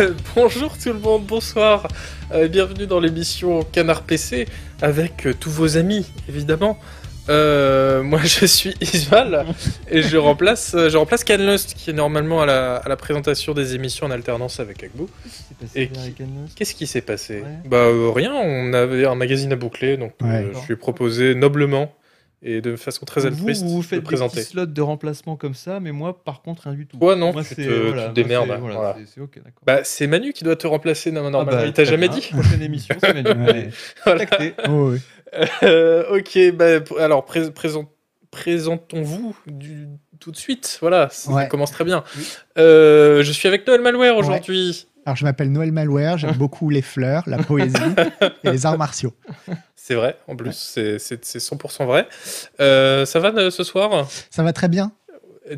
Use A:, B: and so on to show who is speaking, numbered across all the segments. A: Euh, bonjour tout le monde, bonsoir. Euh, bienvenue dans l'émission Canard PC avec euh, tous vos amis, évidemment. Euh, moi je suis Isval et je remplace, euh, je remplace Ken Lust qui est normalement à la, à la présentation des émissions en alternance avec Agbo.
B: C'est
A: Et
B: passé
A: qui-
B: vers les Canucks.
A: Qu'est-ce qui s'est passé
B: Ouais.
A: Bah euh, rien, on avait un magazine à boucler donc euh,
C: Ouais.
A: je suis proposé noblement et de façon très
B: vous,
A: altruiste
B: vous vous
A: de
B: faites des
A: présenter.
B: petits slots de remplacement comme ça, mais moi, par contre, rien du tout.
A: Toi non,
B: moi,
A: tu
B: c'est-
A: te, tu
B: voilà,
A: te
B: moi,
A: démerdes. hein,
B: c'est- voilà,
A: voilà.
B: c'est- c'est ok, d'accord.
A: Bah c'est Manu qui doit te remplacer non,
B: Ah
A: normalement.
B: bah,
A: Il t'a
B: très
A: jamais
B: bien.
A: dit
B: Prochaine émission, c'est Manu.
C: Ouais.
A: Voilà.
B: Contacté.
C: Oh, oui.
A: Euh, ok, bah, p- alors pré- présent- présentons-vous du- tout de suite. Voilà, ça
C: Ouais.
A: commence très bien.
B: Oui.
A: Euh, je suis avec Noël Malware aujourd'hui.
C: Alors, je m'appelle Noël Malware, j'aime beaucoup les fleurs, la poésie et les arts martiaux.
A: C'est vrai, en plus, c'est- c'est c'est 100% vrai. Euh, ça va euh, ce soir
C: Ça va très bien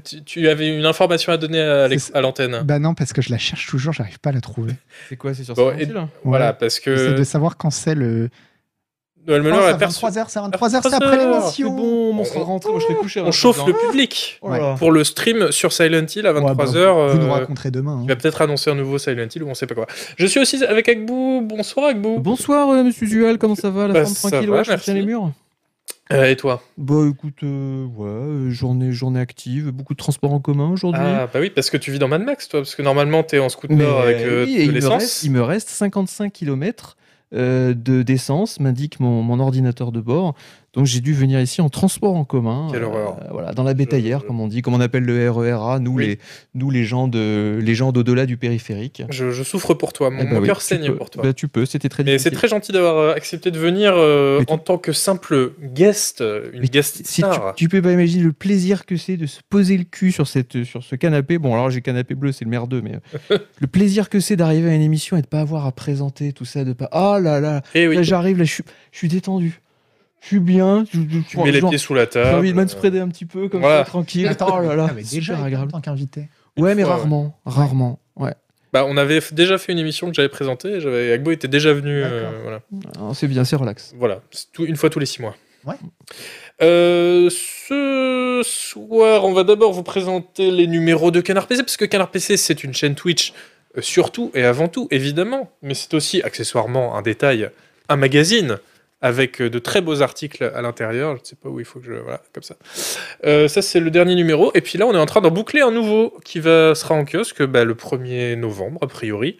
A: tu, tu avais une information à donner à l'ex-
C: C'est ça.
A: à l'antenne.
C: Bah non, parce que je la cherche toujours, j'arrive pas à la trouver.
B: C'est quoi, c'est sur
A: Bon,
B: Silent Hill
A: Voilà, parce
C: C'est
A: que
C: de savoir quand c'est le.
A: Noël
C: Oh,
A: Malware
C: c'est
A: a
C: à
A: perçu.
C: 23h, c'est à 23h, c'est
A: 23
C: après
A: heures.
B: C'est
C: l'émission
B: bon, on
A: on-
B: sera rentré, moi je serai couché.
A: On chauffe le public
B: Oh là là.
A: pour le stream sur Silent Hill à
C: Ah. Ouais, bah,
A: 23h.
C: Vous nous raconterez demain. hein.
A: il va peut-être annoncer un nouveau Silent Hill ou on sait pas quoi. Je suis aussi avec Agbou. Bonsoir Agbou.
B: Bonsoir, euh, monsieur Dual, comment ça va La
A: Bah,
B: forme
A: ça
B: tranquille,
A: va,
B: ouais, je
A: merci.
B: tiens les murs
A: Euh, et toi
B: Bah écoute, euh, ouais, euh, journée, journée active, beaucoup de transports en commun aujourd'hui.
A: Ah bah oui, parce que tu vis dans Mad Max, toi, parce que normalement t'es en scooter
B: Mais,
A: avec
B: euh,
A: euh,
B: oui,
A: de
B: et il, me reste,
A: l'essence.
B: il me reste 55 km de d'essence, m'indique mon, mon ordinateur de bord. Donc j'ai dû venir ici en transport en commun. euh,
A: Quelle horreur.
B: Voilà, dans la bétaillère,
A: Je-
B: comme on dit, comme on appelle le RERA, nous,
A: Oui.
B: les, nous les gens de les gens d'au-delà du périphérique.
A: Je, je souffre pour toi, mon,
B: Eh ben
A: mon
B: oui,
A: cœur
B: tu
A: saigne
B: peux-
A: pour toi.
B: bah, tu peux, c'était très
A: Mais c'est
B: difficile.
A: très gentil d'avoir euh, accepté de venir euh,
B: Mais tu-
A: en tant que simple guest, euh, une
B: Mais
A: guest
B: Si tu,
A: star.
B: tu peux pas imaginer le plaisir que c'est de se poser le cul sur, cette, sur ce canapé. Bon, alors j'ai canapé bleu, c'est le merdeux, mais euh, le plaisir que c'est d'arriver à une émission et de pas avoir à présenter tout ça, de pas. Ah là là,
A: Eh oui,
B: Là, j'arrive, là, je suis, je suis détendu. Je suis bien. Je, je-
A: tu mets les
B: genre,
A: pieds sous la
B: J'ai
A: table.
B: envie de
A: euh,
B: manspreader un petit peu, comme
A: Voilà.
B: ça, tranquille.
C: Attends,
B: oh là là,
C: ah, mais déjà,
B: super
C: il est en
B: agréable.
C: tant qu'invité.
B: Ouais, mais
A: fois, ouais.
B: rarement, rarement. Ouais,
A: bah, on avait f- déjà fait une émission que j'avais présentée, j'avais Agbo était déjà venu. euh,
C: D'accord.
A: voilà,
B: Alors, c'est bien, c'est relax.
A: voilà. C'est tout- une fois tous les six mois.
C: Ouais.
A: Euh, ce soir, on va d'abord vous présenter les numéros de Canard PC, parce que Canard PC, c'est une chaîne Twitch, euh, surtout et avant tout, évidemment, mais c'est aussi, accessoirement, un détail, un magazine avec euh, de très beaux articles à l'intérieur. Je ne sais pas où il faut que je. Voilà, comme ça. Euh, ça, c'est le dernier numéro. Et puis là, on est en train d'en boucler un nouveau qui va, sera en kiosque bah, le 1er novembre, a priori.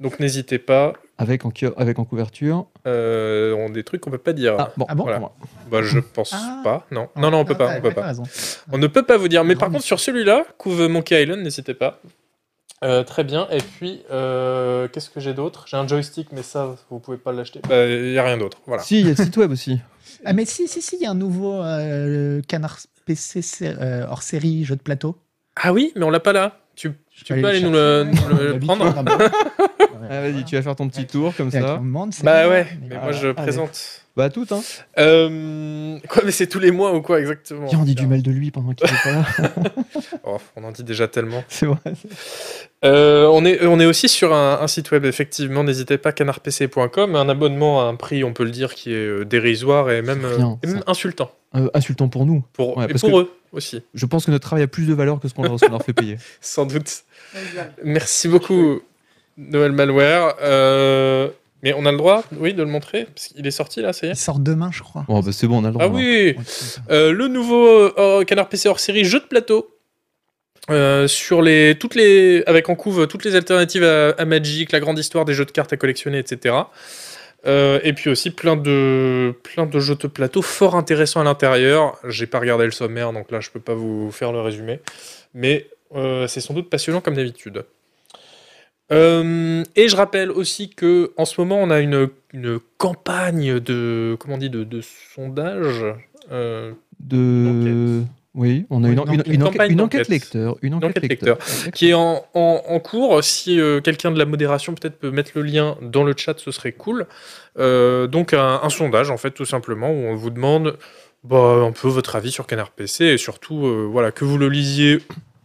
A: Donc n'hésitez pas.
B: Avec en, cure- avec en couverture.
A: Euh, on a des trucs qu'on peut pas dire.
B: Ah bon,
C: Ah bon
B: voilà.
A: Bah, je pense
C: Ah.
A: pas. Non, non, non, on peut pas.
C: t'as-
A: On peut
C: t'as
A: pas.
C: raison.
A: On ne peut pas vous dire. Mais par
C: Non, mais
A: contre, sur celui-là, Couve Monkey Island, n'hésitez pas. Euh, très bien. Et puis, euh, qu'est-ce que j'ai d'autre J'ai un joystick, mais ça, vous pouvez pas l'acheter. Bah, Il y a rien d'autre. Voilà.
B: Si, il y a le site web aussi.
C: Ah, mais si, si, si, il y a un nouveau euh, canard PC sé- euh, hors série, jeu de plateau.
A: Ah oui, mais on l'a pas là. Tu,
C: Je
A: tu
C: vais
A: peux aller nous le,
C: chercher.
A: nous le
C: D'habitude,
A: prendre
C: non, mais-
B: Ah, vas-y, tu vas faire ton petit
C: Ouais.
B: tour comme
C: Il y a
B: ça.
C: qui me demande, c'est
A: Bah
C: bien,
A: ouais,
C: Ah, mais
A: mais
C: voilà.
A: moi je
B: allez.
A: présente.
B: Bah, tout, hein.
A: Euh, quoi, mais c'est tous les mois ou quoi exactement
B: Tiens, on dit du mal de lui pendant qu'il est pas là.
A: Oh, on en dit déjà tellement.
B: c'est vrai.
A: Euh, on, est, on est aussi sur un, un site web, effectivement, n'hésitez pas, canardpc.com, un abonnement à un prix, on peut le dire, qui est euh, dérisoire et même,
B: C'est
A: euh,
B: rien,
A: et même
B: ça.
A: insultant.
B: Euh, insultant pour nous.
A: Pour,
B: Ouais,
A: et
B: parce
A: pour
B: que-
A: eux aussi,
B: Je pense que notre travail a plus de valeur que ce qu'on leur, ce qu'on leur fait payer.
A: sans doute. Merci beaucoup, Noël Malware. Euh, mais on a le droit, oui, de le montrer Parce qu'il est sorti là, ça y
C: Il
A: est
C: sort demain, je crois.
B: Bon, bah, c'est bon, on a le droit.
A: Ah
B: là.
A: oui
C: Ok, ça.
A: Euh, le nouveau euh, hors- Canard PC hors série jeu de plateau. Euh, sur les toutes les avec en couve toutes les alternatives à, à Magic, la grande histoire des jeux de cartes à collectionner, etc. Euh, et puis aussi plein de plein de jeux de plateau fort intéressants à l'intérieur. J'ai pas regardé le sommaire, donc là je peux pas vous faire le résumé, mais euh, c'est sans doute passionnant comme d'habitude. Euh, et je rappelle aussi que en ce moment on a une, une campagne de comment on dit de, de sondage. euh,
B: de. Oui, on a
C: Oui,
B: une, une-
C: une
B: une
C: enquête.
B: enquête-
A: Campagne
B: une enquête
A: d'enquête.
B: lecteur. Une enquête,
A: enquête
B: lecteur.
A: qui est en, en- en cours. Si euh, quelqu'un de la modération peut-être peut mettre le lien dans le chat, ce serait cool. Euh, donc un, un sondage en fait tout simplement où on vous demande bah, un peu votre avis sur Canard PC et surtout euh, voilà que vous le lisiez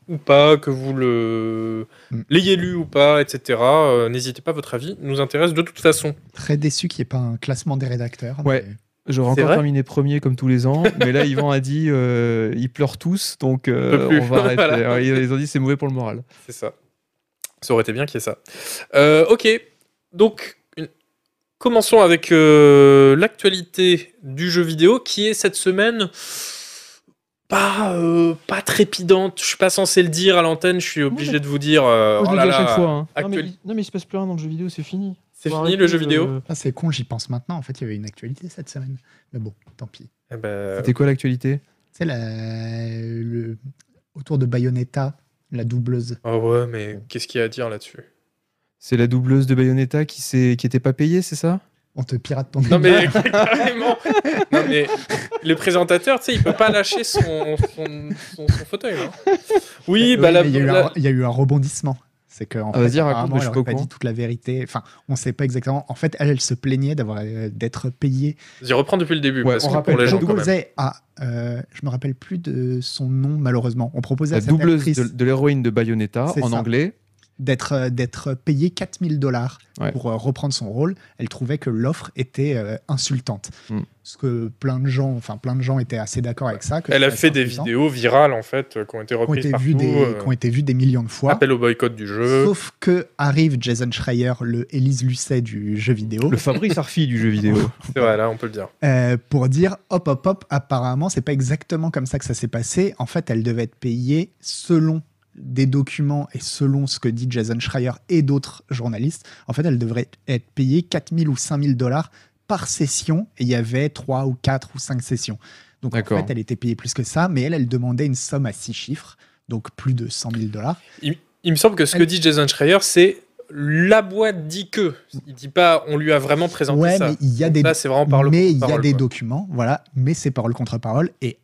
A: ou pas, que vous le
C: Mm.
A: l'ayez lu ou pas, etc. Euh, N'hésitez pas, votre avis nous intéresse de toute façon.
C: Très déçu qu'il n'y ait pas un classement des rédacteurs.
B: Ouais.
C: mais-
B: J'aurais
A: C'est
B: encore
A: vrai
B: terminé premier comme tous les ans, mais là Yvan a dit euh, ils pleurent tous, donc euh,
A: peut plus.
B: on va arrêter.
A: Voilà.
B: Ouais, Ils ont dit c'est mauvais pour le moral.
A: C'est ça. Ça aurait été bien qu'il y ait ça. Euh, ok, donc une- commençons avec euh, l'actualité du jeu vidéo qui est cette semaine pas, euh, pas trépidante. Je suis pas censé le dire à l'antenne, je suis obligé
B: mais-
A: de vous dire. euh,
B: Moi, je
A: oh
B: le
A: là
B: dis à
A: là,
B: chaque fois. hein. Non, mais,
A: actuel-
B: il- non, mais il se passe plus rien dans le jeu vidéo, c'est fini.
A: C'est
B: Faut
A: fini
B: arrêter
A: le jeu
B: de-
A: vidéo
C: Ah, c'est con, j'y pense maintenant. En fait, il y avait une actualité cette semaine. Mais bon, tant pis.
A: Eh ben,
B: C'était quoi l'actualité
C: C'est la... le... autour de Bayonetta, la doubleuse.
A: Oh ouais, mais qu'est-ce qu'il y a à dire là-dessus
B: C'est la doubleuse de Bayonetta qui s'est- qui était pas payée, c'est ça
C: On te pirate ton
A: Non
C: débat.
A: mais carrément. Non mais le présentateur, tu sais, il peut pas lâcher son, son, son- son fauteuil. hein. Oui,
C: Oui,
A: bah la,
C: mais il, y a eu
A: la-
C: un, il y a eu un rebondissement. C'est que, en
B: Ah,
C: fait,
B: vas-y, raconte,
C: apparemment,
B: mais je
C: elle
B: suis
C: aurait
B: pas
C: pas
B: au
C: dit toute la vérité. Enfin, on sait pas exactement. En fait, elle, elle se plaignait d'avoir euh, d'être payée.
A: j'y reprends depuis le début
B: Ouais,
A: parce
B: on
A: que
B: rappelle
A: pour les
B: la
A: gens
C: On
A: quand même.
C: proposait à, euh, je me rappelle plus de son nom malheureusement. On proposait
B: La
C: à cette
B: doubleuse
C: actrice
B: de, de l'héroïne de Bayonetta,
C: C'est
B: en
C: ça.
B: anglais.
C: d'être euh, d'être payée 4000 dollars
B: Ouais.
C: pour euh, reprendre son rôle. Elle trouvait que l'offre était euh, insultante.
B: Hmm.
C: Ce que plein de gens, enfin plein de gens étaient assez d'accord avec ça. que
A: Elle a
C: c'était
A: fait des
C: insultant,
A: vidéos virales en fait euh, qui ont été
C: qui ont
A: reprises
C: été
A: partout.
C: vues des,
A: euh,
C: qui ont été vues des millions de fois.
A: appel au boycott du jeu.
C: Sauf que arrive Jason Schreier, le Élise Lucet du jeu vidéo,
B: Le Fabrice Arfi du jeu vidéo.
A: C'est vrai, là on peut le dire.
C: euh, pour dire hop hop hop, apparemment c'est pas exactement comme ça que ça s'est passé. En fait, elle devait être payée selon des documents et selon ce que dit Jason Schreier et d'autres journalistes. En fait, elle devrait être payée 4000 ou 5000 dollars par session et il y avait 3 ou 4 ou 5 sessions. Donc en
B: D'accord.
C: fait, elle était payée plus que ça, mais elle, elle demandait une somme à 6 chiffres, donc plus de 100 000 dollars.
A: Il me semble que ce que
C: Elle-
A: dit Jason Schreier, c'est la boîte dit que. Il dit pas on lui a vraiment présenté
C: Ouais,
A: ça.
C: mais il y a des
A: Là c'est vraiment par le
C: mais il y a
A: parole,
C: des
A: quoi.
C: documents, voilà, mais c'est parole contre parole. Et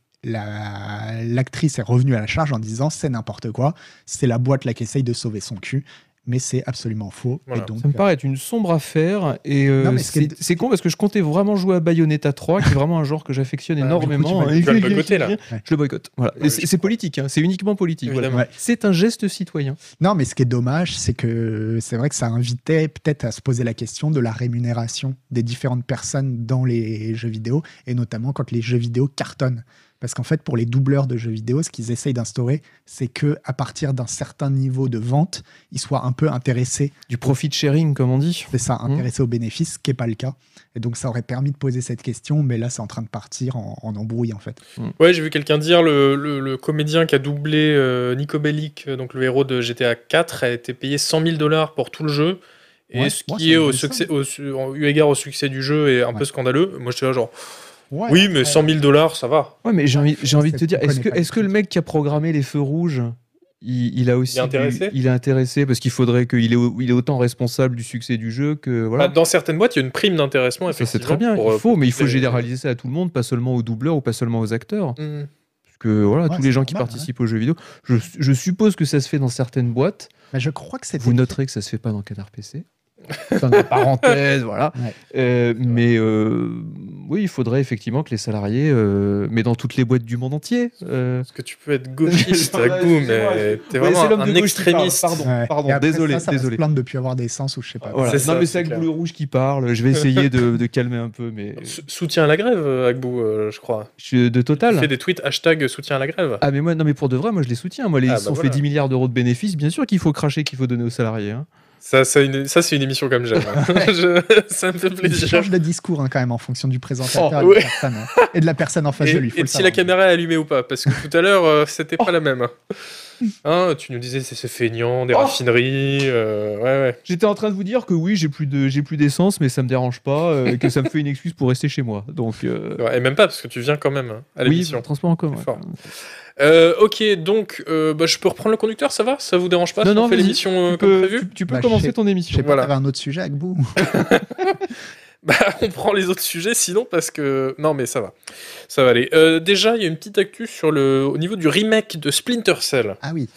C: la- l'actrice est revenue à la charge en disant c'est n'importe quoi, c'est la boîte là qui essaye de sauver son cul, mais c'est absolument faux.
A: Voilà.
C: Et donc,
B: Ça me paraît être une sombre affaire et euh,
C: Non, mais ce qui
B: c'est
C: est-
B: c'est con parce que je comptais vraiment jouer à Bayonetta 3 qui est vraiment un genre que j'affectionne
A: Bah,
B: énormément.
A: du coup, tu vas- tu vas le
B: Et-
A: boycotter, là.
B: Je le boycotte. Voilà.
A: Ouais,
B: Et
A: je
B: c'est c'est politique, hein, c'est uniquement politique. voilà.
A: Évidemment.
C: euh, Ouais.
B: C'est un geste citoyen.
C: non, mais ce qui est dommage, c'est que c'est vrai que ça invitait peut-être à se poser la question de la rémunération des différentes personnes dans les jeux vidéo, et notamment quand les jeux vidéo cartonnent. Parce qu'en fait, pour les doubleurs de jeux vidéo, ce qu'ils essayent d'instaurer, c'est que à partir d'un certain niveau de vente, ils soient un peu intéressés
B: Du profit sharing, comme on dit.
C: C'est ça,
B: Mhm.
C: intéressé aux bénéfices, ce qui n'est pas le cas. Et donc, ça aurait permis de poser cette question, mais là, c'est en train de partir en, en embrouille, en fait.
A: Ouais, j'ai vu quelqu'un dire le, le- le comédien qui a doublé euh, Nico Bellic, euh, donc le héros de GTA 4, a été payé 100 000 dollars pour tout le jeu. Et
C: Ouais,
A: ce
C: ouais,
A: qui
C: c'est
A: est
C: une
A: au
C: belle
A: succès, au su- en- eu égard au succès du jeu est un peu
C: Ouais.
A: scandaleux. Moi, j'étais là genre, oui, mais 100 000 dollars, ça va.
B: Ouais, mais j'ai envie, j'ai envie de te
C: C'est-
B: dire,
C: on
B: est-ce
C: connaît
B: que,
C: pas les
B: est-ce que le mec qui a programmé les feux rouges, il, il a aussi. du-
A: intéressé
B: il est intéressé parce qu'il faudrait qu'il est, au- il est autant responsable du succès du jeu que. Voilà.
A: Bah, dans certaines boîtes, il y a une prime d'intéressement,
B: ça, c'est
A: effectivement.
B: très bien.
A: pour, euh,
B: il faut, mais il faut
A: les-
B: généraliser ça à tout le monde, pas seulement aux doubleurs ou pas seulement aux acteurs.
A: Hmm.
B: Parce que voilà,
C: Ouais,
B: tous les
C: c'est
B: gens qui
C: normal,
B: participent aux jeux vidéo, je, je suppose que ça se fait dans certaines boîtes.
C: Mais je crois que c'était.
B: Vous noterez que ça se fait pas dans Canard PC. Fin de parenthèse, voilà.
C: Ouais.
B: Euh, mais euh, oui, il faudrait effectivement que les salariés, euh, mais dans toutes les boîtes du monde entier. euh,
A: Parce que tu peux être gauchiste à
B: Ouais,
A: goût,
B: excusez-moi,
A: mais t'es
B: Ouais,
A: vraiment
B: c'est l'homme
A: un
B: de gauche qui parle,
A: extrémiste.
B: pardon.
C: Ouais.
B: pardon,
C: Et après
B: désolé,
C: Ça, ça
B: désolé.
C: Va se plaindre de plus avoir des sens ou je sais pas.
B: voilà.
A: c'est ça,
B: Non, mais
A: c'est
B: c'est avec
A: clair.
B: Bleu Rouge qui parle. Je vais essayer de, de calmer un peu, mais
A: S- Soutien à la grève, euh, Agbo, euh, je crois.
B: je suis de total.
A: Tu fais des tweets hashtag soutien à la grève.
B: Ah mais moi non mais pour de vrai moi je les soutiens moi les,
A: Ah, bah
B: ils ont
A: voilà.
B: fait 10 milliards d'euros de bénéfices bien sûr qu'il faut cracher qu'il faut donner aux salariés hein.
A: Ça, c'est une, ça, c'est une émission comme j'aime. hein. Je- ça me fait
C: Il
A: plaisir.
C: change de discours hein, quand même en fonction du présentateur
A: Oh, ouais.
C: et, de la personne, hein. et de la personne en face
A: Et,
C: de lui. faut
A: et
C: le
A: si
B: hein.
A: la
C: savoir.
A: caméra est allumée ou pas, parce que tout à l'heure, euh, c'était
B: Oh.
A: pas la même. Hein, tu nous disais c'est c'est feignant, des
B: Oh.
A: raffineries. euh, ouais, ouais.
B: J'étais en train de vous dire que oui j'ai plus de j'ai plus d'essence mais ça me dérange pas euh, et que ça me fait une excuse pour rester chez moi donc euh,
A: C'est vrai, Et même pas, parce que tu viens quand même hein, à
B: oui
A: l'émission.
B: transport en commun.
A: C'est fort. Euh, ok, donc euh, bah, je peux reprendre le conducteur, ça va Ça vous dérange pas
B: Non,
A: si on
B: non,
A: fait
B: vas-y.
A: l'émission euh,
B: Tu
A: comme
B: peux,
A: prévu
B: tu- tu peux
C: Bah, je
B: commencer
C: sais-
B: ton
C: Je sais
B: émission.
C: pas,
A: Voilà.
C: t'avais un autre sujet, Agbou
A: Bah, on prend les autres sujets sinon parce que. Non, mais ça va. Ça va aller. Euh, déjà, il y a une petite actu sur le... au niveau du remake de Splinter Cell.
C: Ah oui.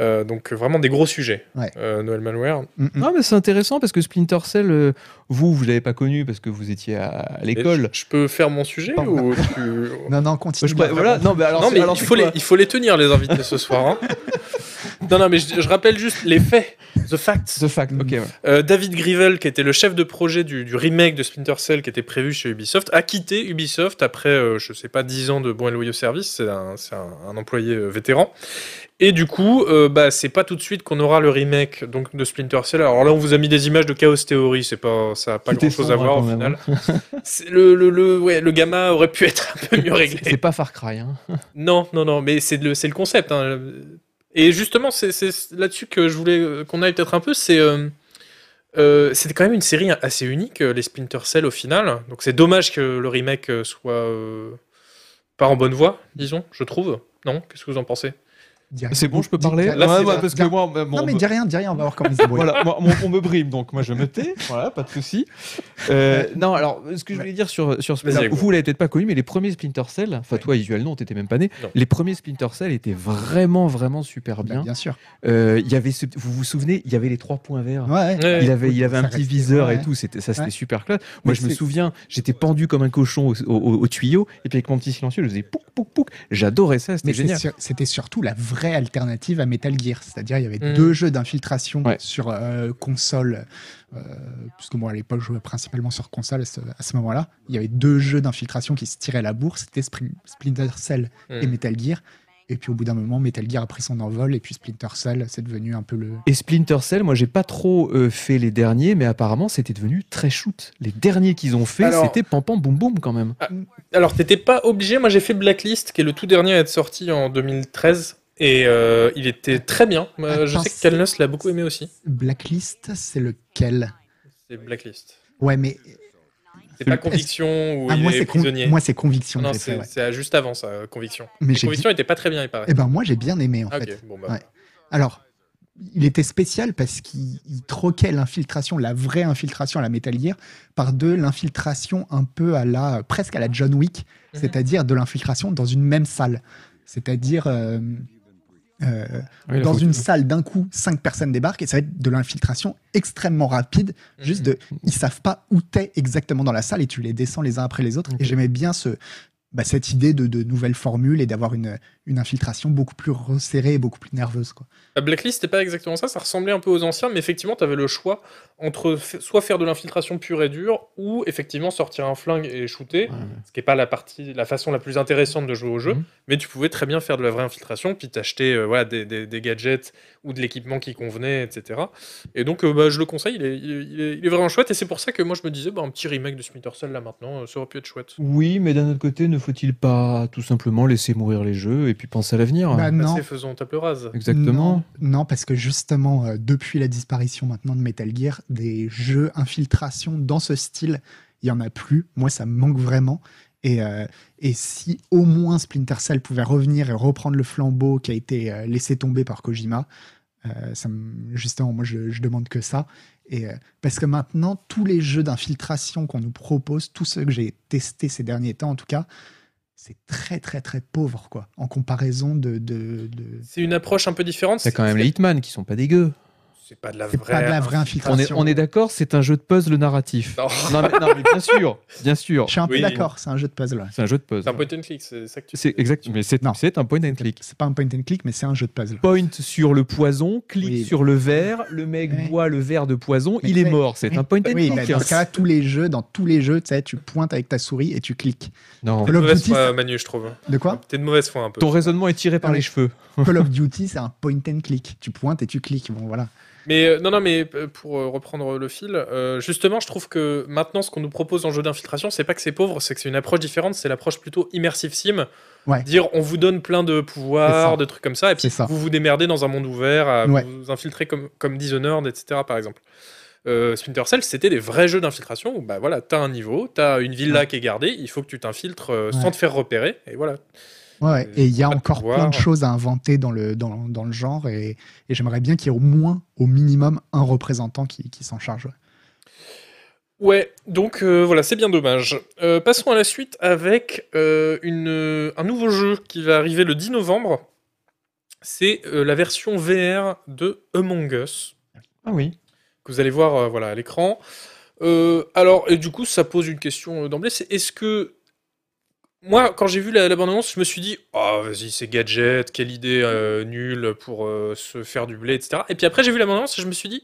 A: Euh, donc, euh, vraiment des gros sujets.
C: Ouais.
A: Euh, Noël Malware.
C: Mm, mm.
B: Non mais c'est intéressant parce que Splinter Cell euh, vous vous l'avez pas connu parce que vous étiez à, à
A: Et
B: l'école.
A: Je je peux faire mon sujet
C: Pardon.
A: ou tu-
C: Non, non,
B: Je
C: continue.
B: sais pas, voilà non mais alors
A: non,
B: c'est-
A: mais
B: alors
A: il,
B: c'est
A: faut les,
B: quoi
A: il faut les tenir, les invités, ce soir. hein. Non, non, mais je, je rappelle juste les faits. The facts.
B: The fact, ok. ouais.
A: Euh, David Grivel, qui était le chef de projet du, du remake de Splinter Cell qui était prévu chez Ubisoft, a quitté Ubisoft après, euh, je sais pas, 10 ans de bon et loyaux service. C'est un, c'est un- un employé euh, vétéran. Et du coup, euh, bah, c'est pas tout de suite qu'on aura le remake donc, de Splinter Cell. Alors là, on vous a mis des images de Chaos Theory, c'est pas, ça n'a pas
B: C'était
A: grand chose à
B: sombre,
A: voir
B: quand
A: au
B: même, hein.
A: final. C'est le, le, le, ouais, le gamma aurait pu être un peu mieux réglé.
B: C'est pas Far Cry. Hein.
A: Non, non, non, mais c'est le, c'est le concept. hein. Et justement, c'est c'est là-dessus que je voulais euh, qu'on aille peut-être un peu. C'est euh, euh, c'était quand même une série assez unique, euh, les Splinter Cell au final. Donc c'est dommage que le remake euh, soit euh, pas en bonne voie, disons, je trouve. Non Qu'est-ce que vous en pensez
C: Dis rien.
B: C'est bon, je peux
C: Dis-
B: parler
C: dis-
B: Ouais,
A: Là,
B: ouais,
A: c'est
B: ouais,
C: ça.
B: parce que
C: Bien.
B: moi, bah, bon,
C: Non, mais dis rien, dis rien, on va voir comment ils se débrouillent.
B: Voilà, moi, mon- on me brime, donc moi je me tais, voilà, pas de souci. Euh, non, alors, ce que je voulais dire sur, sur Splinter,
A: Vas-y, Hugo.
B: vous l'avez peut-être pas connu, mais les premiers Splinter Cell, enfin
C: Ouais.
B: toi, Isuel, non, t'étais même pas né,
A: Non.
B: les premiers Splinter Cell étaient vraiment, vraiment super
C: Bah,
B: bien.
C: bien sûr.
B: Euh, il y avait, ce- vous vous souvenez, il y avait les trois points verts.
C: Ouais.
A: Ouais.
B: Il avait, il avait un
C: Ça
B: petit
C: restait,
B: viseur et
C: ouais.
B: tout, c'était, ça c'était
C: Ouais.
B: super classe.
C: Mais
B: Moi je me
C: c'est-
B: souviens, j'étais pendu comme un cochon au, au- au- au tuyau, et puis avec mon petit silencieux, je faisais pouc pouc pouc. J'adorais ça, c'était
C: Mais c'est
B: génial.
C: sur- c'était surtout la vraie alternative à Metal Gear. C'est-à-dire, il y avait
A: Mm.
C: deux jeux d'infiltration
B: Ouais.
C: sur euh, console. euh, puisque moi, à l'époque, je jouais principalement sur console à ce, à ce moment-là. Il y avait deux jeux d'infiltration qui se tiraient la bourre. C'était Spri- Splinter Cell et
A: Hmm.
C: Metal Gear. Et puis, au bout d'un moment, Metal Gear a pris son envol. Et puis, Splinter Cell, c'est devenu un peu le.
B: Et Splinter Cell, moi j'ai pas trop euh, fait les derniers, mais apparemment c'était devenu très shoot. Les derniers qu'ils ont fait,
A: Alors-
B: c'était pam pam boum boum quand même.
A: Alors, t'étais pas obligé. Moi, j'ai fait Blacklist, qui est le tout dernier à être sorti en 2013. Et euh, il était très bien. Moi,
C: Attends,
A: je sais que
C: c'est-
A: Kalnos l'a beaucoup aimé aussi.
C: Blacklist, c'est lequel
A: C'est Blacklist.
C: Ouais, mais.
A: C'est pas Conviction où
C: Ah,
A: il
C: moi,
A: est
C: c'est con-
A: prisonnier. Ah
C: moi, c'est Conviction. que
A: Non,
C: j'ai fait,
A: c'est
C: ouais.
A: c'est juste avant ça, euh, Conviction.
C: Mais
A: Les
C: j'ai
A: convictions n'étaient pas très bien, il paraît.
C: Eh ben moi j'ai bien aimé en
A: Ah,
C: fait.
A: ok, bon, bah,
C: Ouais. Alors, il était spécial parce qu'il il troquait l'infiltration, la vraie infiltration à la Metal Gear, par de l'infiltration un peu à la, presque à la John Wick,
A: Mhm.
C: c'est-à-dire de l'infiltration dans une même salle. C'est-à-dire, euh, euh,
B: Oui, la
C: dans
B: faute.
C: une salle, d'un coup, cinq personnes débarquent et ça va être de l'infiltration extrêmement rapide,
A: Mhm.
C: juste de, ils savent pas où t'es exactement dans la salle et tu les descends les uns après les autres.
B: Ok.
C: Et j'aimais bien ce, bah, cette idée de, de nouvelles formules et d'avoir une, une infiltration beaucoup plus resserrée et beaucoup plus nerveuse. Quoi.
A: Bah, Blacklist, c'était pas exactement ça, ça ressemblait un peu aux anciens, mais effectivement, tu avais le choix entre f- soit faire de l'infiltration pure et dure, ou effectivement sortir un flingue et shooter,
B: Ouais, ouais.
A: ce qui est pas la, partie, la façon la plus intéressante de jouer au jeu,
B: Mhm.
A: mais tu pouvais très bien faire de la vraie infiltration, puis t'acheter euh, voilà, des, des- des gadgets ou de l'équipement qui convenait, etc. Et donc, euh, bah, je le conseille, il est, il est- il est- il est vraiment chouette, et c'est pour ça que moi, je me disais, bah, un petit remake de Splinter Cell là maintenant, euh, ça aurait pu être chouette.
B: Oui, mais d'un autre côté, ne faut-il pas tout simplement laisser mourir les jeux et puis penser à l'avenir
C: Bah, non.
A: Passez, faisons table rase.
B: Exactement.
C: Non, non, parce que justement, euh, depuis la disparition maintenant de Metal Gear, des jeux infiltration dans ce style, il y en a plus. Moi, ça me manque vraiment. Et, euh, et si au moins Splinter Cell pouvait revenir et reprendre le flambeau qui a été euh, laissé tomber par Kojima, euh, ça me- justement, moi, je, je demande que ça. Et, euh, parce que maintenant, tous les jeux d'infiltration qu'on nous propose, tous ceux que j'ai testés ces derniers temps, en tout cas, c'est très, très, très pauvre, quoi, en comparaison de- de- de,
A: C'est une approche un peu différente.
B: C'est quand même les Hitman qui sont pas dégueux.
A: C'est pas de la
C: C'est
A: vraie.
C: pas de la vraie
B: On est,
C: infiltration.
B: on est d'accord, c'est un jeu de puzzle narratif.
A: Non.
B: Non, mais, non, mais bien sûr, bien sûr.
C: Je suis un peu
A: Oui.
C: d'accord, c'est un jeu de puzzle. ouais.
B: C'est un jeu de puzzle.
A: C'est un point and click, c'est ça que tu
B: C'est exact, mais c'est
C: Non.
B: c'est un point and click.
C: C'est pas un point and click, mais c'est un jeu de puzzle.
B: Point sur le poison, clic
C: Oui.
B: sur le verre, le mec
C: Ouais.
B: boit le verre de poison,
C: Mais
B: il est
C: ouais.
B: mort. C'est
C: Ouais.
B: un point and
C: Oui, bah,
B: click.
A: hein.
C: dans ce cas-là, tous les jeux, dans tous les jeux, tu sais, tu pointes avec ta souris et tu cliques.
B: Non.
A: T'es de mauvaise
C: L'objectif,
A: foi, Manu, je trouve.
C: de quoi
A: T'es de mauvaise foi un peu.
B: Ton raisonnement est tiré par
C: Non,
B: les
C: mais-
B: cheveux.
C: Call of Duty, c'est un point and click. Tu pointes et tu cliques. Bon, voilà.
A: Mais euh, non, non, mais euh, pour euh, reprendre le fil, euh, justement, je trouve que maintenant, ce qu'on nous propose en jeu d'infiltration, c'est pas que c'est pauvre, c'est que c'est une approche différente, c'est l'approche plutôt immersive sim.
C: Ouais.
A: Dire, on vous donne plein de
C: C'est ça.
A: pouvoirs, de trucs comme ça, et puis
C: C'est ça.
A: vous vous démerdez dans un monde ouvert, à
C: Ouais.
A: vous infiltrer comme, comme Dishonored, etc., par exemple. Euh, Splinter Cell, c'était des vrais jeux d'infiltration où bah voilà, t'as un niveau, t'as une villa
C: Ouais.
A: qui est gardée, il faut que tu t'infiltres euh,
C: Ouais.
A: sans te faire repérer, et voilà.
C: Ouais, ouais. Et il y a
A: Pas de
C: encore
A: pouvoir.
C: plein de choses à inventer dans le, dans, dans le genre. Et, et j'aimerais bien qu'il y ait au moins, au minimum, un représentant qui, qui s'en charge.
A: Ouais, donc euh, voilà, c'est bien dommage. Euh, passons à la suite avec euh, une, euh, un nouveau jeu qui va arriver le 10 novembre. C'est euh, la version VR de Among Us,
B: Ah oui.
A: que vous allez voir euh, voilà, à l'écran. Euh, alors, et du coup, ça pose une question euh, d'emblée, c'est est-ce que Moi, quand j'ai vu la, la bande-annonce, je me suis dit, oh, vas-y, c'est gadget, quelle idée euh, nulle pour euh, se faire du blé, etc. Et puis après, j'ai vu la bande-annonce et je me suis dit,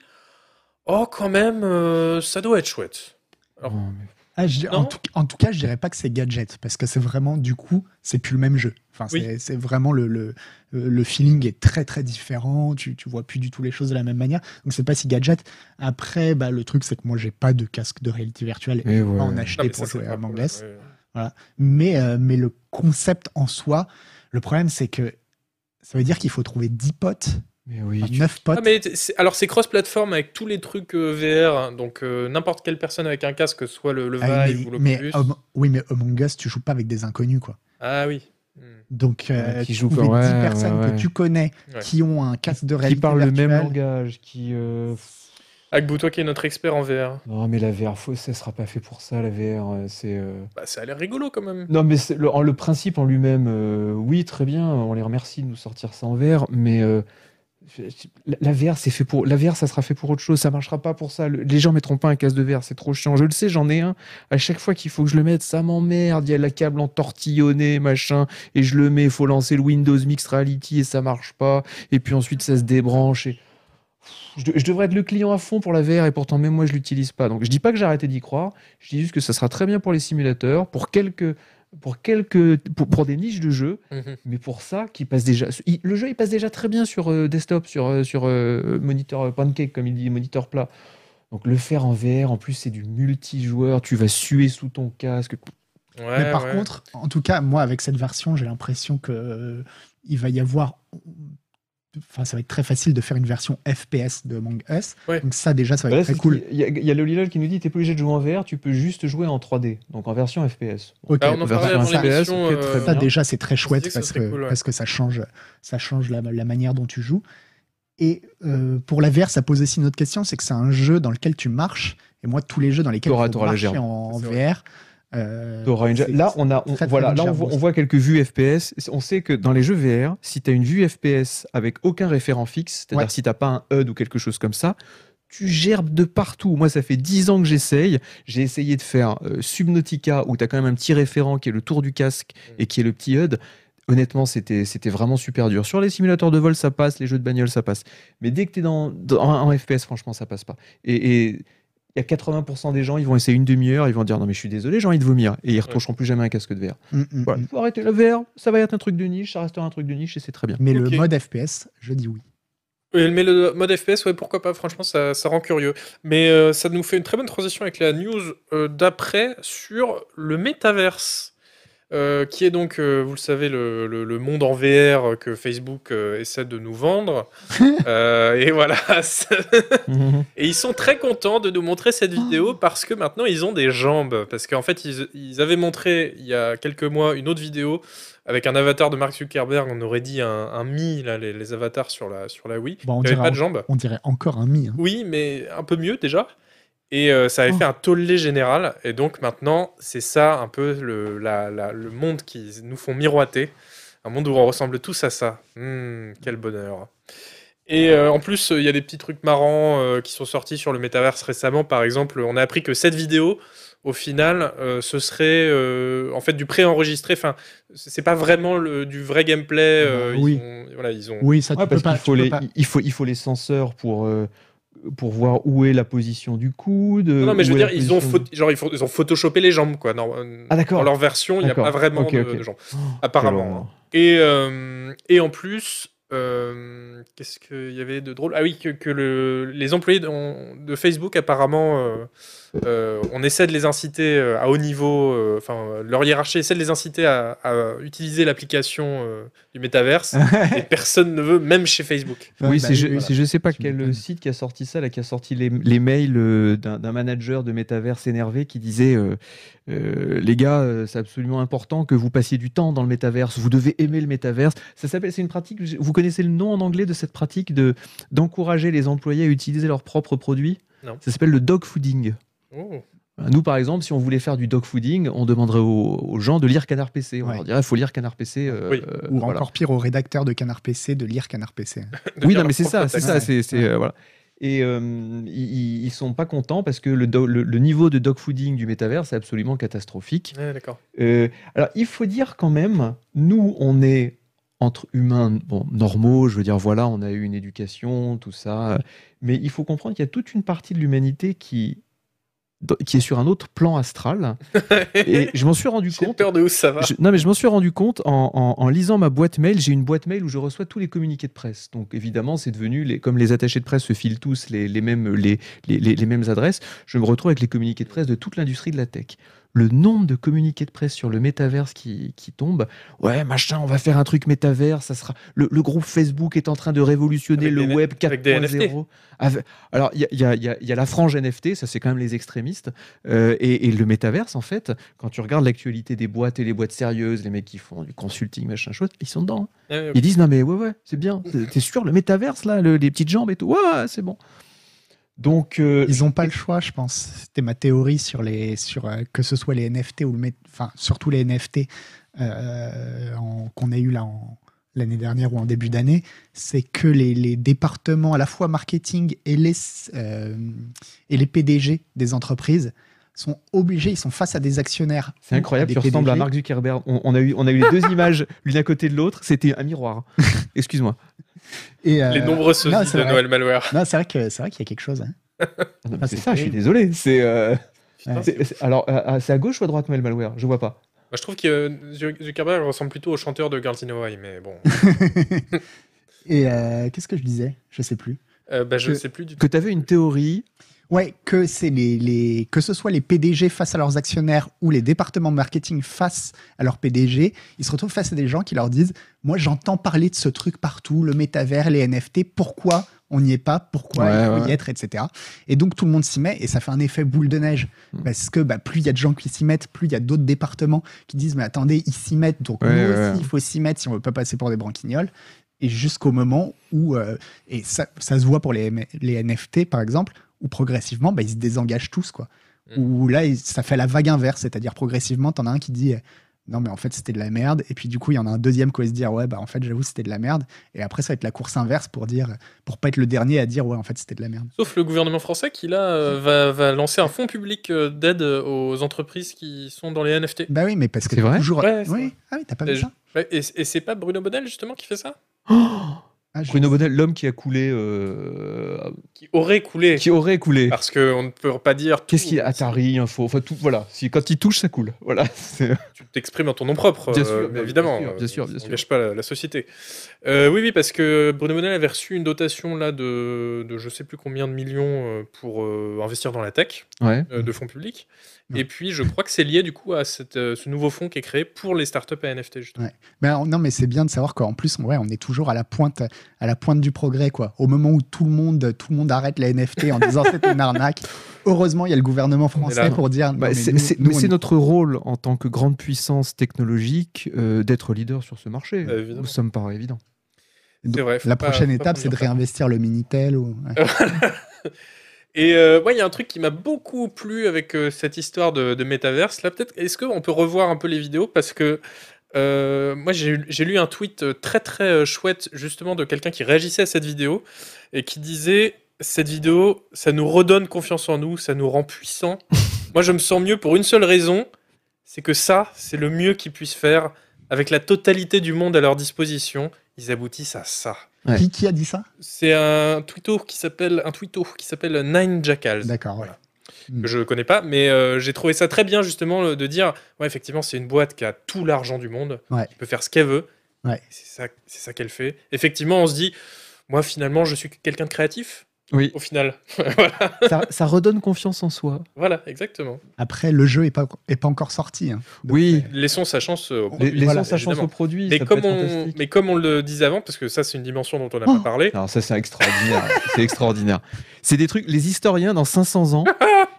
A: oh, quand même, euh, ça doit être chouette. Alors-
B: Non, Oh, mais-
C: Ah, je- en,
A: Non.
C: tout, en tout cas, je dirais pas que c'est gadget, parce que c'est vraiment, du coup, c'est plus le même jeu. Enfin, c'est- c'est vraiment le, le, le feeling est très très différent, tu, tu vois plus du tout les choses de la même manière, donc c'est pas si gadget. Après, bah, le truc, c'est que moi, j'ai pas de casque de réalité virtuelle, et
B: Et
C: je vais
B: ouais.
C: pas en
A: Non,
C: acheter
A: Ah, mais
C: pour
A: ça, c'est
C: jouer
A: pas
C: à
A: le problème,
C: Mangless.
A: ouais.
C: Mais, euh, mais le concept en soi, le problème, c'est que ça veut dire qu'il faut trouver 10 potes,
B: mais oui,
C: enfin,
B: tu-
C: 9 potes.
A: Ah, mais t- c'est- alors c'est cross-platform avec tous les trucs euh, VR, hein, donc euh, n'importe quelle personne avec un casque, soit le, le
C: Ah,
A: Vive ou
C: mais-
A: l'Oculus.
C: mais Am- oui, mais Among Us, tu joues pas avec des inconnus, quoi.
A: Ah oui. Hmm.
C: Donc,
B: Ouais,
C: euh,
B: qui
C: tu
B: jouent
C: trouves
B: pas-
C: 10
B: ouais,
C: personnes
B: ouais,
C: que
B: ouais.
C: tu connais
A: Ouais.
C: qui ont un casque de
B: qui
C: réalité
B: parle le même
C: virtuelle.
B: langage, qui. euh,
A: Agbu, toi qui est notre expert en VR,
B: Non, mais la VR, faut- ça sera pas fait pour ça, la VR. euh, C'est. euh,
A: bah, ça a l'air rigolo quand même.
B: Non, mais c'est- le, en- le principe en lui-même, euh, oui, très bien, on les remercie de nous sortir ça en verre, mais euh, je- je- la, la VR, c'est fait pour, la VR, ça sera fait pour autre chose, ça marchera pas pour ça. Le- les gens mettront pas un casque de verre, c'est trop chiant. Je le sais, j'en ai un. À chaque fois qu'il faut que je le mette, ça m'emmerde. Il y a la câble en tortillonné, machin, et je le mets, il faut lancer le Windows Mixed Reality et ça marche pas. Et puis ensuite, ça se débranche. Et... Je, de- je devrais être le client à fond pour la VR et pourtant même moi je l'utilise pas. Donc je dis pas que j'ai arrêté d'y croire, je dis juste que ça sera très bien pour les simulateurs, pour quelques pour quelques pour, pour des niches de jeu
A: Mhm.
B: mais pour ça qui passe déjà il- le jeu il passe déjà très bien sur euh, desktop sur euh, sur euh, moniteur euh, pancake comme il dit moniteur plat donc le faire en VR en plus c'est du multijoueur tu vas suer sous ton casque
A: Ouais,
C: Mais par
A: ouais.
C: contre, en tout cas, moi, avec cette version, j'ai l'impression que euh, il va y avoir. Enfin, ça va être très facile de faire une version FPS de Among Us.
A: Ouais.
C: Donc, ça, déjà, ça va
B: Bah là,
C: être
B: c'est
C: très
B: ce
C: cool.
B: qui- il y, a- il y a le Lilal qui nous dit t'es pas obligé de jouer en VR tu peux juste jouer en 3D donc en version FPS
C: Ok.
A: Bah, on en
B: Version
A: parlait avant
B: FPS,
A: l'émission.
B: ok, très
A: euh,
B: bien.
C: Ça, déjà, c'est très
A: On se
C: chouette
A: dit que
C: parce
A: ce serait
C: que,
A: cool, ouais.
C: parce que ça change, ça change la, la manière dont tu joues. Et euh, pour la VR, ça pose aussi une autre question, c'est que c'est un jeu dans lequel tu marches. Et moi, tous les jeux dans lesquels
B: T'auras-
C: tu
B: t'auras la
C: marches
B: gerbe.
C: en, en
A: C'est
C: VR. euh,
B: T'auras une-
C: c'est-
B: Là, on a, on-
C: très, très
B: voilà, là on,
C: légèrement
B: voit, on
C: aussi.
B: voit quelques vues FPS. On sait que dans les jeux VR, si tu as une vue FPS avec aucun référent fixe, c'est-à-dire
C: Ouais.
B: si t'as pas un HUD ou quelque chose comme ça, tu gerbes de partout. Moi, ça fait 10 ans que j'essaye. J'ai essayé de faire euh, Subnautica où tu as quand même un petit référent qui est le tour du casque
C: Mm.
B: et qui est le petit HUD. Honnêtement, c'était c'était vraiment super dur. Sur les simulateurs de vol, ça passe, les jeux de bagnole, ça passe. Mais dès que tu es dans, dans- en, en FPS, franchement, ça passe pas. Et et il y a 80% des gens, ils vont essayer une demi-heure, ils vont dire non, mais je suis désolé, j'ai envie de vomir. Et ils retoucheront plus jamais un casque de verre.
C: Mm, mm,
B: Voilà,
C: mm.
B: faut arrêter le verre, ça va être un truc de niche, ça restera un truc de niche et c'est très bien.
C: Mais
A: Ok.
C: le mode FPS, je dis oui.
A: Oui, Mais le mode FPS, ouais, pourquoi pas, franchement, ça, ça rend curieux. Mais euh, ça nous fait une très bonne transition avec la news euh, d'après sur le métaverse, euh, qui est donc, euh, vous le savez, le, le- le monde en VR que Facebook euh, essaie de nous vendre. Euh, et voilà. ça- et ils sont très contents de nous montrer cette vidéo parce que maintenant, ils ont des jambes. Parce qu'en fait, ils, ils avaient montré il y a quelques mois une autre vidéo avec un avatar de Mark Zuckerberg. On aurait dit un, un Mi, là, les, les avatars sur la, sur la Wii.
C: Bon, on,
A: Il n'y avait
C: dirait,
A: pas de jambes.
C: on dirait encore un mi. hein.
A: Oui, mais un peu mieux déjà. Et euh, ça avait
C: Oh.
A: fait un tollé général. Et donc maintenant, c'est ça un peu le, la- la- le monde qui nous font miroiter. Un monde où on ressemble tous à ça. Hmm, quel bonheur. Et euh, en plus, euh, il y a des petits trucs marrants euh, qui sont sortis sur le métaverse récemment. Par exemple, on a appris que cette vidéo, au final, euh, ce serait euh, en fait du préenregistré. Enfin, c'est pas vraiment le- du vrai gameplay.
C: Ah bah
A: euh, ils
C: oui.
A: ont- voilà, ils ont.
C: Oui, ça, tu
B: Ouais,
C: peux
B: parce
C: pas.
B: qu'il faut,
C: tu peux
B: les-
C: pas.
B: il- il faut, il faut les senseurs pour, euh, pour voir où est la position du coude.
A: Non, non, mais je
B: où
A: veux
B: est la
A: dire, ils ont,
B: position
A: pho- genre, ils, font- ils ont photoshopé les jambes, quoi. Dans,
B: Ah, d'accord.
A: dans leur version, il n'y a
B: D'accord.
A: pas vraiment
B: Ok,
A: de,
B: ok.
A: de jambes,
B: Oh,
A: apparemment. hein. Et, euh, et en plus, euh, qu'est-ce qu'il y avait de drôle Ah oui, que, que le- les employés de, on- de Facebook, apparemment, euh, euh, on essaie de les inciter euh, à haut niveau, euh, enfin, euh, leur hiérarchie essaie de les inciter à, à utiliser l'application euh, du métaverse, et personne ne veut, même chez Facebook.
C: Ouais,
B: oui,
C: bah,
B: c'est je,
C: voilà.
B: c'est je sais pas
C: Tu
B: quel euh,
C: m'étonnes.
B: site qui a sorti ça, là, qui a sorti les, les mails euh, d'un d'un manager de Metaverse énervé qui disait euh, euh, Les gars, euh, c'est absolument important que vous passiez du temps dans le Metaverse, vous devez aimer le Metaverse. Ça s'appelle, c'est une pratique, vous connaissez le nom en anglais de cette pratique de- d'encourager les employés à utiliser leurs propres produits
A: Non.
B: Ça s'appelle le dog fooding.
A: Oh.
B: Nous, par exemple, si on voulait faire du dog fooding, on demanderait aux, aux gens de lire Canard PC. On
C: Ouais.
B: leur dirait, il faut lire Canard PC. euh,
A: Oui.
B: euh,
C: Ou
B: voilà.
C: encore pire, au rédacteur de Canard hein. PC de lire Canard PC.
A: De
B: Oui,
A: dire
B: non, mais
A: leur
B: c'est
A: propre
B: ça, c'est
A: texte.
B: ça,
C: Ouais.
B: c'est c'est, euh, voilà. Et euh, ils, ils sont pas contents parce que le, do- le- le niveau de dogfooding du métavers est absolument catastrophique.
A: Ouais, Ah, d'accord.
B: Euh, alors, il faut dire quand même, nous, on est entre humains bon, normaux, je veux dire, voilà, on a eu une éducation, tout ça. Mais il faut comprendre qu'il y a toute une partie de l'humanité qui, qui est sur un autre plan astral. Et je m'en suis rendu
A: J'ai
B: compte.
A: peur de où ça va.
B: Je- non, mais je m'en suis rendu compte en, en- en lisant ma boîte mail. J'ai une boîte mail où je reçois tous les communiqués de presse. Donc, évidemment, c'est devenu, les- comme les attachés de presse se filent tous les, les mêmes, les, les- les- les mêmes adresses, je me retrouve avec les communiqués de presse de toute l'industrie de la tech. Le nombre de communiqués de presse sur le métaverse qui, qui tombe, ouais, machin, on va faire un truc métaverse, ça sera. Le, le groupe Facebook est en train de révolutionner
A: Avec
B: le
A: des N-
B: web
A: avec des NFT.
B: 4.0. Avec- Alors, il y a, il y a- il y a- il y a la frange NFT, ça c'est quand même les extrémistes, Euh, et, et le métaverse, en fait, quand tu regardes l'actualité des boîtes et les boîtes sérieuses, les mecs qui font du consulting, machin, chose, ils sont dedans. hein.
A: Ouais,
B: Ils disent non mais ouais ouais c'est bien C'est- t'es sûr le métaverse là le- les petites jambes et tout ouais ouais, c'est bon donc euh,
C: Ils n'ont pas le choix, je pense. C'était ma théorie sur les, sur euh, que ce soit les NFT ou le, mét- enfin surtout les NFT euh, en- qu'on a eu là en- l'année dernière ou en début d'année, c'est que les, les départements à la fois marketing et les euh, et les PDG des entreprises sont obligés, ils sont face à des actionnaires.
B: c'est incroyable
C: des
B: tu ressembles à
C: PDG.
B: Mark Zuckerberg on, on a eu on a eu les deux images l'une à côté de l'autre c'était un miroir excuse-moi
C: Et, euh,
A: Les nombreux sosies
C: non, c'est
A: de
C: vrai.
A: Noël Malware.
C: Non, c'est vrai que c'est vrai qu'il y a quelque chose. hein.
B: Ah, non, mais
C: Ah,
B: c'est
C: c'est
B: ça je suis
C: terrible.
B: désolé c'est euh,
A: Putain,
C: Ouais.
A: c'est-
B: c'est- c'est- alors euh, ah, c'est à gauche ou à droite Noël Malware je vois pas
A: Moi, je trouve que euh, Zu- Zuckerberg ressemble plutôt au chanteur de Girls in Hawaii, mais bon.
C: Et euh, qu'est-ce que je disais Je sais plus.
A: Euh, bah, je ne
C: Que-
A: sais plus du tout.
B: que t'avais une théorie
C: Ouais, que c'est les, les que ce soit les PDG face à leurs actionnaires ou les départements marketing face à leurs PDG, ils se retrouvent face à des gens qui leur disent "Moi, j'entends parler de ce truc partout, le métavers, les NFT. Pourquoi on n'y est pas Pourquoi
B: Ouais,
C: il faut
B: ouais.
C: y être, etc." Et donc tout le monde s'y met et ça fait un effet boule de neige
B: Hmm.
C: parce que bah, plus il y a de gens qui s'y mettent, plus il y a d'autres départements qui disent "Mais attendez, ils s'y mettent, donc
B: Ouais,
C: nous
B: ouais.
C: aussi il faut s'y mettre si on veut pas passer pour des branquignoles." Et jusqu'au moment où euh, et ça, ça se voit pour les, M- les NFT par exemple où progressivement, bah, ils se désengagent tous, quoi.
A: Mm.
C: Où là, ils- ça fait la vague inverse, c'est-à-dire progressivement, t'en as un qui dit euh, non, mais en fait, c'était de la merde, et puis du coup, il y en a un deuxième qui va se dire ouais, bah en fait, j'avoue, c'était de la merde, et après, ça va être la course inverse pour dire, pour pas être le dernier à dire ouais, en fait, c'était de la merde.
A: Sauf le gouvernement français qui, là, euh, va, va lancer un fonds public euh, d'aide aux entreprises qui sont dans les NFT.
C: Bah oui, mais parce que
B: C'est vrai
C: toujours.
A: Ouais, c'est
C: oui,
A: vrai.
C: ah oui, t'as pas
A: Mais
C: vu
A: je-
C: ça
A: Ouais, Et, et c'est pas Bruno Bonnel, justement, qui fait ça
C: Ah, je-
B: Bruno Bonnel l'homme qui a coulé euh,
A: Qui aurait coulé.
B: qui aurait coulé
A: Parce qu'on ne peut pas dire.
B: Qu'est-ce
A: tout.
B: qu'il y a Atari, info, enfin tout, voilà. Si, quand il touche, ça coule. Voilà. c'est-
A: Tu t'exprimes en ton nom propre,
B: Bien
A: euh,
B: sûr,
A: mais
B: bien
A: évidemment.
B: sûr, bien sûr, bien
A: On
B: sûr.
A: n'engage pas la, la société. Euh, oui, oui, parce que Bruno Bonnel avait reçu une dotation là de, de je sais plus combien de millions euh, pour euh, investir dans la tech
B: Ouais.
A: euh, de fonds publics.
C: Ouais.
A: Et puis, je crois que c'est lié du coup à cette, euh, ce nouveau fonds qui est créé pour les startups à NFT. Justement.
C: Mais alors, non, mais c'est bien de savoir qu'en plus, ouais, on est toujours à la pointe, à la pointe du progrès, quoi. Au moment où tout le monde, tout le monde arrête la NFT en disant c'était une arnaque. Heureusement, il y a le gouvernement français
A: là.
C: pour dire. non,
B: Bah,
C: mais
B: c'est
C: nous-
B: c'est-
C: nous,
B: mais
C: on
B: c'est
C: y-
B: notre rôle en tant que grande puissance technologique euh, d'être leader sur ce marché.
A: Euh, évidemment.
B: ça me paraît évident.
A: Ah, C'est vrai. faut
C: La
A: pas-
C: prochaine
A: faut pas
C: étape,
A: prendre
C: c'est de
A: leur part.
C: réinvestir le Minitel. Ou... hein. ouais.
A: Et euh, ouais, il y a un truc qui m'a beaucoup plu avec euh, cette histoire de, de métaverse. Là, peut-être, est-ce qu'on peut revoir un peu les vidéos Parce que euh, moi, j'ai j'ai lu un tweet euh, très très euh, chouette, justement, de quelqu'un qui réagissait à cette vidéo et qui disait Cette vidéo, ça nous redonne confiance en nous, ça nous rend puissants. moi, je me sens mieux pour une seule raison c'est que ça, c'est le mieux qu'ils puissent faire avec la totalité du monde à leur disposition. Ils aboutissent à ça.
B: Ouais.
C: Qui, qui a dit ça
A: C'est un twitto qui s'appelle un twitto qui s'appelle Nine Jackals
C: D'accord, ouais.
A: que je connais pas, mais euh, j'ai trouvé ça très bien justement le- de dire, ouais, effectivement, c'est une boîte qui a tout l'argent du monde,
C: Ouais.
A: qui peut faire ce qu'elle veut.
C: Ouais.
A: C'est ça, c'est ça qu'elle fait. Effectivement, on se dit, moi, finalement, je suis quelqu'un de créatif.
B: Oui.
A: Au final,
B: ça, ça redonne confiance en soi.
A: voilà, exactement.
C: Après, le jeu n'est pas, est pas encore sorti. hein. Donc,
B: oui.
A: Laissons sa chance euh, au
B: Les,
A: produit,
B: laissons
A: voilà,
B: sa chance
A: évidemment.
B: au produit.
A: Mais
B: ça
A: comme,
B: peut être
A: on,
B: fantastique.
A: mais comme on le disait avant, parce que ça, c'est une dimension dont on n'a
C: Oh
A: pas parlé.
B: Non, ça c'est extraordinaire. c'est extraordinaire. C'est des trucs. Les historiens dans 500 ans,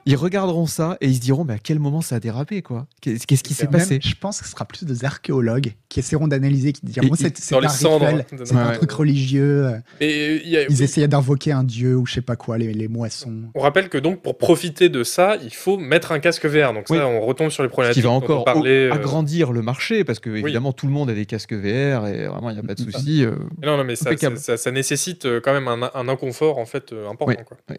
B: ils regarderont ça et ils se diront, mais à quel moment ça a dérapé, quoi Qu'est-ce qu'est-ce qui s'est
C: Même,
B: passé
C: Je pense que ce sera plus des archéologues qui essaieront d'analyser, qui diront
B: Et-
C: moi,
B: et-
C: c'est c'est
A: Dans les
C: un
A: cendres. hein,
C: rituel,
A: Dans-
C: c'est un
B: Ouais.
C: truc religieux. euh,
A: Et il y a-
C: Ils essayaient d'invoquer un dieu ou je sais pas quoi, les, les moissons.
A: On rappelle que donc pour profiter de ça, il faut mettre un casque VR. Donc
B: Oui.
A: ça, on retombe sur les
B: Ce
A: problématiques
B: qui va
A: dont on
B: encore
A: parlait.
B: au-
A: euh,
B: agrandir le marché, parce que évidemment, tout le monde a des casques VR et vraiment, il n'y a pas de
C: Mm, mm.
B: souci. euh,
A: Mais Non, non, mais ça, ça,
B: Impeccable.
A: ça- ça nécessite euh, quand même un, un inconfort en fait euh, important.
B: Oui,
A: quoi.
B: oui.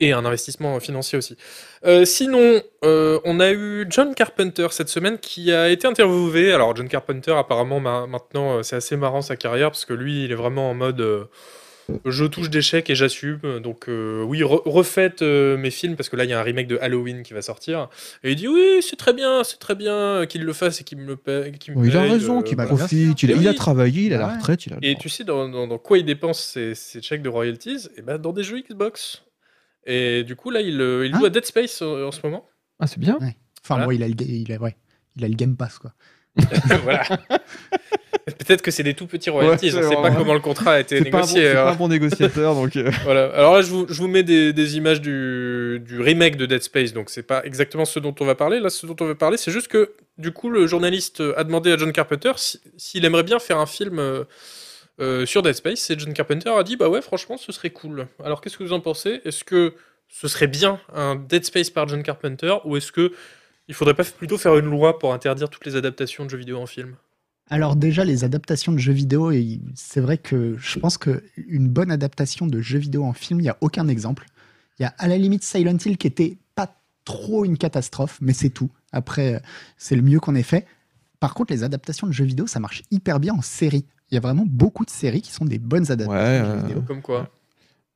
A: Et un investissement euh, financier aussi. Euh, sinon, euh, on a eu John Carpenter cette semaine qui a été interviewé. Alors, John Carpenter, apparemment, ma- maintenant, euh, c'est assez marrant sa carrière parce que lui, il est vraiment en mode euh, je touche des chèques et j'assume. Donc, euh, oui, re- refaites euh, mes films parce que là, il y a un remake de Halloween qui va sortir. Et il dit oui, c'est très bien, c'est très bien euh, qu'il le fasse et qu'il me le paye. qu'il me
B: il a
A: paye,
B: raison,
A: euh,
B: qu'il
C: bah, bien
B: profite. Il a,
A: sûr.
B: il a travaillé, il a
C: Ouais.
B: la retraite, il a. le
A: et
B: droit.
A: tu sais dans, dans- dans quoi il dépense ses, ses chèques de royalties Et ben dans des jeux Xbox. Et du coup là il, euh, il joue
C: Hein
A: à Dead Space euh, en ce moment.
B: Ah, c'est bien.
C: Enfin,
A: Voilà.
C: moi, il a, le, ga- il, a, ouais, il a le Game Pass, quoi.
A: voilà. Peut-être que c'est des tout petits royalties.
B: Ouais,
A: on ne
B: c'est
A: sait pas
B: vraiment-
A: comment le contrat a été
B: C'est pas, un bon-
A: négocié.
B: c'est
A: hein.
B: pas un bon négociateur, donc. euh,
A: Voilà. Alors là, je vous, je vous mets des, des images du, du remake de Dead Space, donc c'est pas exactement ce dont on va parler. Là, ce dont on va parler, c'est juste que du coup, le journaliste a demandé à John Carpenter si- s'il aimerait bien faire un film euh, euh, sur Dead Space, et John Carpenter a dit bah ouais, franchement, ce serait cool. Alors qu'est-ce que vous en pensez Est-ce que ce serait bien un Dead Space par John Carpenter, ou est-ce que il faudrait pas plutôt faire une loi pour interdire toutes les adaptations de jeux vidéo en film
C: Alors déjà, les adaptations de jeux vidéo, et c'est vrai que je pense qu'une bonne adaptation de jeux vidéo en film, il n'y a aucun exemple. Il y a à la limite Silent Hill qui était pas trop une catastrophe, mais c'est tout. Après, euh, c'est le mieux qu'on ait fait. Par contre, les adaptations de jeux vidéo, ça marche hyper bien en série. Il y a vraiment beaucoup de séries qui sont des bonnes
B: Ouais.
C: adaptations de jeux
B: euh,
C: vidéo.
A: Comme quoi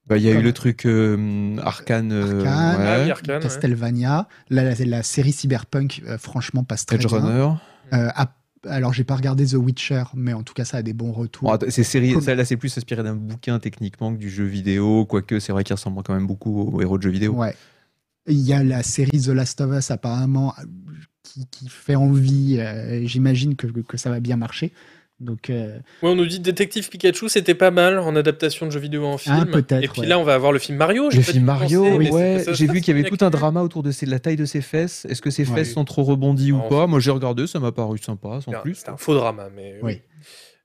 B: bah, Il y a eu
C: Comme-
B: le truc euh, Arcane. euh,
C: Arcane.
B: ouais.
A: Ah oui, Arkane, ouais.
C: Castlevania, la, la- la série Cyberpunk, euh, franchement, passe très
B: Edge
C: bien.
B: Runner.
C: Euh, ap- alors, j'ai pas regardé The Witcher, mais en tout cas, ça a des bons retours.
B: Bon, attends, c'est série,
C: Comme-
B: celle-là c'est plus inspiré d'un bouquin techniquement que du jeu vidéo, quoique c'est vrai qu'il ressemble quand même beaucoup aux héros de jeux vidéo.
C: Ouais. Il y a la série The Last of Us apparemment euh, qui, qui fait envie. euh, et J'imagine que, que ça va bien marcher. Donc, euh,
A: Ouais, on nous dit Détective Pikachu, c'était pas mal en adaptation de jeux vidéo en film.
C: Ah, peut-être,
A: Et puis
C: ouais.
A: là, on va avoir le film Mario. j'ai
B: Le
A: pas
B: film
A: dû
B: Mario,
A: penser, mais
B: ouais,
A: c'est- ça-
B: j'ai
A: ça,
B: vu
A: c'est
B: qu'il y avait tout un
A: inactu.
B: drama autour de, ses- de la taille de ses fesses. Est-ce que ses
C: Ouais.
B: fesses sont trop rebondies
A: Non,
B: ou pas Moi j'ai regardé, ça m'a paru sympa, sans
A: C'était un-
B: plus.
A: C'était un faux drama, mais.
C: Oui.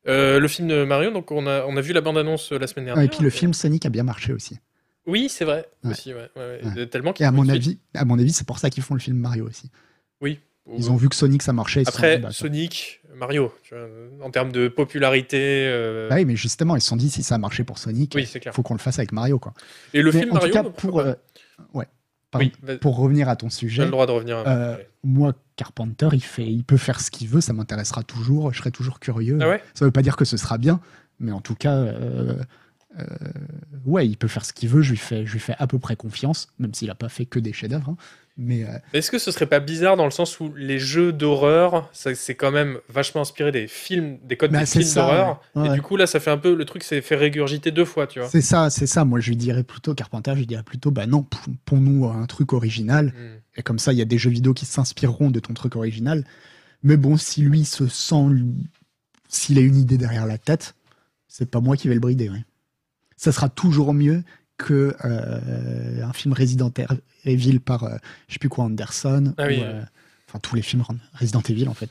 A: Euh, le film de Mario, donc on a, on a vu la bande-annonce euh, la semaine dernière.
C: Ah,
A: Euh,
C: et puis le film Sonic a bien marché aussi.
A: Oui, c'est vrai.
C: Ouais.
A: Aussi, ouais, ouais, ouais.
C: Ouais.
A: Tellement qu'il
C: Et à mon
A: faut-
C: avis, à mon avis, c'est pour ça qu'ils font le film Mario aussi. Ils ont vu que Sonic ça marchait. ils se sont
A: Après,
C: dit, bah, ça-
A: Sonic, Mario, tu vois, en termes de popularité. euh,
C: Bah oui, mais justement, ils se sont dit si ça a marché pour Sonic,
A: Oui, c'est clair.
C: faut qu'on le fasse avec Mario quoi.
A: Et le
C: Mais
A: film
C: en
A: Mario.
C: tout cas,
A: pourquoi
C: pour
A: pas
C: euh, ouais, pardon.
A: Oui, vas-
C: pour revenir à ton
A: j'ai
C: sujet,
A: le droit de revenir.
C: euh, moi Carpenter, il fait, il peut faire ce qu'il veut, ça m'intéressera toujours, je serai toujours curieux.
A: Ah ouais
C: Ça veut pas dire que ce sera bien, mais en tout cas, euh, euh, ouais, il peut faire ce qu'il veut. Je lui fais, je lui fais à peu près confiance, même s'il a pas fait que des chefs-d'œuvre. hein. Mais euh,
A: Est-ce que ce serait pas bizarre dans le sens où les jeux d'horreur, ça, c'est quand même vachement inspiré des films, des codes
C: Bah,
A: des
C: c'est
A: films
C: ça,
A: d'horreur,
C: ouais. Ouais,
A: et
C: ouais.
A: du coup là ça fait un peu le truc s'est fait régurgiter deux fois, tu vois.
C: c'est ça, c'est ça. Moi, je lui dirais plutôt Carpenter. Je lui dirais plutôt, bah non, pou- pons-nous un truc original.
A: Hmm.
C: Et comme ça, il y a des jeux vidéo qui s'inspireront de ton truc original. Mais bon, si lui se sent, lui- s'il a une idée derrière la tête, c'est pas moi qui vais le brider. ouais. Ça sera toujours mieux que euh, un film Resident Evil par, euh, je sais plus quoi, Anderson.
A: Ah oui.
C: ou, euh, enfin, tous les films Resident Evil, en fait.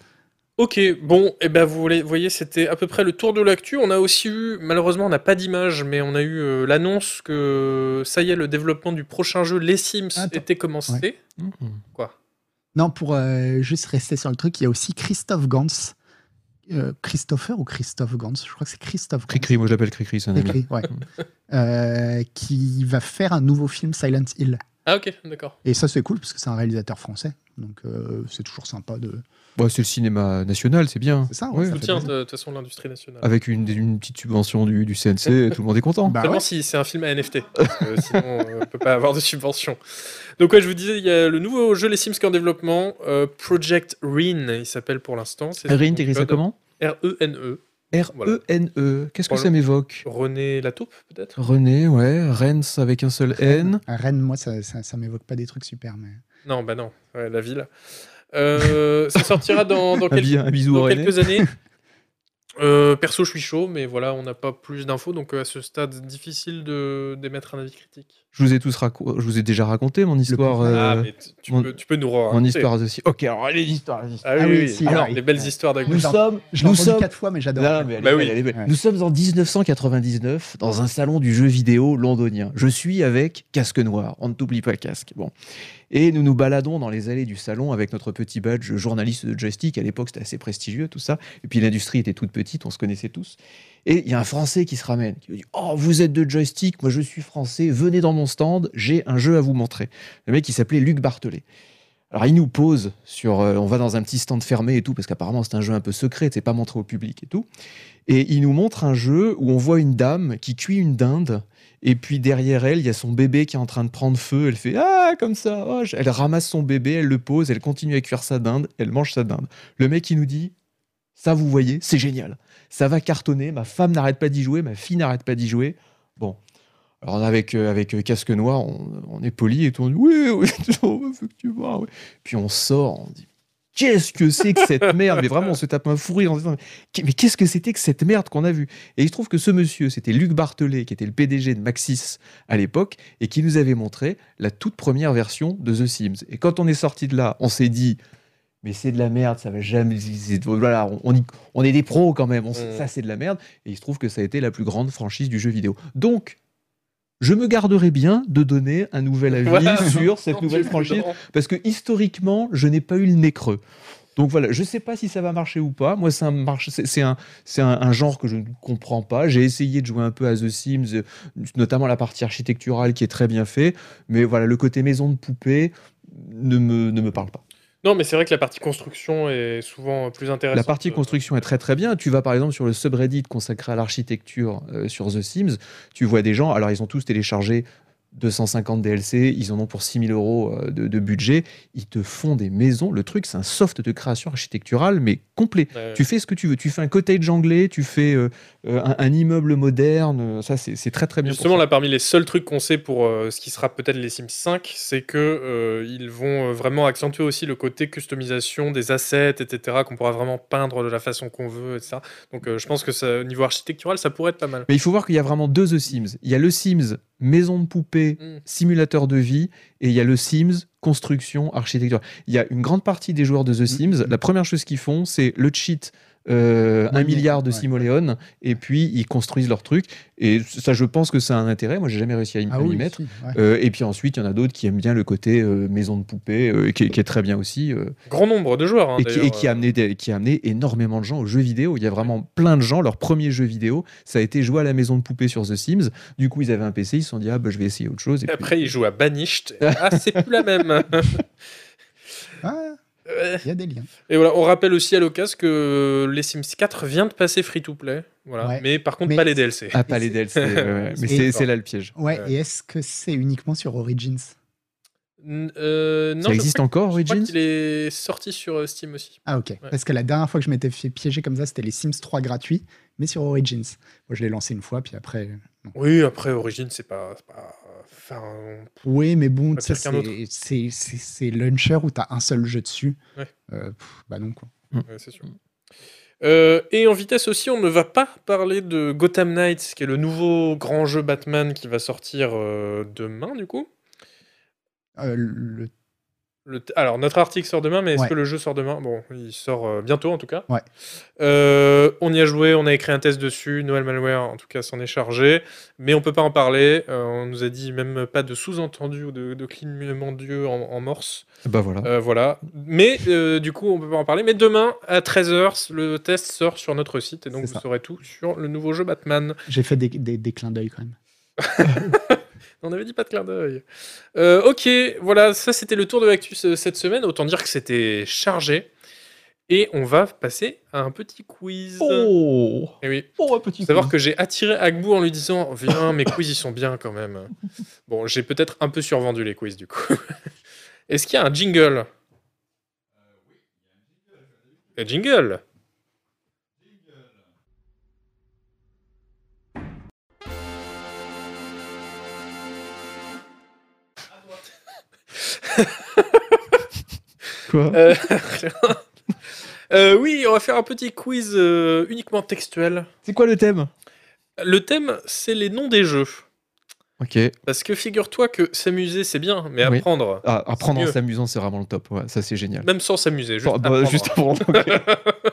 A: Ok, bon, et ben vous voulez- voyez, c'était à peu près le tour de l'actu. On a aussi eu, malheureusement, on n'a pas d'image, mais on a eu euh, l'annonce que ça y est, le développement du prochain jeu Les Sims
C: Attends.
A: était commencé.
B: Mhm.
A: Quoi
C: Non, pour euh, juste rester sur le truc, il y a aussi Christophe Gans. Euh, Christopher ou Christophe Gans Je crois que c'est Christophe Gans.
B: Cricri, moi j'appelle Cricri, c'est un ami.
C: Cricri, ouais. Euh, qui va faire un nouveau film Silent Hill.
A: Ah ok, d'accord.
C: Et ça, c'est cool parce que c'est un réalisateur français. Donc, euh, c'est toujours sympa de.
B: Bon, c'est le cinéma national, c'est bien.
C: C'est ça,
B: Ouais.
C: ouais, ça fait
A: Soutien de
C: plaisir.
A: de toute façon l'industrie nationale.
B: Avec une, une petite subvention du, du CNC, tout le monde est content.
C: Bah
A: Seulement
C: ouais.
A: si c'est un film à NFT. parce que sinon, euh, on peut pas avoir de subvention. Donc, ouais, je vous disais, il y a le nouveau jeu Les Sims qui est en développement. euh, Project Reen, il s'appelle pour l'instant. C'est son
B: Rin, t'écris ça
A: code.
B: comment
A: R-E-N-E. Voilà.
B: R-E-N-E, E qu'est-ce que
A: euh, Voilà.
B: ça m'évoque
A: E. René Latoupe, peut-être
B: René, ouais, Rens avec un seul N.
C: À Rennes, moi, ça, ça, ça m'évoque pas des trucs super. Mais...
A: Non, bah non, ouais, la ville. Euh, ça sortira dans, dans
B: Un,
A: quelques
B: bi- un bisou
A: dans
B: à René.
A: quelques années. Euh, perso, je suis chaud, mais voilà, on n'a pas plus d'infos, donc euh, à ce stade, difficile de d'émettre un avis critique.
B: Je vous ai tous raco- je vous ai déjà raconté mon histoire. euh,
A: ah, mais tu- tu,
B: mon-
A: peux, tu peux nous hein.
B: mon
A: raconter.
B: histoire aussi. Ok, alors les histoires, les histoires.
A: Ah oui,
C: Ah oui,
A: oui,
C: si,
A: alors,
C: oui.
A: les belles histoires
B: Euh, Nous
A: d'Agnès.
B: sommes,
C: Je l'ai
B: nous
C: entendu
B: sommes
C: quatre fois, mais j'adore.
B: Non, mais elle est
A: Bah
B: belle,
A: oui.
B: elle est belle.
C: Ouais.
B: Nous sommes en 1999 dans un salon du jeu vidéo londonien. Je suis avec casque noir. On ne t'oublie pas casque. Bon. Et nous nous baladons dans les allées du salon avec notre petit badge journaliste de joystick. À l'époque, c'était assez prestigieux, tout ça. Et puis l'industrie était toute petite, on se connaissait tous. Et il y a un Français qui se ramène, qui me dit Oh, vous êtes de joystick, moi je suis Français, venez dans mon stand, j'ai un jeu à vous montrer. Le mec, il s'appelait Luc Barthelet. Alors, il nous pose sur. euh, on va dans un petit stand fermé et tout, parce qu'apparemment, c'est un jeu un peu secret, c'est pas montré au public et tout. Et il nous montre un jeu où on voit une dame qui cuit une dinde. Et puis derrière elle, il y a son bébé qui est en train de prendre feu. Elle fait Ah, comme ça. oh. Elle ramasse son bébé, elle le pose, elle continue à cuire sa dinde, elle mange sa dinde. Le mec, il nous dit Ça, vous voyez, c'est génial. Ça va cartonner. Ma femme n'arrête pas d'y jouer, ma fille n'arrête pas d'y jouer. Bon. Alors, avec, euh, avec euh, casque noir, on, on est poli et tout. On dit Oui, oui, on veut que tu vois. oui. Puis on sort, on dit Qu'est-ce que c'est que cette merde Mais vraiment, on se tape un fou rire en se disant Qu- Mais qu'est-ce que c'était que cette merde qu'on a vue Et il se trouve que ce monsieur, c'était Luc Barthelet, qui était le PDG de Maxis à l'époque, et qui nous avait montré la toute première version de The Sims. Et quand on est sorti de là, on s'est dit Mais c'est de la merde, ça va jamais. c'est- Voilà, on, on y- on est des pros quand même, on sait-
A: Mm.
B: ça c'est de la merde. Et il se trouve que ça a été la plus grande franchise du jeu vidéo. Donc. Je me garderai bien de donner un nouvel avis
A: Voilà.
B: sur
A: Non,
B: cette
A: tu
B: nouvelle
A: peux
B: franchise
A: dans-
B: parce que historiquement, je n'ai pas eu le nez creux. Donc voilà, je sais pas si ça va marcher ou pas. Moi, ça marche. C'est c'est un, c'est un, un genre que je ne comprends pas. J'ai essayé de jouer un peu à The Sims, euh, notamment la partie architecturale qui est très bien faite, mais voilà, le côté maison de poupée ne me, ne me parle pas.
A: Non, mais c'est vrai que la partie construction est souvent plus intéressante.
B: La partie
A: Euh,
B: construction est très très bien. Tu vas par exemple sur le subreddit consacré à l'architecture euh, sur The Sims, tu vois des gens, alors ils ont tous téléchargé 250 DLC, ils en ont pour 6000 euros euh, de, de budget, ils te font des maisons. Le truc, c'est un soft de création architecturale, mais complet.
A: euh,
B: Tu fais ce que tu veux, tu fais un cottage anglais, tu fais euh, euh, un, un immeuble moderne, euh, ça c'est c'est très très bien. pour
A: Justement,
B: ça.
A: là, parmi les seuls trucs qu'on sait pour euh, ce qui sera peut-être les Sims 5, c'est que euh, ils vont euh, vraiment accentuer aussi le côté customisation des assets, etc., qu'on pourra vraiment peindre de la façon qu'on veut, etc. Donc, euh, je pense que ça, au niveau architectural, ça pourrait être pas mal.
B: Mais il faut voir qu'il y a vraiment deux The Sims. Il y a le Sims maison de poupée
A: Mm.
B: simulateur de vie, et il y a le Sims, construction, architecture. Il y a une grande partie des joueurs de
C: Mm.
B: The Sims, la première chose qu'ils font, c'est le cheat, euh, un
C: Ouais,
B: milliard de
C: ouais.
B: simoléon, et puis ils construisent leur truc. Et ça, je pense que ça a un intérêt. Moi, j'ai jamais réussi à y, à
C: Ah
B: y
C: oui,
B: mettre.
C: si, ouais.
B: Euh, et puis ensuite, il y en a d'autres qui aiment bien le côté euh, maison de poupée, euh, qui, est- qui est très bien aussi, euh,
A: Grand nombre de joueurs, hein,
B: et, qui, et
A: d'ailleurs,
B: qui, a
A: euh,
B: amené des- qui a amené énormément de gens aux jeux vidéo. Il y a vraiment plein de gens, leur premier jeu vidéo, ça a été joué à la maison de poupée sur The Sims. Du coup, ils avaient un PC, ils se sont dit, ah, bah, je vais essayer autre chose. Et
A: Et
B: puis-
A: euh, après, ils jouent à Banished. Ah, c'est plus la même.
C: Ah,
A: Euh,
C: il y a des liens.
A: Et voilà, on rappelle aussi à l'occasion que les Sims 4 vient de passer free to play. Voilà.
C: Ouais.
A: Mais par contre,
C: Mais-
A: pas les DLC.
B: Ah, pas
C: Et
B: les DLC.
C: c'est-
B: ouais, ouais, Mais
C: Et-
B: c'est c'est là le piège.
C: Ouais,
A: Euh.
C: et est-ce que c'est uniquement sur Origins
A: N- euh, non,
B: ça
A: je
B: existe
A: crois-
B: encore,
A: je crois
B: Origins
A: qu'il est sorti sur euh, Steam aussi.
C: Ah ok, parce que la dernière fois que je m'étais fait piéger comme ça, c'était les Sims 3 gratuits, mais sur Origins. Moi, je l'ai lancé une fois, puis après... non.
A: Oui, après Origin, c'est pas, c'est pas- enfin, on-
C: Oui, mais bon,
A: Pas
C: tu sais,
A: pire qu'un
C: c'est- c'est c'est- c'est launcher où t'as un seul jeu dessus.
A: Ouais.
C: Euh, pff, bah non, quoi.
A: ouais, c'est sûr. Euh, et en vitesse aussi, on ne va pas parler de Gotham Knights, qui est le nouveau grand jeu Batman qui va sortir euh, demain, du coup.
C: Euh, le...
A: Le t- Alors, notre article sort demain, mais est-ce
C: Ouais.
A: que le jeu sort demain Bon, il sort euh, bientôt en tout cas.
C: Ouais.
A: Euh, on y a joué, on a écrit un test dessus. Noël Malware, en tout cas, s'en est chargé. Mais on peut pas en parler. Euh, on nous a dit même pas de sous-entendu ou de, de clignement d'yeux en, en morse.
B: Bah voilà.
A: Euh, voilà. Mais euh, du coup, on peut pas en parler. Mais demain, à 13h, le test sort sur notre site. Et donc,
C: C'est
A: vous
C: ça.
A: saurez tout sur le nouveau jeu Batman.
C: J'ai fait des, des- des clins d'œil quand même.
A: On avait dit pas de clin d'œil. Euh, ok, voilà, ça c'était le tour de l'actu ce- cette semaine. Autant dire que c'était chargé. Et on va passer à un petit quiz.
B: Oh,
A: Eh oui.
B: oh un petit
A: Faut savoir que j'ai attiré Agbou en lui disant Viens, mes quiz ils sont bien quand même. Bon, j'ai peut-être un peu survendu les quiz du coup. Est-ce qu'il y a un jingle Un jingle
B: Quoi
A: Euh, Euh, oui, on va faire un petit quiz euh, uniquement textuel.
B: C'est quoi le thème
A: Le thème, c'est les noms des jeux.
B: Ok.
A: Parce que figure-toi que s'amuser, c'est bien, mais
B: Oui.
A: apprendre,
B: Ah, apprendre en
A: mieux.
B: s'amusant, c'est vraiment le top. Ouais, ça, c'est génial.
A: même sans s'amuser, juste
B: Bon, bah,
A: apprendre.
B: Juste apprendre. ok.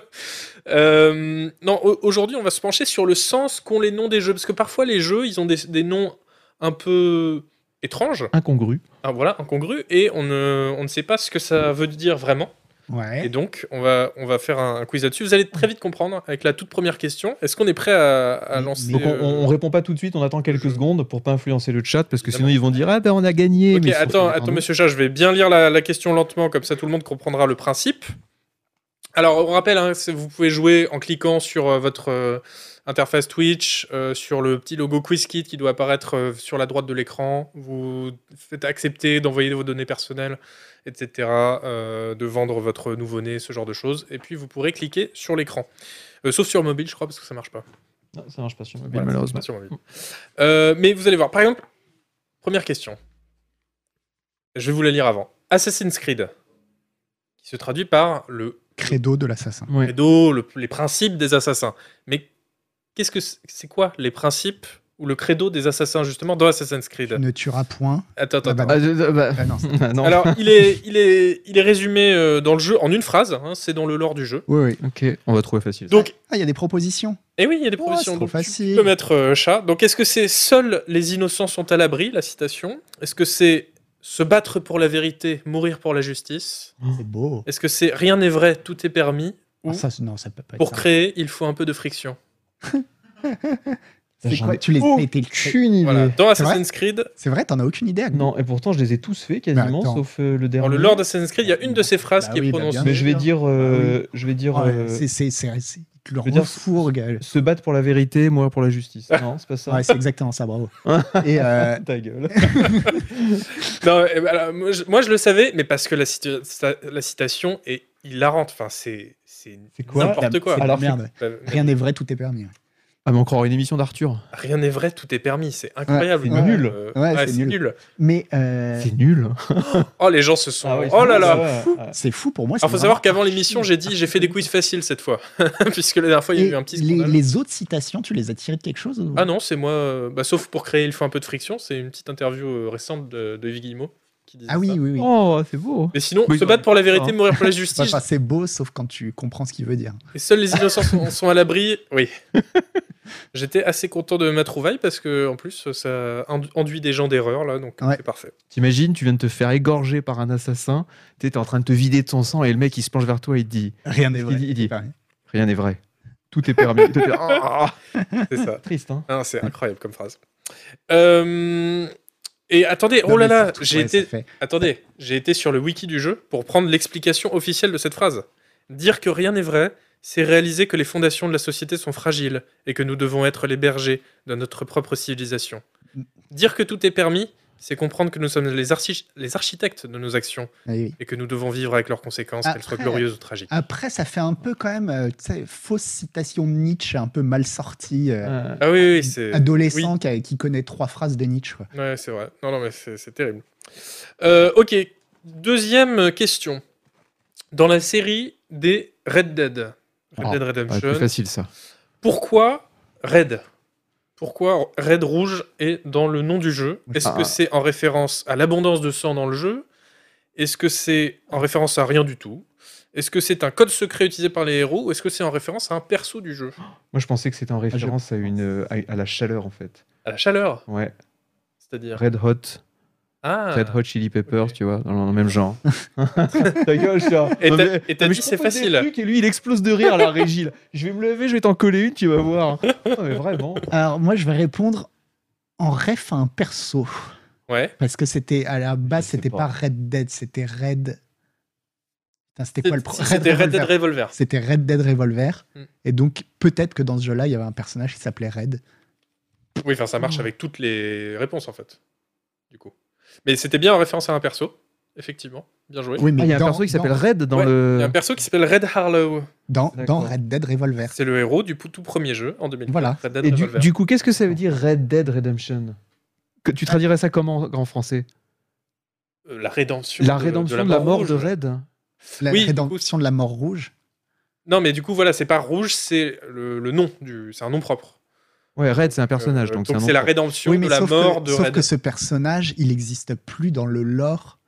A: Euh, non, au- aujourd'hui, on va se pencher sur le sens qu'ont les noms des jeux. Parce que parfois, les jeux, ils ont des, des noms un peu étranges,
B: Incongru.
A: ah, voilà, incongrus, et on ne, on ne sait pas ce que ça veut dire vraiment. Et
C: Ouais.
A: donc, on va, on va faire un quiz là-dessus. Vous allez très vite comprendre avec la toute première question. Est-ce qu'on est prêt à, à
C: Mais-
A: lancer
C: mais-
B: Donc on,
A: euh,
B: on répond pas tout de suite, on attend quelques
A: je-
B: secondes pour pas influencer le chat parce que sinon
A: Évidemment.
B: ils vont dire ah ben on a gagné.
A: Ok,
B: mais il faut
A: attends,
B: faire un
A: attends
B: autre.
A: monsieur Chat, je vais bien lire la, la question lentement, comme ça tout le monde comprendra le principe. Alors, on rappelle, hein, c'est- vous pouvez jouer en cliquant sur euh, votre euh, interface Twitch, euh, sur le petit logo QuizKit qui doit apparaître euh, sur la droite de l'écran. Vous faites accepter d'envoyer vos données personnelles, etc., euh, de vendre votre nouveau-né, ce genre de choses. Et puis, vous pourrez cliquer sur l'écran. Euh, sauf sur mobile, je crois, parce que ça marche pas.
B: Non, Ah, ça marche pas sur mobile
A: Voilà,
B: malheureusement.
A: c'est pas sur mobile. Euh, mais vous allez voir. Par exemple, première question. Je vais vous la lire avant. Assassin's Creed, qui se traduit par le
C: Credo de l'assassin.
B: Ouais.
A: credo, le- les principes des assassins. Mais qu'est-ce que c'est c'est quoi les principes ou le credo des assassins justement dans Assassin's Creed
C: Ne tuera point.
A: Attends, attends.
C: Ah bah
A: attends.
B: Ah, je- je- bah,
C: Ah non, c'est-
B: non.
A: Alors, il est, il est, il est résumé euh, dans le jeu en une phrase. hein, c'est dans le lore du jeu.
B: Oui oui ok on va trouver facile.
A: Donc,
C: Ah, il y a des propositions.
A: Et Eh oui, il y a des
C: Oh,
A: propositions.
C: c'est trop
A: Donc, tu- Tu
C: facile.
A: peux mettre euh, chat. Donc, est-ce que c'est seuls les innocents sont à l'abri, la citation Est-ce que c'est se battre pour la vérité, mourir pour la justice
C: C'est beau.
A: Est-ce que c'est rien n'est vrai, tout est permis Ou
C: Ah, ça, c'est- non, ça peut pas être
A: pour
C: ça.
A: créer, il faut un peu de friction.
C: C'est
B: J'en
C: quoi
B: ai
C: Tu les mais t'es le cul.
B: aucune idée.
A: Voilà. Dans
C: C'est
A: Assassin's Creed,
C: C'est vrai, t'en as aucune idée. Agnes.
B: Non et pourtant je les ai tous faits quasiment
C: Bah, attends.
B: sauf euh, le
A: dans
B: dernier.
A: le lore d'Assassin's Creed, il y a une de ces phrases
C: Bah
A: qui
C: oui,
A: est
C: bah bien
A: prononcée.
C: sûr.
B: Mais je vais dire euh, je vais dire
C: Ah,
B: euh,
C: c'est- c'est- c'est- c'est- Tu le
B: je veux dire-
C: refourgues. euh.
B: se battre pour la vérité moi pour la justice.
A: Ah.
B: Non c'est pas ça.
C: Ouais, c'est exactement ça, bravo. Et euh,
B: Ta gueule.
A: Non, eh ben, alors, moi, je, moi, je le savais, mais parce que la, cita- sa- la citation est hilarante. Enfin, c'est c'est
B: C'est quoi
A: n'importe
C: la-
A: quoi.
C: c'est de la
B: Alors,
C: merde.
A: Bah,
C: Rien n'est vrai, tout est permis.
B: Ah mais on croirait une émission d'Arthur.
A: Rien n'est vrai, tout est permis. C'est incroyable.
B: c'est nul.
A: Euh,
C: Ouais, c'est nul. Mais euh,
B: C'est nul.
A: Oh, les gens se sont.
B: Ah oui,
A: oh là
B: ça
A: là.
B: va. Ah.
C: c'est fou pour moi. c'est
A: Alors, faut
C: vraiment
A: savoir qu'avant
C: archi-
A: l'émission, j'ai dit j'ai fait des quiz faciles cette fois. Puisque la dernière fois, il y a
C: Et
A: eu un petit
C: les,
A: scandale.
C: les autres citations, tu les as tirées de quelque chose ou-
A: Ah non, c'est moi. euh, bah, sauf pour créer, il faut un peu de friction. C'est une petite interview euh, récente de, de Yves Guillemot qui disait
C: Ah oui,
A: ça.
C: oui, oui.
B: Oh c'est beau.
A: Mais sinon,
B: Oui,
A: se
B: oui.
A: battre pour la vérité,
B: Ah.
A: mourir pour la
C: Enfin,
A: justice.
C: enfin, c'est beau, sauf quand tu comprends ce qu'il veut dire.
A: et seuls les innocents sont, sont à l'abri. Oui. J'étais assez content de ma trouvaille parce que, en plus, ça indu- enduit des gens d'erreur, là. Donc,
C: Ouais.
A: c'est parfait.
B: T'imagines, tu viens de te faire égorger par un assassin, t'es t'es en train de te vider de ton sang et le mec il se penche vers toi et il te dit
C: Rien n'est vrai.
B: Il dit- il
C: tout est
B: dit.
C: permis.
B: Rien n'est vrai, tout est permis. Tout est- Ah
A: C'est ça.
B: Triste, hein
A: Ah, c'est incroyable comme phrase. Euh, Et attendez,
C: Non,
A: oh là
C: mais
A: là,
C: surtout,
A: j'ai
C: ouais, ça
A: été,
C: fait-
A: Attendez, j'ai été sur le wiki du jeu pour prendre l'explication officielle de cette phrase. Dire que rien n'est vrai, c'est réaliser que les fondations de la société sont fragiles et que nous devons être les bergers de notre propre civilisation. Dire que tout est permis, c'est comprendre que nous sommes les, archi- les architectes de nos actions
C: Ah Oui, oui.
A: et que nous devons vivre avec leurs conséquences, qu'elles soient
C: Après-
A: glorieuses ou tragiques.
C: Après, ça fait un peu quand même, euh, tu sais, fausse citation de Nietzsche, un peu mal sortie, euh,
B: Euh,
A: Ah oui, oui, oui, c'est
C: adolescent qui, a- qui connaît trois phrases de Nietzsche. quoi.
A: ouais, c'est vrai. Non, non, mais c'est c'est terrible. Euh, ok, deuxième question. Dans la série des Red Dead, Red
B: Ah,
A: Dead
B: ouais,
A: Redemption,
B: plus facile ça.
A: Pourquoi Red Pourquoi Red Rouge est dans le nom du jeu Est-ce
B: Ah.
C: euh,
A: que c'est en référence à l'abondance de sang dans le jeu Est-ce que c'est en référence à rien du tout Est-ce que c'est un code secret utilisé par les héros Ou est-ce que c'est en référence à un perso du jeu
B: Moi Ah, je pensais que c'était en référence à, une, euh, à, à la chaleur en fait.
A: À la chaleur,
B: Ouais,
A: c'est-à-dire.
B: Red Hot,
A: Ah
B: Red Hot Chili Peppers,
A: ok.
B: tu vois, dans le même genre. Ta gueule, ça.
A: Et
B: Non,
A: t'as-
B: mais-
A: et t'as
B: non, mais
A: dit,
B: je
A: c'est
B: propose des
A: facile.
B: trucs Et lui il explose de rire à la régie. là. Je vais me lever, je vais t'en coller une, tu vas voir. Non mais vraiment.
C: Alors, moi, je vais répondre en ref à un perso.
A: Ouais.
C: Parce que c'était à la base,
B: Je sais
C: c'était pas.
B: pas.
C: Red Dead, c'était Red. Putain, c'était quoi le pro-
A: Si C'était Red Dead
C: Revolver.
A: Revolver.
C: C'était Red Dead Revolver.
A: Hmm.
C: Et donc, peut-être que dans ce jeu-là, il y avait un personnage qui s'appelait Red.
A: Oui, enfin, ça
C: Oh.
A: marche avec toutes les réponses en fait. Du coup. Mais c'était bien en référence à un perso, effectivement. Bien joué.
C: Oui, euh.
B: Ah, Il y a un
C: dans-
B: perso qui s'appelle
C: dans-
B: Red dans
A: Ouais, Il y a
B: le.
A: un perso qui s'appelle Red Harlow.
C: Dans, dans
B: D'accord.
C: Red Dead Revolver.
A: C'est le héros du pou- tout premier jeu en 2000.
C: Voilà.
A: Red Dead
B: Et du,
A: Revolver.
B: du coup, qu'est-ce que ça veut dire Red Dead Redemption que, Tu traduirais ça comment en français
A: Euh, la rédemption.
B: La
A: de-
B: rédemption de la mort de
A: rouge.
B: Red
C: La
A: Oui, du coup,
C: rédemption de la mort rouge.
A: Non, mais du coup, voilà, c'est pas rouge, c'est le, le nom, du... c'est un nom propre.
B: Ouais, Red, c'est un personnage.
A: Euh,
B: donc
A: donc
B: un
A: c'est la
B: nom-
A: rédemption
C: Oui,
A: de
C: mais
A: la
C: sauf,
A: mort
C: que,
A: de
C: sauf
A: Red.
C: que ce personnage, il n'existe plus dans le lore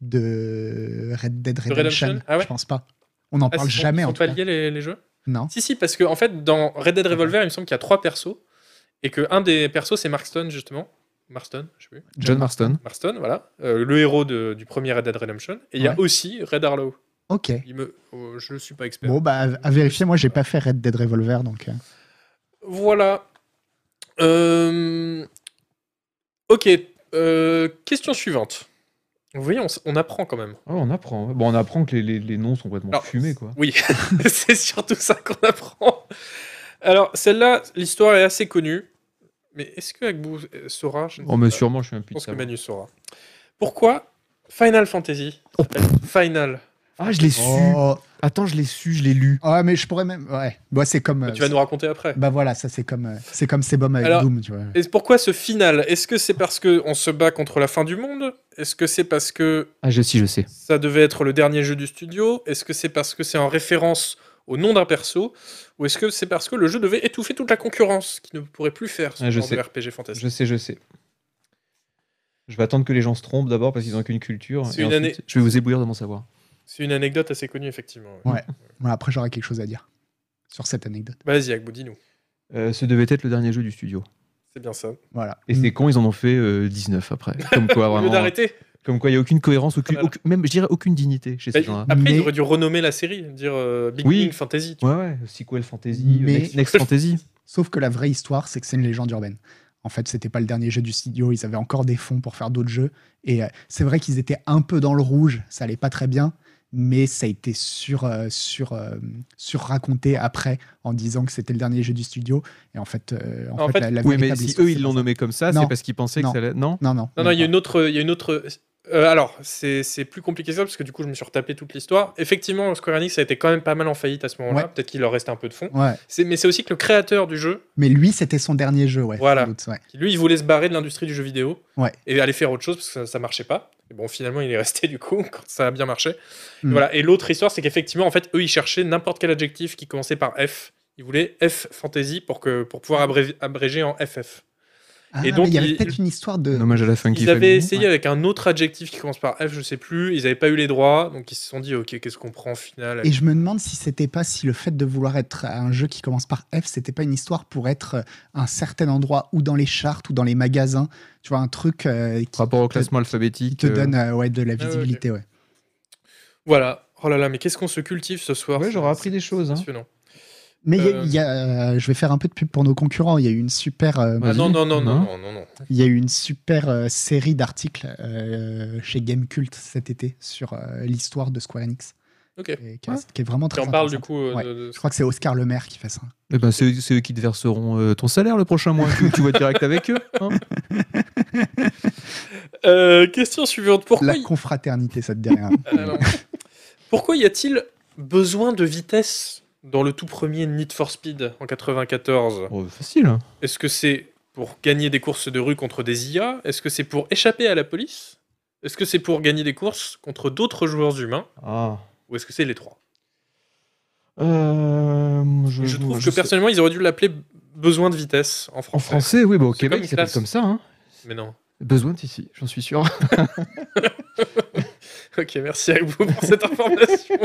C: de Red Dead Redemption.
A: Redemption Ah ouais
C: Je pense pas. On n'en
A: Ah,
C: parle
A: ils sont-
C: jamais
A: ils
C: en
A: sont
C: tout
A: pas
C: cas.
A: liés les, les jeux
C: Non.
A: Si, si, parce que en fait, dans Red Dead Revolver, il me semble qu'il y a trois persos et que un des persos, c'est Marston, justement. Marston, je sais plus.
B: John Marston.
A: Marston, voilà. Euh, le héros de- du premier Red Dead Redemption. Et il y a
C: Ouais. aussi
A: aussi Red Harlow.
C: Ok.
A: Il me... euh, je ne suis pas expert.
C: Bon, bah, à, à vérifier. Moi, j'ai pas fait Red Dead Revolver, donc. euh,
A: Voilà. Euh, Ok. euh, Question suivante. Vous voyez, on, s- on apprend quand même.
B: Oh, on apprend. ouais. Bon, on apprend que les, les- les noms sont complètement
A: Alors,
B: fumés, quoi.
A: Oui, c'est surtout ça qu'on apprend. Alors, celle-là, l'histoire est assez connue. Mais est-ce que Agbu euh, saura Je ne
B: Oh,
A: sais
B: mais
A: pas.
B: sûrement, je suis un
A: Je
B: putain.
A: pense que Manu saura. Pourquoi Final Fantasy
B: Oh,
A: s'appelle Final
B: Ah, je l'ai su.
C: Oh,
B: Attends, je l'ai su, je l'ai lu.
C: Ah, mais je pourrais même. Ouais. Bah, c'est comme. euh,
A: Ah, Tu vas nous raconter après.
C: Bah voilà, ça c'est comme euh, c'est comme Sebum avec
A: Alors-
C: Doom, tu vois.
A: Et pourquoi ce final Est-ce que c'est parce que on se bat contre la fin du monde Est-ce que c'est parce que
B: Ah, je, si, je sais.
A: ça devait être le dernier jeu du studio Est-ce que c'est parce que c'est en référence au nom d'un perso Ou est-ce que c'est parce que le jeu devait étouffer toute la concurrence qui ne pourrait plus faire ce
B: Ah, je
A: genre de
B: sais.
A: RPG fantastique
B: Je sais, je sais. Je vais attendre que les gens se trompent d'abord parce qu'ils n'ont qu'une culture.
A: C'est
B: et
A: une
B: ensuite,
A: année-
B: Je vais vous éblouir de mon savoir.
A: C'est une anecdote assez connue effectivement.
C: Ouais. Bon, après j'aurai quelque chose à dire sur cette anecdote.
A: Vas-y, Agbo, dis-nous.
B: Euh, ce devait être le dernier jeu du studio.
A: C'est bien ça.
C: Voilà.
B: Et c'est con, ils en ont fait euh, 19 après. Comme quoi,
A: Hmm. Au lieu
B: vraiment.
A: d'arrêter. Bah,
B: Comme quoi, il n'y a aucune cohérence, aucune,
A: Ah, voilà.
B: aucune- même, je dirais, aucune dignité chez ces
A: Bah,
B: gens-là.
A: après,
C: Mais-
A: il aurait dû renommer la série, dire euh, Big
B: hein. Oui.
A: Bang Fantasy. tu
B: Ouais, ouais, sequel fantasy, euh,
C: Mais-
B: next, next fantasy.
C: Sauf que la vraie histoire, c'est que c'est une légende urbaine. En fait, c'était pas le dernier jeu du studio, ils avaient encore des fonds pour faire d'autres jeux et euh, c'est vrai qu'ils étaient un peu dans le rouge, ça allait pas très bien, mais ça a été sur euh, sur sur raconté après en disant que c'était le dernier jeu du studio et en fait euh, en,
A: En
C: fait,
A: fait-
C: la, la
B: Oui, mais
C: véritable
B: si
C: histoire,
B: eux
C: c'est
B: ils l'ont
C: pas ça.
B: nommé comme ça,
C: Non.
B: c'est parce qu'ils pensaient
C: Non.
B: que ça allait. Non
C: Non non.
A: Non, non, il y a
C: pas.
A: une autre. Il y a une autre... euh, alors, c'est c'est plus compliqué que ça, parce que du coup, je me suis retapé toute l'histoire. Effectivement, Square Enix a été quand même pas mal en faillite à ce moment-là.
C: Ouais.
A: Peut-être qu'il leur restait un peu de fond.
C: Ouais,
A: C'est- Mais c'est aussi que le créateur du jeu,
C: mais lui c'était son dernier jeu, ouais. sans
A: Voilà.
C: doute, ouais.
A: qui, lui, il voulait se barrer de l'industrie du jeu vidéo
C: Ouais.
A: et aller faire autre chose, parce que ça, ça marchait pas. Et bon, finalement, il est resté du coup, quand ça a bien marché. Et
B: Hmm.
C: Mm.
A: Voilà. Et l'autre histoire, c'est qu'effectivement, en fait, eux, ils cherchaient n'importe quel adjectif qui commençait par F. Ils voulaient F Fantasy pour, que, pour pouvoir abré- abréger en FF.
C: Ah,
A: Et donc,
C: mais il y avait
A: il-
C: peut-être une histoire de
B: Hommage à la funky
A: Ils avaient
B: family.
A: essayé avec un autre adjectif qui commence par F, je sais plus. Ils n'avaient pas eu les droits, donc ils se sont dit, ok, qu'est-ce qu'on prend au final
C: Et je me demande si c'était pas si le fait de vouloir être à un jeu qui commence par F, c'était pas une histoire pour être à un certain endroit ou dans les chartes ou dans les magasins, tu vois un truc euh, qui
B: Rapport au
C: te-
B: classement
C: qui
B: alphabétique.
C: te
B: euh,
C: donne euh, ouais de la
A: ouais,
C: visibilité ouais.
A: Euh, Voilà. Oh là là, mais qu'est-ce qu'on se cultive ce soir
B: Ouais,
A: c'est-
B: j'aurais appris des choses. hein.
A: Impressionnant.
C: Mais il y a-
A: Euh,
C: il y a, euh, je vais faire un peu de pub pour nos concurrents. Il y a eu une super, euh,
B: Ouais.
A: Ah
B: Vas-y.
A: non, non, non, non, non,
B: Non.
A: non, non.
C: il y a eu une super euh, série d'articles euh, chez Gamecult cet été sur euh, l'histoire de Square Enix,
A: Ok.
C: et qui, est-
B: Ouais.
C: qui est vraiment très.
A: Tu en parles du
C: intéressante.
A: coup euh,
C: Ouais.
A: de- de-
C: Je crois que c'est Oscar Le Maire qui fait ça.
B: Eh ben, c'est eux- c'est eux qui te verseront euh, ton salaire le prochain mois. tu, tu vas direct avec eux. hein.
A: Euh, Question suivante. Pourquoi,
C: la
A: y...
C: confraternité cette dernière.
A: Alors, pourquoi y a-t-il besoin de vitesse dans le tout premier Need for Speed en 94
B: Oh, facile. hein.
A: Est-ce que c'est pour gagner des courses de rue contre des IA Est-ce que c'est pour échapper à la police Est-ce que c'est pour gagner des courses contre d'autres joueurs humains
B: Ah.
A: Ou est-ce que c'est les trois
B: Euh, je,
A: Je trouve
B: je
A: que
B: sais-
A: personnellement, ils auraient dû l'appeler besoin de vitesse en
B: En
A: français.
B: français, oui, bah, au
A: C'est
B: Québec,
A: comme
B: ça s'appelle
A: classe.
B: comme ça. hein.
A: Mais non.
B: Besoin d'ici, j'en suis sûr.
A: Ok, merci à vous pour cette information.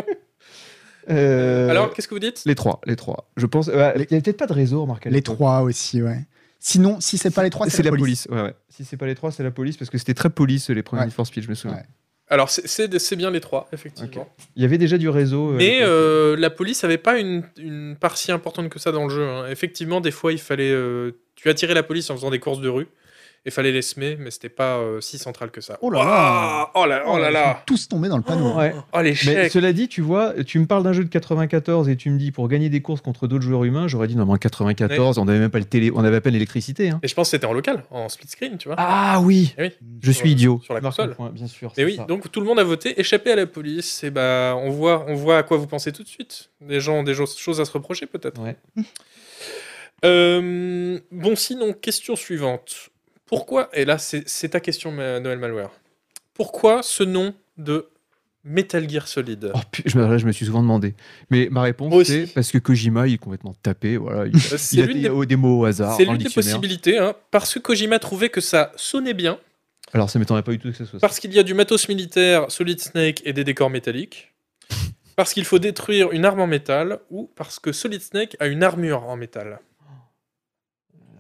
B: Euh,
A: Alors, qu'est-ce que vous dites
B: les trois, les trois. Je pense. euh, Il n'y avait peut-être pas de réseau, remarque. à
C: les
B: l'époque.
C: trois aussi ouais. Sinon, si c'est pas les trois,
B: C'est la police. ouais, ouais. Si c'est pas les trois, c'est la police parce que c'était très police les premiers
C: Ouais.
B: Need for Speed, je me souviens.
C: Ouais.
A: Alors, c'est- c'est c'est bien les trois, effectivement.
B: Il y avait déjà du réseau. euh, à
A: Mais
B: l'époque.
A: euh, la police n'avait pas une, une part si importante que ça dans le jeu. hein. Effectivement, des fois, il fallait. euh, tu attirais la police en faisant des courses de rue. Il fallait les semer, mais c'était pas euh, si central que ça.
C: Oh là là.
A: Ouah, Oh là oh là
C: Ils sont
A: là
C: tous tombés dans le panneau.
B: Ouais.
A: Oh
B: Mais
A: l'échec
B: cela dit, tu vois, tu me parles d'un jeu de 94 et tu me dis pour gagner des courses contre d'autres joueurs humains, j'aurais dit non, mais en 94, on n'avait même pas le télé, on avait à peine l'électricité. hein.
A: Et je pense que c'était en local, en split screen, tu vois.
B: Ah oui, je
A: Sur-
B: suis idiot.
A: sur la
B: Tu marques
A: console.
B: un point, bien sûr.
A: Mais
B: c'est
A: oui,
B: ça.
A: donc tout le monde a voté échapper à la police. Et bah, on voit, on voit à quoi vous pensez tout de suite. Les gens ont des jo- choses à se reprocher peut-être.
B: Ouais.
A: Euh, bon, sinon, question suivante. Pourquoi, et là c'est c'est ta question, ma- Noël Malware, pourquoi ce nom de Metal Gear Solid.
B: Oh, pu- je, me, je me suis souvent demandé. Mais ma
A: Moi
B: réponse,
A: aussi.
B: c'est parce que Kojima, il est complètement tapé. Voilà, il,
A: Euh, C'est
B: il a
A: l'une des,
B: des, oh, des mots au hasard.
A: c'est
B: dans
A: l'une
B: le
A: des
B: dictionnaire.
A: possibilités, hein, parce que Kojima trouvait que ça sonnait bien,
B: Alors, ça m'étonnerait pas du tout que ce soit ça.
A: parce qu'il y a du matos militaire, Solid Snake et des décors métalliques, parce qu'il faut détruire une arme en métal, ou parce que Solid Snake a une armure en métal.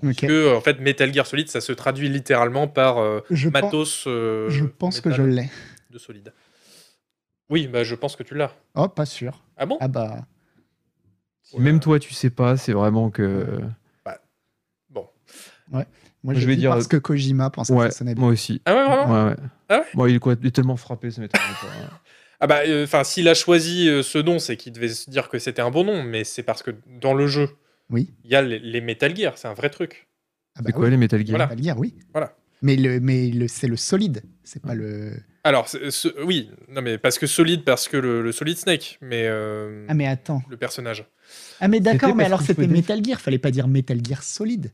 C: Ok.
A: Que, euh, en fait, Metal Gear Solid, ça se traduit littéralement par euh,
C: Je, pen-
A: matos. euh,
C: je pense que je
A: métal
C: l'ai.
A: De solide. Oui, bah, je pense que tu l'as.
C: Oh, pas sûr.
A: Ah bon
C: Ah bah.
A: Oh là
B: Même
A: là.
B: toi, tu sais pas, c'est vraiment que.
C: Moi,
B: Je
C: je
B: vais
C: vais
B: dire-
C: Parce que Kojima pense
B: Ouais,
C: que ça sonnait bien.
B: moi aussi.
A: Ah ouais,
B: Ouais,
A: vraiment
B: ouais.
A: Ah ouais
B: Bon, il, est quoi, il est tellement frappé, ça m'étonnerait pas. hein.
A: Ah bah, enfin, s'il a choisi euh, ce nom, c'est qu'il devait se dire que c'était un bon nom, mais c'est parce que dans le jeu,
C: Oui.
A: il y a les, les Metal Gear, c'est un vrai truc.
C: Ah bah
B: C'est quoi
C: oui,
B: les Metal Gear
A: Voilà.
C: Metal Gear, oui.
A: Voilà.
C: Mais, le, mais le, c'est le solide. C'est pas le.
A: Alors, c'est- ce- oui, non mais parce que solide, parce que le, le Solid Snake, mais euh,
C: Ah, mais attends.
A: le personnage.
C: Ah, mais
B: C'était
C: d'accord, mais
B: parce
C: alors
B: qu'il
C: c'était
B: faut dé-
C: Metal Gear. Fallait pas dire Metal Gear solide.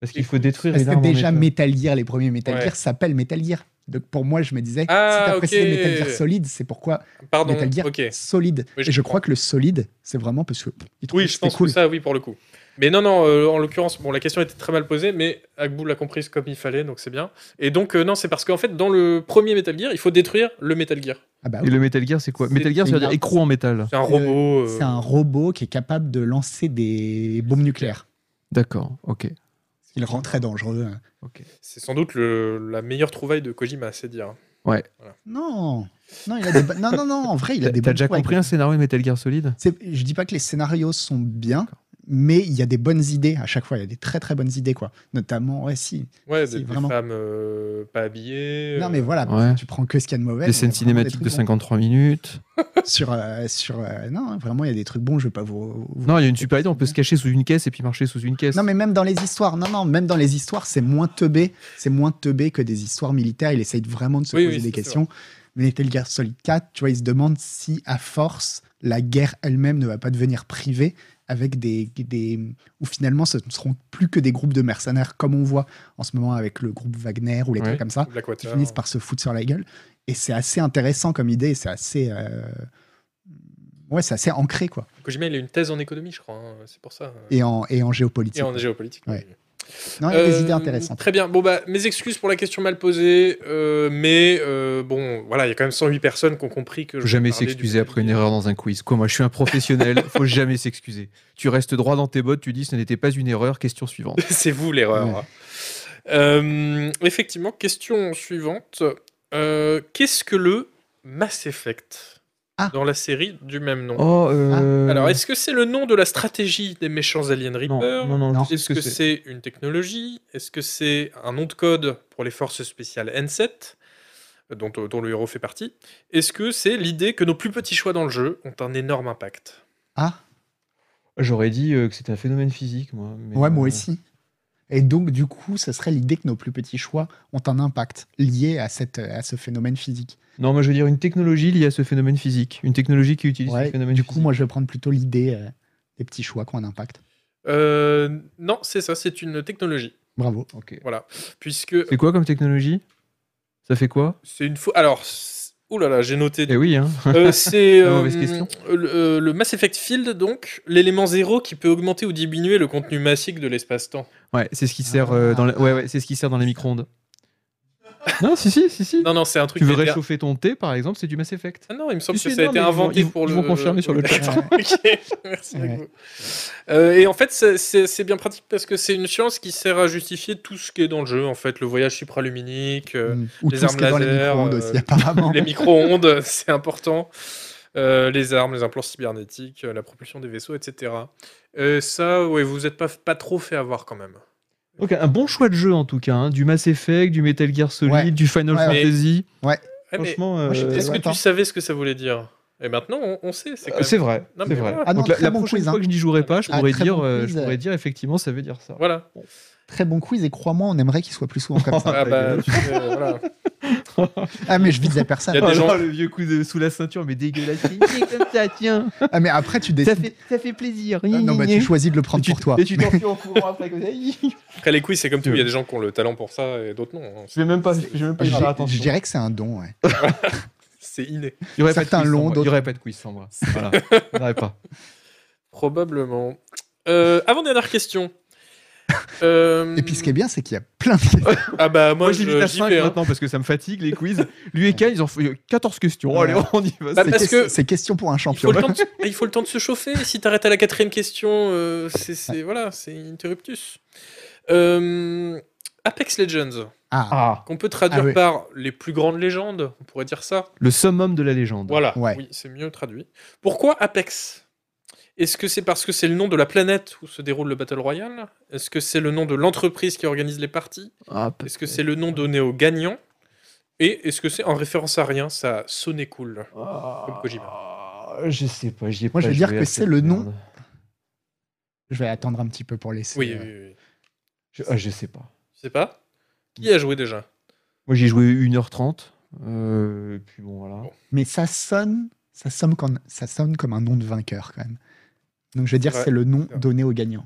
B: Parce qu'il faut détruire
C: Parce
B: les
C: que
B: armes. en
C: déjà,
B: métal.
C: Metal Gear, les premiers Metal
A: Ouais.
C: Gear s'appellent Metal Gear. Donc pour moi, je me disais,
A: Ah,
C: si t'as précisé
A: ok.
C: Metal Gear solide, c'est pourquoi
A: Pardon.
C: Metal Gear
A: Ok.
C: solide.
A: Oui, je
C: Et je
A: comprends.
C: crois que le solide, c'est vraiment parce que. pff, il trouve
A: Oui,
C: que
A: je
C: c'était
A: pense
C: cool.
A: que ça, oui, pour le coup. Mais non, non, euh, en l'occurrence, bon, la question était très mal posée, mais Agbou l'a comprise comme il fallait, donc c'est bien. Et donc, euh, non, c'est parce qu'en fait, dans le premier Metal Gear, il faut détruire le Metal Gear.
C: Ah bah
B: Et
C: oui.
B: le Metal Gear, c'est quoi
A: C'est-
B: Metal Gear, ça veut
C: c'est
B: dire
C: une-
B: écrou en métal.
A: C'est un robot. euh,
C: C'est un robot qui est capable de lancer des bombes nucléaires.
B: D'accord, ok.
C: Il rend très dangereux. hein.
A: C'est sans doute le- la meilleure trouvaille de Kojima, c'est dire.
C: Non, non, il a des ba- non, non, non, en vrai, il a
B: T'as
C: des
B: t'as
C: bonnes
B: déjà
C: trouvailles.
B: compris un scénario de Metal Gear Solid
C: C'est- Je dis pas que les scénarios sont bien, mais il y a des bonnes idées à chaque fois. Il y a des très très bonnes idées, quoi. Notamment, ouais, si.
A: Ouais,
C: Si,
A: des, des
C: vraiment.
A: femmes euh, pas habillées.
C: Non, mais
A: euh,
C: voilà,
B: Ouais.
C: tu prends que ce qu'il y a de mauvais.
B: Des
C: mais il y a
B: scènes
C: vraiment des
B: cinématiques
C: trucs
B: de
C: bons.
B: 53 minutes.
C: Sur, euh, sur euh, non, vraiment, il y a des trucs bons. Je vais pas vous. vous-
B: Non, il y a une super idée, on peut se cacher sous une caisse et puis marcher sous une caisse.
C: Non, mais même dans les histoires, non, non, même dans les histoires, c'est moins teubé, c'est moins teubé que des histoires militaires. Il essaye vraiment de se
A: Oui,
C: poser
A: oui,
C: des
A: c'est
C: questions. Mais Metal Gear Solid 4, tu vois, il se demande si, à force, la guerre elle-même ne va pas devenir privée avec des, des... où finalement ce ne seront plus que des groupes de mercenaires comme on voit en ce moment avec le groupe Wagner ou les
B: Ouais.
C: trucs comme ça qui
A: Blackwater.
C: finissent par se foutre sur la gueule et c'est assez intéressant comme idée et c'est assez euh, ouais c'est assez ancré quoi
A: Kojima, il a une thèse en économie, je crois. hein, C'est pour ça.
C: et en, et en géopolitique
A: Et en géopolitique.
C: Ouais.
A: oui.
C: non il y a des
A: Euh,
C: idées intéressantes
A: Très bien. Bon, bah, mes excuses pour la question mal posée. euh, mais euh, bon, voilà, il y a quand même 108 personnes qui ont compris que.
B: Faut
A: je
B: Jamais
A: parlais du
B: s'excuser
A: Metal
B: après une
A: Gear.
B: erreur dans un quiz. Quoi, moi je suis un professionnel, faut jamais s'excuser. Tu restes droit dans tes bottes, tu dis ce n'était pas une erreur, question suivante.
A: C'est vous l'erreur. hein.
C: Ouais.
A: Euh, effectivement, question suivante. Euh, Qu'est-ce que le Mass Effect
C: Ah.
A: dans la série du même nom
B: Oh, euh...
A: Alors, est-ce que c'est le nom de la stratégie des méchants aliens
B: non,
A: Reaper
B: non, non,
C: Non.
B: je sais
A: Est-ce
B: ce que c'est.
A: une technologie Est-ce que c'est un nom de code pour les forces spéciales N7 euh, dont, dont le héros fait partie, est-ce que c'est l'idée que nos plus petits choix dans le jeu ont un énorme impact
C: ah
B: J'aurais dit euh, que c'était un phénomène physique, moi. mais,
C: Ouais, moi
B: euh,
C: aussi. Et donc, du coup, ce serait l'idée que nos plus petits choix ont un impact lié à, cette, à ce phénomène physique.
B: Non, moi je veux dire une technologie liée à ce phénomène physique. Une technologie qui utilise
C: Ouais,
B: ce phénomène
C: du
B: physique.
C: coup, moi, je vais prendre plutôt l'idée euh, des petits choix qui ont un impact.
A: Euh, Non, c'est ça, c'est une technologie.
C: Bravo.
B: Ok.
A: Puisque
B: C'est quoi comme technologie Ça fait quoi
A: c'est une fou. Alors, c'est- ouh là là, j'ai noté.
B: Eh oui, hein.
A: Euh, c'est
B: La
A: euh,
B: mauvaise question.
A: le, euh, le Mass Effect Field, donc l'élément zéro qui peut augmenter ou diminuer le contenu massique de l'espace-temps.
B: Ouais, c'est ce qui sert euh, dans la- ouais, ouais, c'est ce qui sert dans les micro-ondes. non, si si si si.
A: Non, non, c'est un truc.
B: tu veux
A: qui a été-
B: réchauffer ton thé par exemple, c'est du Mass Effect.
A: Ah non, il me semble
B: Si,
A: que
B: si,
A: ça
B: non,
A: a été
B: mais ils vont-
A: inventé
B: ils vont-
A: pour
B: ils
A: le.
B: vont confirmer sur le chat.
A: Ok, merci.
C: Ouais.
A: Hugo. Euh, et en fait, c'est- c'est c'est bien pratique parce que c'est une science qui sert à justifier tout ce qui est dans le jeu. En fait, le voyage supraluminique, euh,
C: Mm. Ou
A: les
C: tout ce
A: armes
C: qui est dans les
A: laser,
C: micro-ondes
A: euh,
C: aussi, apparemment.
A: les micro-ondes, c'est important. Euh, les armes, les implants cybernétiques, euh, la propulsion des vaisseaux, etc. Euh, ça, ouais, vous n'êtes pas, pas trop fait avoir quand même.
B: Donc un bon choix de jeu en tout cas, hein. du Mass Effect, du Metal Gear Solid,
C: Ouais.
B: du Final
C: Ouais,
A: ouais.
B: Fantasy.
A: Ouais, Eh, mais
B: Franchement,
C: moi, je suis
B: euh,
A: est-ce que
C: Attends.
A: tu savais ce que ça voulait dire Et maintenant, on, on sait. C'est quand
B: euh, c'est
A: même-
B: vrai,
A: Non, mais
B: c'est vrai.
A: voilà.
C: Ah non,
B: Donc, la,
C: très
B: la
C: bon
B: prochaine
C: quiz, hein.
B: fois que je n'y jouerai pas, je
C: Ah,
B: pourrais
C: très
B: dire,
C: bon
B: euh, je
C: quiz.
B: pourrais dire effectivement, ça veut dire ça.
A: Voilà.
C: Très bon quiz, et crois-moi, on aimerait qu'il soit plus souvent comme ça.
A: Ah
B: ta
A: bah,
B: gueule.
A: tu sais, euh, voilà.
C: Ah, mais je vise à
A: Il y a
C: personne.
A: des
B: Oh
A: gens-
B: non, le vieux coup de sous la ceinture, mais dégueulasse. Gnignign, comme ça, tiens.
C: Ah, mais après,
B: Ça
C: tu décides.
B: fait, ça fait plaisir.
C: Ah, non, bah, tu
B: Gnignign.
C: choisis de le
B: Et
C: prendre
B: tu-
C: pour toi.
B: Et tu t'enfuis en courant après comme ça. Je
A: Après les quiz, c'est comme tout. Il y a des gens qui ont le talent pour ça et d'autres non. hein.
B: vais même pas, Ah, je vais même pas
C: Je
B: y faire
C: je
B: attention.
C: dirais que c'est un don, ouais.
A: C'est inné.
B: Il y aurait
C: Certains
B: pas de quiz
C: longs,
B: sans moi. Il y
C: d'autres-
B: aurait pas de quiz sans moi. Voilà. Il y aurait pas.
A: Probablement. Euh, avant dernière question. Euh,
C: Et puis ce qui est bien, c'est qu'il y a plein de questions.
A: Ah bah moi,
B: Moi,
A: je-
B: j'évite à
A: j'y
B: 5
A: vais, hein.
B: maintenant parce que ça me fatigue les quiz. L'UEK, ils ont fait 14 questions.
C: Ouais.
B: Allez, on y va.
A: Bah,
B: c'est-
A: parce
C: C'est
A: que-
C: que- C'est question pour un
A: Il faut,
C: champion.
A: le temps de, se- il faut le temps de se chauffer. Si t'arrêtes à la quatrième question, euh, c'est c'est- voilà, c'est interruptus. Euh, Apex Legends,
C: Ah,
B: Ah,
A: qu'on peut traduire
C: Ah oui.
A: par les plus grandes légendes, on pourrait dire ça.
B: le summum de la légende.
A: Voilà,
C: Ouais.
A: oui, c'est mieux traduit. Pourquoi Apex Est-ce que c'est parce que c'est le nom de la planète où se déroule le Battle Royale Est-ce que c'est le nom de l'entreprise qui organise les parties
B: Ah,
A: Est-ce que c'est le nom donné aux gagnants Et est-ce que c'est en référence à rien Ça sonnait cool. Comme
B: Ah. je sais pas, j'y ai
C: Moi,
B: pas
C: je vais dire
B: joué
C: que
B: à
C: c'est
B: cette
C: le nom.
B: merde.
C: je vais attendre un petit peu pour laisser.
A: Oui,
C: euh,
A: oui, oui, oui.
B: Je, ah, je sais pas.
A: Je sais pas.
C: Mm.
A: Qui a joué déjà
B: Moi, j'ai joué 1h30. euh, et puis bon, voilà.
A: Bon.
C: Mais ça sonne, ça sonne, comme, ça sonne comme un nom de vainqueur quand même. Donc je vais dire
A: Ouais.
C: c'est le nom
A: Ouais.
C: donné au gagnant.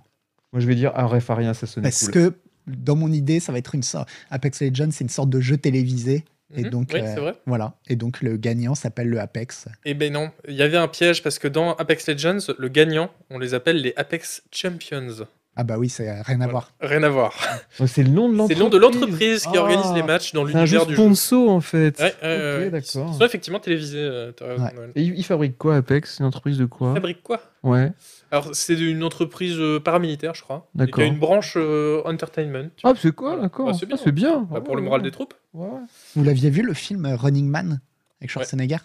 B: Moi, je vais dire ah, ref à rien, ça sonnait
C: Parce
B: cool.
C: que dans mon idée, ça va être une sorte. Apex Legends, c'est une sorte de jeu télévisé. Et
A: Mhm.
C: donc,
A: oui,
C: euh,
A: c'est vrai.
C: Voilà. Et donc le gagnant s'appelle le Apex.
A: Eh ben non, il y avait un piège parce que dans Apex Legends, le gagnant, on les appelle les Apex Champions.
C: Ah bah oui, ça n'a rien à voir.
A: Rien à voir.
B: Donc, c'est le nom de
A: C'est
B: l'entreprise.
A: le nom de l'entreprise qui
B: Ah,
A: organise les matchs dans
B: C'est un jeu
A: l'univers du jeu.
B: sponsor en fait.
A: Ouais, ouais,
B: ok,
A: ouais. Ils
B: d'accord.
A: sont effectivement télévisés. euh, t'as raison,
C: Ouais.
A: Noël.
B: Et ils ils fabriquent quoi, Apex C'est une entreprise de quoi
A: Ils fabriquent quoi
B: Ouais.
A: Alors, c'est une entreprise euh, paramilitaire, je crois. Il
B: D'accord.
A: y a une branche euh, entertainment.
B: Ah, c'est quoi,
A: Voilà.
B: d'accord
A: Bah, c'est bien.
B: Ah, C'est bien.
A: Bah, pour le moral des troupes.
B: Ouais, ouais.
C: Vous l'aviez vu le film euh, Running Man avec Schwarzenegger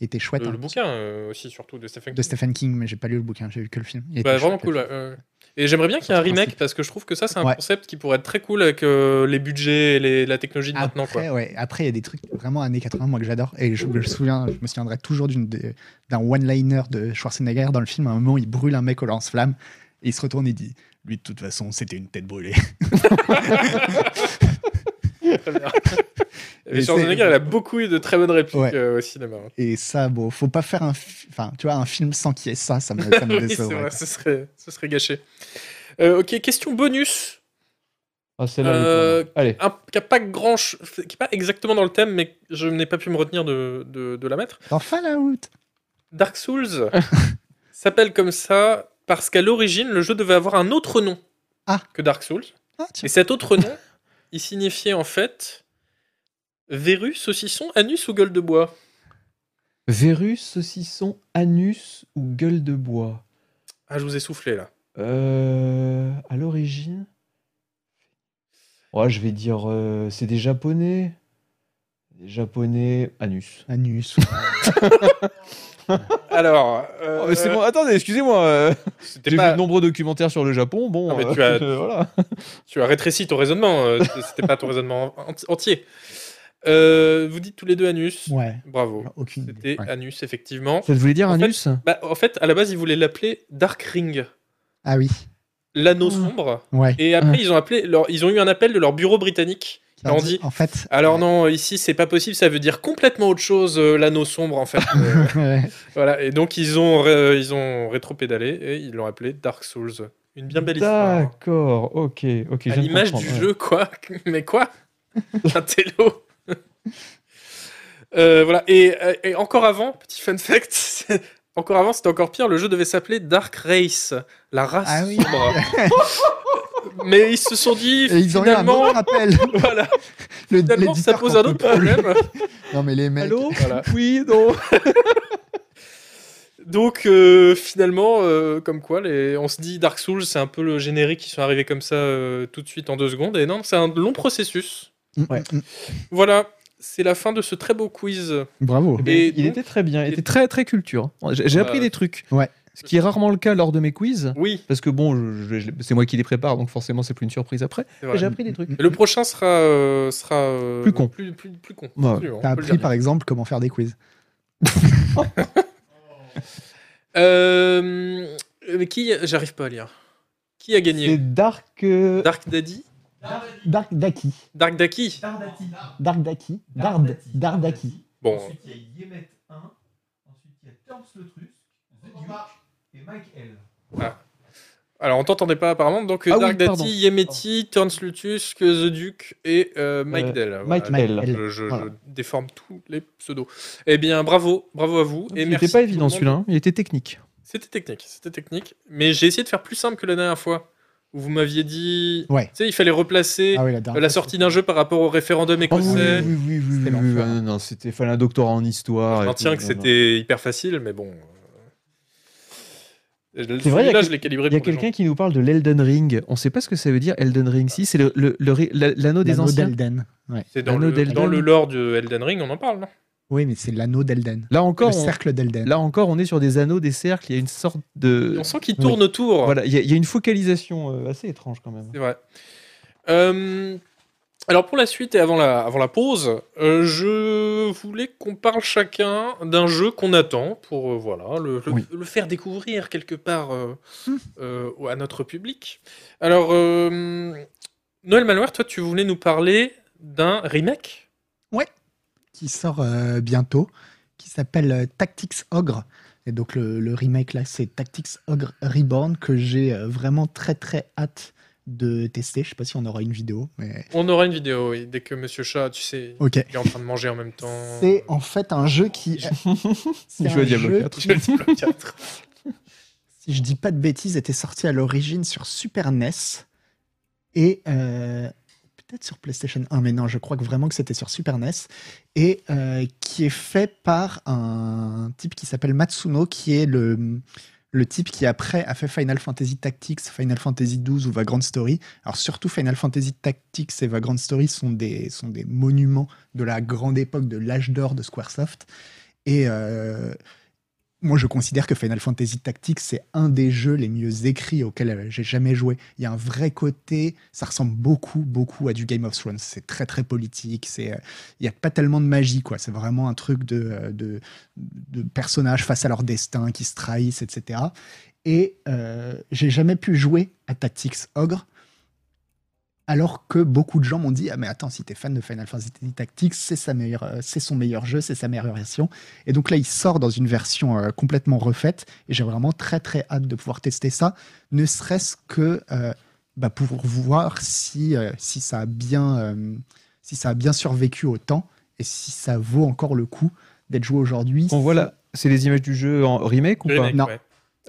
C: Il était chouette.
A: Le,
C: hein.
A: le bouquin euh, aussi, surtout, de Stephen King.
C: De Stephen King, mais j'ai pas lu le bouquin, j'ai vu que le film. Il
A: Bah,
C: était
A: vraiment
C: chouette.
A: cool. ouais, euh. Et j'aimerais bien qu'il y ait un remake parce que je trouve que ça, c'est un
C: Ouais.
A: concept qui pourrait être très cool avec euh, les budgets et les- la technologie de maintenant. Quoi.
C: Après, ouais. Après, il y a des trucs vraiment années 80, moi, que j'adore. Et je me souviens, je me souviendrai toujours d'une des- d'un one-liner de Schwarzenegger dans le film. À un moment, il brûle un mec au lance-flamme. Et il se retourne et dit Lui, de toute façon, c'était une tête brûlée.
A: Très bien.
C: Et
A: Et Schwarzenegger,
C: c'est-
A: il a beaucoup eu de très bonnes répliques
C: Ouais.
A: euh, au cinéma.
C: Et ça, bon, faut pas faire un, fi- enfin, tu vois, un film sans qu'il y ait ça. Ça me, ça me
A: Oui, c'est
C: décevrait.
A: vrai, ce serait, ce serait gâché. Euh, ok, question bonus,
B: Ah, celle-là, elle est
A: Euh,
B: pour moi. Allez.
A: un- qui n'est pas, grand ch- qui est pas exactement dans le thème, mais je n'ai pas pu me retenir de, de- de la mettre.
C: Dans Fallout
A: Dark Souls s'appelle comme ça parce qu'à l'origine, le jeu devait avoir un autre nom
C: Ah.
A: que Dark Souls.
C: Ah, tiens.
A: Et cet autre nom, il signifiait en fait verru, saucisson, anus ou gueule de bois.
B: Vérus, saucisson, anus ou gueule de bois
A: Ah, je vous ai soufflé là.
B: Euh, À l'origine Ouais, je vais dire. euh, c'est des japonais. Des japonais, anus.
C: Anus.
A: Alors,
C: Oh,
A: euh,
B: attendez, excusez-moi.
A: c'était euh. pas-
B: nombreux documentaires sur le Japon. Bon, euh,
A: Ah, mais tu as-
B: voilà.
A: Tu as rétréci ton raisonnement, euh, c- c'était pas ton raisonnement en- entier. Euh, vous dites tous les deux anus.
C: Ouais.
A: Bravo.
C: Aucune idée.
A: C'était euh,
C: Ouais.
A: anus, effectivement.
B: Ça te voulait dire
A: En fait,
B: anus
A: Bah, en fait, à la base, ils voulaient l'appeler Dark Ring,
C: Ah oui.
A: l'anneau
B: Ah.
A: sombre.
C: Ouais.
A: Et après, ils ont, appelé leur- ils ont eu un appel de leur bureau britannique qui leur ont dit
C: En fait.
A: Alors, non, ici, c'est pas possible, ça veut dire complètement autre chose, euh, l'anneau sombre, en fait. Euh,
C: ouais.
A: voilà. Et donc, ils ont, ré- ils ont rétropédalé et ils l'ont appelé Dark Souls. Une bien belle histoire. hein.
B: D'accord, ok, ok. je
A: À
B: viens de
A: l'image du
B: comprendre, ouais.
A: jeu, quoi. Mais quoi Un télo Euh, voilà, et, et encore avant, petit fun fact, c'est- encore avant c'était encore pire, le jeu devait s'appeler Dark Race, la race
C: Ah oui.
A: sombre. Mais ils se sont dit,
C: Et ils ont eu un
A: finalement,
C: autre appel.
A: voilà,
C: Le-
A: finalement ça
C: l'éditeur
A: pose
C: qu'on
A: un autre
C: peut plus.
A: problème.
C: Non, mais les mecs.
B: Allô
A: Voilà.
B: Oui, non.
A: Donc euh, finalement, euh, comme quoi, les... on se dit Dark Souls, c'est un peu le générique qui sont arrivés comme ça euh, tout de suite en deux secondes, et non, c'est un long processus.
B: Ouais.
C: Mm, mm, mm.
A: Voilà, c'est la fin de ce très beau quiz.
C: Bravo.
B: Eh ben,
A: Et
B: il
A: donc-
B: était très bien, il
A: et-
B: était très très culture. J'ai j'ai
A: Euh,
B: appris des trucs.
C: ouais.
B: Ce qui est rarement le cas lors de mes quiz,
A: Oui,
B: parce que bon, je- je- je- c'est moi qui les prépare, donc forcément c'est plus une surprise après.
A: c'est
B: Mais
A: vrai.
B: J'ai appris des trucs.
A: Et Le prochain sera, euh, sera euh,
B: Plus con.
A: Plus, plus- plus con.
B: Ouais.
A: absolument,
C: T'as
A: on peut le
C: appris
A: dire.
C: par exemple comment faire des quiz.
A: Euh, mais qui J'arrive pas à lire. Qui a
B: C'est
A: gagné
B: Dark. euh,
A: Dark Daddy
C: Dark Daki.
A: Dark Daki
D: Dardati.
C: Dark Daki.
D: Dard-
C: Dardaki.
A: Bon,
D: Ensuite, il y a Yemet 1. Ensuite, il y a Turms le Truc, The Duke et Mike L.
A: Ah. Alors, on t'entendait pas apparemment. Donc, euh,
B: Ah oui,
A: Dark Dati,
B: pardon.
A: Yemeti, Turns Lutus, que The Duke et euh, Mike
B: Euh,
A: Dell.
B: Mike
A: Voilà.
B: Dell.
A: Je, je- je
C: Voilà.
A: déforme tous les pseudos. Eh bien, bravo, bravo à vous. Et
B: Il
A: merci
B: n'était pas
A: tout le
B: évident
A: monde.
B: celui-là, hein. il était technique.
A: C'était technique, c'était technique. Mais j'ai essayé de faire plus simple que la dernière fois. Où vous m'aviez dit.
C: Ouais.
A: Tu sais, il fallait replacer
C: Ah oui,
A: euh, la sortie d'un jeu par rapport au
B: Ah
A: référendum écossais.
C: oui,
B: oui,
C: C'était l'enfer.
B: ah, non, non, c'était fallait un doctorat en histoire.
A: Je
B: et
A: maintiens
B: tout,
A: que
B: non, non.
A: c'était hyper facile, mais bon.
B: C'est vrai, il y a
A: là
B: quel-
A: je l'ai calibré
B: Il y a
A: pour les gens.
B: quelqu'un qui nous parle de l'Elden Ring. On ne sait pas ce que ça veut dire, Elden Ring. Si, c'est le- le- le ré- la- l'anneau des
C: L'anneau
B: anciens.
C: d'Elden. Ouais.
A: C'est dans,
B: L'anneau
A: le,
B: d'Elden.
A: dans le lore de Elden Ring, on en parle, non
C: Oui, mais c'est l'anneau d'Elden.
B: Là
C: Le
B: encore, on,
C: cercle d'Elden.
B: là encore, on est sur des anneaux, des cercles. Il y a une sorte de.
A: On sent qu'il tourne autour.
B: Voilà, il y, a- il y a une focalisation euh, assez étrange quand même.
A: C'est vrai. Euh, alors pour la suite et avant la, avant la pause, euh, je voulais qu'on parle chacun d'un jeu qu'on attend pour euh, voilà le, le-
B: Oui.
A: le faire découvrir quelque part euh,
C: Hmm.
A: euh, à notre public. Alors euh, Noël Malware, toi tu voulais nous parler d'un remake
C: qui sort euh, bientôt, qui s'appelle euh, Tactics Ogre. Et donc le, le remake là, c'est Tactics Ogre Reborn que j'ai euh, vraiment très très hâte de tester. Je sais pas si on aura une vidéo, mais
A: On aura une vidéo oui, dès que Monsieur Chat, tu sais,
C: ok.
A: il est en train de manger en même temps.
C: C'est en fait un jeu qui. C'est
B: Il joue à
C: un
B: Diablo
C: jeu
B: 4.
A: Je
C: qui,
A: le dis, le théâtre.
C: si je dis pas de bêtises, était sorti à l'origine sur Super NES et euh, peut-être sur PlayStation 1, mais non, je crois que vraiment que c'était sur Super NES et euh, qui est fait par un type qui s'appelle Matsuno, qui est le le type qui après a fait Final Fantasy Tactics, Final Fantasy XII ou Vagrant Story. Alors surtout Final Fantasy Tactics et Vagrant Story sont des sont des monuments de la grande époque de l'âge d'or de SquareSoft et euh, moi, je considère que Final Fantasy Tactics, c'est un des jeux les mieux écrits auxquels euh, j'ai jamais joué. Il y a un vrai côté, ça ressemble beaucoup, beaucoup à du Game of Thrones. C'est très, très politique. C'est, euh, il n'y a pas tellement de magie, quoi. C'est vraiment un truc de, euh, de, de personnages face à leur destin, qui se trahissent, etc. Et euh, j'ai jamais pu jouer à Tactics Ogre. Alors que beaucoup de gens m'ont dit Ah, mais attends, si t'es fan de Final Fantasy Tactics, c'est sa meilleure, euh, c'est son meilleur jeu, c'est sa meilleure version. Et donc là, il sort dans une version euh, complètement refaite. Et j'ai vraiment très très hâte de pouvoir tester ça, ne serait-ce que euh, bah, pour voir si, euh, si, ça a bien, euh, si ça a bien survécu au temps et si ça vaut encore le coup d'être joué aujourd'hui.
B: On voit là, c'est les images du jeu en remake ou
A: Le
B: pas
A: remake,
C: Non.
A: ouais.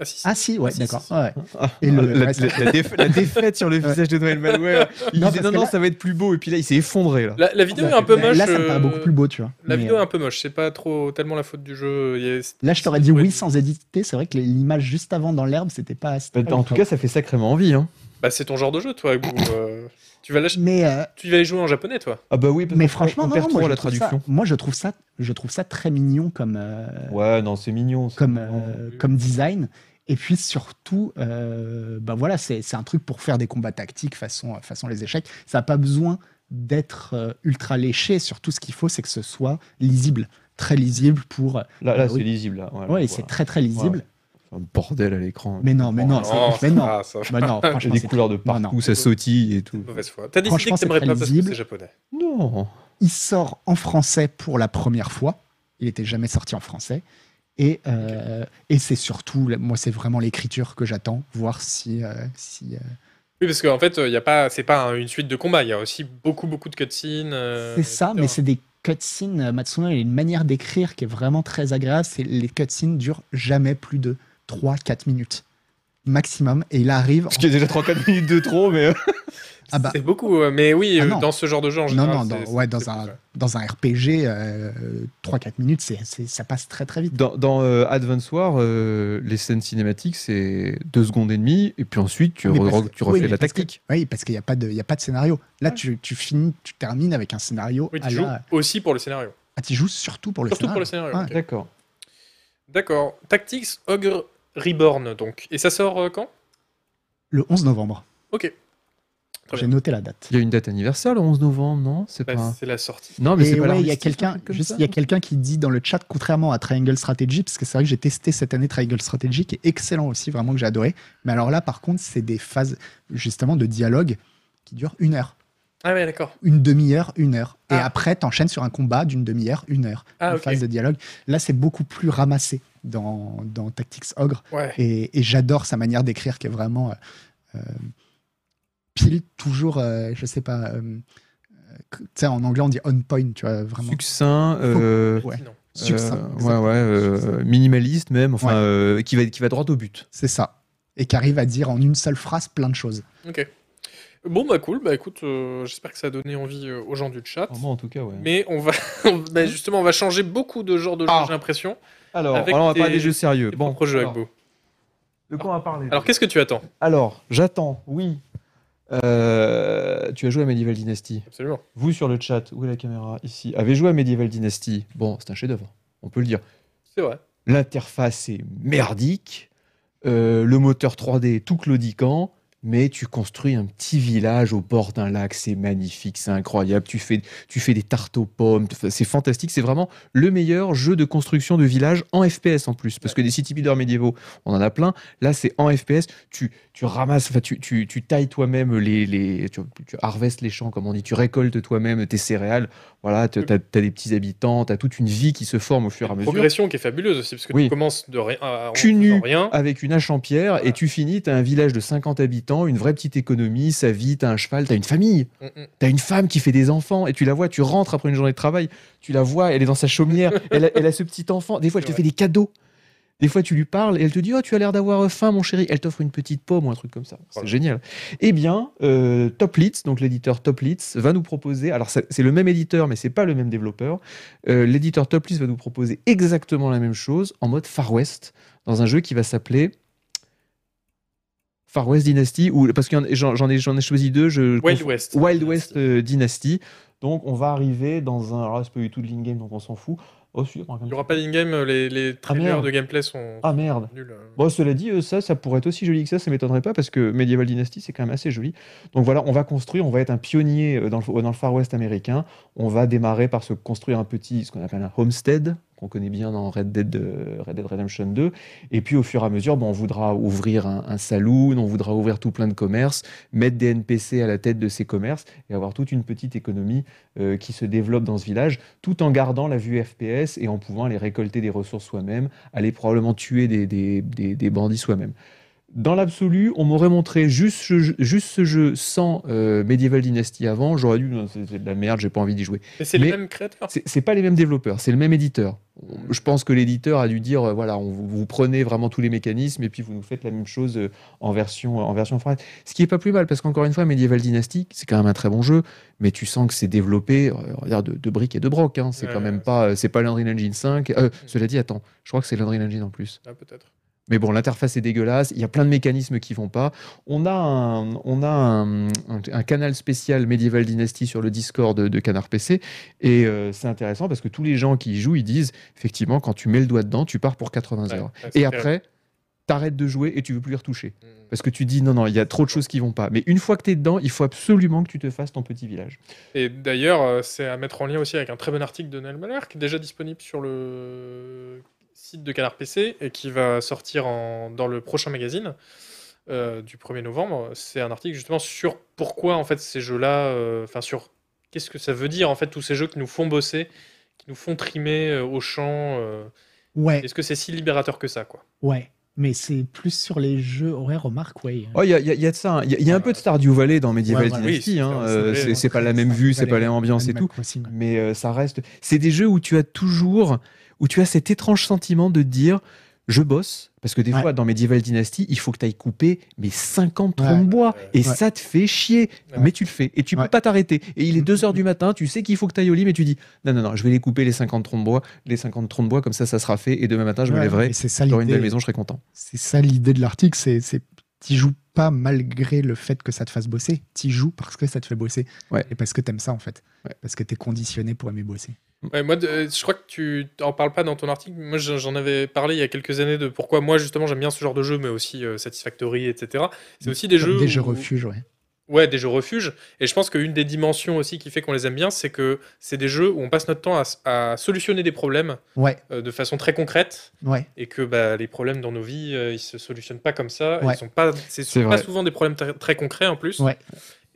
A: Ah, si, si.
C: Ah si, ouais,
A: Ah, si,
C: d'accord.
A: si, si.
C: ouais.
B: Ah,
C: Et le-
B: la,
C: ouais, ça-
B: la- la défa- la défaite sur le visage de Noël Malware. Il
C: Non,
B: disait
C: parce
B: non,
C: que
B: non,
C: là-
B: ça va être plus beau. Et puis là, il s'est effondré. Là.
A: La, la vidéo
B: Ah,
A: est un peu
C: Là,
A: moche.
C: là, ça me paraît
A: euh,
C: beaucoup plus beau, tu vois.
A: La
C: Mais,
A: vidéo est
C: euh,
A: un peu moche, c'est pas trop tellement la faute du jeu. il y a-
C: Là, je t'aurais dit oui sans éditer. C'est vrai que les- l'image juste avant dans l'herbe, c'était pas. c'était pas
B: Bah, en
C: ouf.
B: tout cas, ça fait sacrément envie. Hein.
A: Bah, c'est ton genre de jeu, toi. Gou, euh, tu vas l'acheter.
C: Mais euh,
A: Tu vas y jouer en japonais, toi.
B: Ah bah oui, parce
C: mais
B: qu'on-
C: franchement,
B: on
C: non,
B: perd
C: non,
B: trop
C: moi,
B: à
C: je
B: la
C: trouve ça,
B: traduction.
C: moi je trouve ça, je trouve ça très mignon comme euh,
B: Ouais, non, c'est mignon. c'est
C: comme,
B: marrant.
C: euh, comme design. Et puis surtout, euh, bah voilà, c'est c'est un truc pour faire des combats tactiques façon, façon les échecs. Ça n'a pas besoin d'être euh, ultra léché. Surtout, ce qu'il faut, c'est que ce soit lisible, très lisible pour. euh,
B: Là, là
C: bah
B: c'est
C: oui.
B: lisible. hein. Là. Voilà,
C: ouais, et
B: voilà.
C: c'est très très lisible.
B: Un bordel à l'écran.
C: Mais non, mais non,
B: Oh,
C: c'est- mais
A: ça
C: non.
A: va, ah, ça va.
C: Bah non,
B: Il y a
C: franchement,
B: des
C: c'est-
B: couleurs de
C: Non,
B: partout,
C: non.
B: ça sautille et tout.
A: Mauvaise foi. T'as décidé
C: Franchement,
A: que t'aimerais
C: c'est
A: pas parce que
C: lisible.
A: c'est japonais.
B: Non.
C: il sort en français pour la première fois. Il n'était jamais sorti en français. Et, euh, et c'est surtout, moi, c'est vraiment l'écriture que j'attends, voir si, euh, si euh,
A: Oui, parce qu'en fait, il y a pas, c'est pas un- une suite de combats. Il y a aussi beaucoup, beaucoup de cutscenes. euh,
C: C'est ça,
A: etc.
C: mais c'est des cutscenes. euh, Matsuno, il a une manière d'écrire qui est vraiment très agréable. C'est les cutscenes durent jamais plus de 3-4 minutes maximum. Et il arrive. en-
B: Parce qu'il y a déjà 3-4 minutes de trop, mais. euh,
C: Ah bah,
A: C'est beaucoup, euh, mais oui,
C: Ah
A: euh,
C: non.
A: dans ce genre de jeu en
C: non,
A: général.
C: non,
A: c'est-
C: dans,
A: c'est-
C: ouais, dans,
A: c'est
C: un,
A: plus ça.
C: dans un RPG, euh, 3-4 minutes, c'est c'est- ça passe très très vite.
B: Dans, dans euh, Advance War, euh, les scènes cinématiques, c'est 2 secondes et demie, et puis ensuite, tu,
C: Mais
B: re-
C: parce que-
B: tu refais
C: oui, mais
B: la
C: parce que-
B: tactique.
C: Oui, parce qu'il n'y a, pas de- il y a pas de scénario. Là, tu, tu finis, tu termines avec un scénario.
A: Oui, tu
C: à
A: joues
C: la-
A: aussi pour le scénario.
C: ah, tu joues surtout ah pour le
A: Surtout pour
C: scénario.
A: le scénario.
C: Ouais.
A: ok.
B: D'accord.
A: D'accord. Tactics Ogre Reborn, donc. Et ça sort euh, quand
C: Le 11 novembre.
A: Ok. Très
C: J'ai
A: bien.
C: noté la date.
B: Il y a une date anniversaire le 11 novembre, non C'est
A: Bah,
C: Hein.
B: pas.
A: C'est la sortie.
B: Non, mais c'est
C: Et
B: pas
C: ouais, il y
B: l'armistice,
C: a
B: un
C: quelqu'un,
B: truc comme
C: juste,
B: ça
C: il y a quelqu'un qui dit dans le chat, contrairement à Triangle Strategy, parce que c'est vrai que j'ai testé cette année Triangle Strategy, qui est excellent aussi, vraiment que j'ai adoré. Mais alors là, par contre, c'est des phases justement de dialogue qui durent une heure,
A: Ah ouais, d'accord.
C: une demi-heure, une heure, et
A: Ah.
C: après t'enchaînes sur un combat d'une demi-heure, une heure,
A: Ah,
C: une
A: ok.
C: phase de dialogue. Là, c'est beaucoup plus ramassé. dans, dans Tactics Ogre.
A: Ouais.
C: Et, et j'adore sa manière d'écrire qui est vraiment euh, euh, pile, toujours, euh, je sais pas, euh, tu sais, en anglais on dit on point, tu vois, vraiment.
B: Succinct, euh,
C: Ouais.
A: Sinon.
C: Succinct,
B: euh, ouais,
C: exactement.
B: ouais, euh,
C: Succinct.
B: minimaliste même, enfin,
C: Ouais.
B: euh, qui, va, qui va droit au but.
C: C'est ça. Et qui arrive à dire en une seule phrase plein de choses.
A: Ok. Bon, bah cool. Bah écoute, euh, j'espère que ça a donné envie euh, aux gens du chat.
B: Ah, Moi, en tout cas, ouais.
A: Mais on va, on- bah, justement, on va changer beaucoup de genres de jeux,
B: Ah.
A: j'ai l'impression.
B: Alors,
A: Avec
B: alors, on va
A: tes-
B: parler des jeux sérieux.
A: Tes
B: Bon,
A: propres jeux,
B: alors,
A: Agbo.
B: de quoi on va parler
A: Alors, qu'est-ce que tu attends
B: Alors, j'attends, oui. Euh, tu as joué à Medieval Dynasty.
A: Absolument.
B: Vous sur le chat, où est la caméra Ici. Avez joué à Medieval Dynasty. Bon, c'est un chef-d'œuvre, on peut le dire.
A: C'est vrai.
B: L'interface est merdique. Euh, le moteur 3D est tout claudiquant. Mais tu construis un petit village au bord d'un lac, c'est magnifique, c'est incroyable. Tu fais, tu fais des tartes aux pommes, tu fais- c'est fantastique. C'est vraiment le meilleur jeu de construction de village en FPS en plus. Parce que des city builders médiévaux, on en a plein. Là, c'est en FPS. Tu, tu ramasses, enfin, tu, tu, tu tailles toi-même les. les tu, tu harvestes les champs, comme on dit. Tu récoltes toi-même tes céréales. Voilà, tu as, des petits habitants, tu as toute une vie qui se forme au fur et à mesure.
A: Progression qui est fabuleuse aussi, parce que tu
B: Oui. Ah.
A: commences de rien. à- en
B: Cul
A: faisant
B: nu.
A: Rien.
B: avec une hache en pierre
A: Voilà.
B: et tu finis, t'as un village de 50 habitants, une vraie petite économie, sa vie, t'as un cheval, t'as une famille,
A: Mm, mm.
B: t'as une femme qui fait des enfants et tu la vois, tu rentres après une journée de travail, tu la vois, elle est dans sa chaumière, elle, a, elle a ce petit enfant, des fois elle te
A: Ouais.
B: fait des cadeaux. Des fois, tu lui parles et elle te dit Oh, tu as l'air d'avoir euh, faim, mon chéri. Elle t'offre une petite pomme ou un truc comme ça. C'est
A: Voilà.
B: génial. Eh bien, euh, Toplitz, donc l'éditeur Toplitz, va nous proposer. Alors, ça- c'est le même éditeur, mais c'est pas le même développeur. Euh, l'éditeur Toplitz va nous proposer exactement la même chose en mode Far West, dans un jeu qui va s'appeler Far West Dynasty. Ou, parce que j'en j'en ai, j'en ai choisi deux. Je, je
A: Wild West.
B: Wild West euh, Dynasty. Donc on va arriver dans un. Alors là, c'est pas du tout de l'in-game, donc on s'en fout. Oh, si, on va quand
A: Il
B: même-
A: n'y aura pas d'in-game, euh, les, les trailers
B: Ah, merde.
A: de gameplay sont
B: Ah merde.
A: nuls. euh.
B: Bon, cela dit, euh, ça, ça pourrait être aussi joli que ça, ça m'étonnerait pas parce que Medieval Dynasty, c'est quand même assez joli. Donc voilà, on va construire, on va être un pionnier euh, dans le, dans le Far West américain. On va démarrer par se construire un petit, ce qu'on appelle un homestead, qu'on connaît bien dans Red Dead, euh, Red Dead Redemption 2. Et puis au fur et à mesure, bon, on voudra ouvrir un, un saloon, on voudra ouvrir tout plein de commerces, mettre des NPC à la tête de ces commerces et avoir toute une petite économie euh, qui se développe dans ce village, tout en gardant la vue FPS et en pouvant aller récolter des ressources soi-même, aller probablement tuer des, des- des- des bandits soi-même. Dans l'absolu, on m'aurait montré juste ce, jeu- juste ce jeu sans euh, Medieval Dynasty avant, j'aurais dû, Non, c'est c'est de la merde, j'ai pas envie d'y jouer.
A: Mais c'est les
B: mais-
A: mêmes créateurs.
B: C'est c'est pas les mêmes développeurs, c'est le même éditeur. On- Je pense que l'éditeur a dû dire euh, voilà, on, vous- vous prenez vraiment tous les mécanismes et puis vous nous faites la même chose euh, en version en version française. Ce qui est pas plus mal parce qu'encore une fois, Medieval Dynasty, c'est quand même un très bon jeu, mais tu sens que c'est développé euh, on va dire de, de briques et de brocs. hein. C'est
A: Ouais,
B: quand même
A: ouais,
B: pas euh, c'est pas l'Unreal Engine 5. Euh, Cela dit, attends, je crois que c'est l'Unreal Engine en plus.
A: Ah, peut-être.
B: Mais bon, l'interface est dégueulasse, il y a plein de mécanismes qui vont pas. On a un, on a un, un- un canal spécial Medieval Dynasty sur le Discord de, de Canard PC, et euh, c'est intéressant parce que tous les gens qui y jouent, ils disent, effectivement, quand tu mets le doigt dedans, tu pars pour 80
A: Ouais,
B: heures.
A: ouais, c'est
B: Et après, t'arrêtes de jouer et tu veux plus y retoucher.
A: terrible. Mm.
B: Parce que tu dis, non, non, il y a trop de choses qui vont pas. Mais une fois que t'es dedans, il faut absolument que tu te fasses ton petit village.
A: Et d'ailleurs, euh, c'est à mettre en lien aussi avec un très bon article de Noël Malher, qui est déjà disponible sur le site de Canard PC et qui va sortir en- dans le prochain magazine euh, du 1er novembre. C'est un article justement sur pourquoi en fait ces jeux-là, euh, enfin sur qu'est-ce que ça veut dire en fait tous ces jeux qui nous font bosser, qui nous font trimer euh, au champ. euh,
C: Ouais,
A: Est-ce que c'est si libérateur que ça quoi
C: ouais. Mais c'est plus sur les jeux horaires au Mark Way.
B: Oh, il y a, il y a- il y a de ça. hein. Il y a, il y a un peu de Stardew Valley dans Medieval
C: Ouais, voilà.
B: Dynasty.
A: Oui, c'est-
B: hein.
A: c'est-
B: Euh,
A: c'est-
B: c'est c'est pas la même vue, c'est pas la même ambiance et tout. mais euh, ça reste. C'est des jeux où tu as toujours, où tu as cet étrange sentiment de dire, je bosse, parce que des
C: Ouais.
B: fois dans Medieval Dynasty, il faut que tu ailles couper mais 50 troncs
C: Ouais.
B: de bois,
A: Ouais.
B: et ça te fait chier,
A: Ouais.
B: mais tu le fais, et tu
C: Ouais.
B: peux pas t'arrêter. Et il est
C: Mhm.
B: 2 heures du matin, tu sais qu'il faut que tu ailles au lit, mais tu dis, non, non, non, je vais les couper les 50 troncs de bois, les 50 troncs de bois, comme ça, ça sera fait, et demain matin, je me lèverai,
C: C'est ça
B: j'aurai une belle
C: l'idée.
B: maison, je serai content.
C: C'est ça l'idée de l'article, c'est c'est t'y joues pas malgré le fait que ça te fasse bosser, t'y joues parce que ça te fait bosser.
B: Ouais.
C: Et parce que t'aimes ça en fait.
B: Ouais.
C: Parce que t'es conditionné pour aimer bosser.
A: Ouais, moi, de- euh, je crois que tu en parles pas dans ton article. mais Moi, j'en j'en avais parlé il y a quelques années de pourquoi moi, justement, j'aime bien ce genre de jeu, mais aussi euh, Satisfactory, etc. C'est aussi des
C: Comme
A: jeux.
C: Des jeux
A: où-
C: refuge, ouais.
A: Ouais, des jeux refuge. Et je pense qu'une des dimensions aussi qui fait qu'on les aime bien, c'est que c'est des jeux où on passe notre temps à, s- à solutionner des problèmes
C: Ouais,
A: euh, de façon très concrète
C: ouais.
A: et que bah, les problèmes dans nos vies, euh, ils se solutionnent pas comme ça. et
C: Ouais.
A: Ils sont pas, c'est
B: C'est
A: pas
B: vrai.
A: souvent des problèmes très- très concrets en plus.
C: Ouais.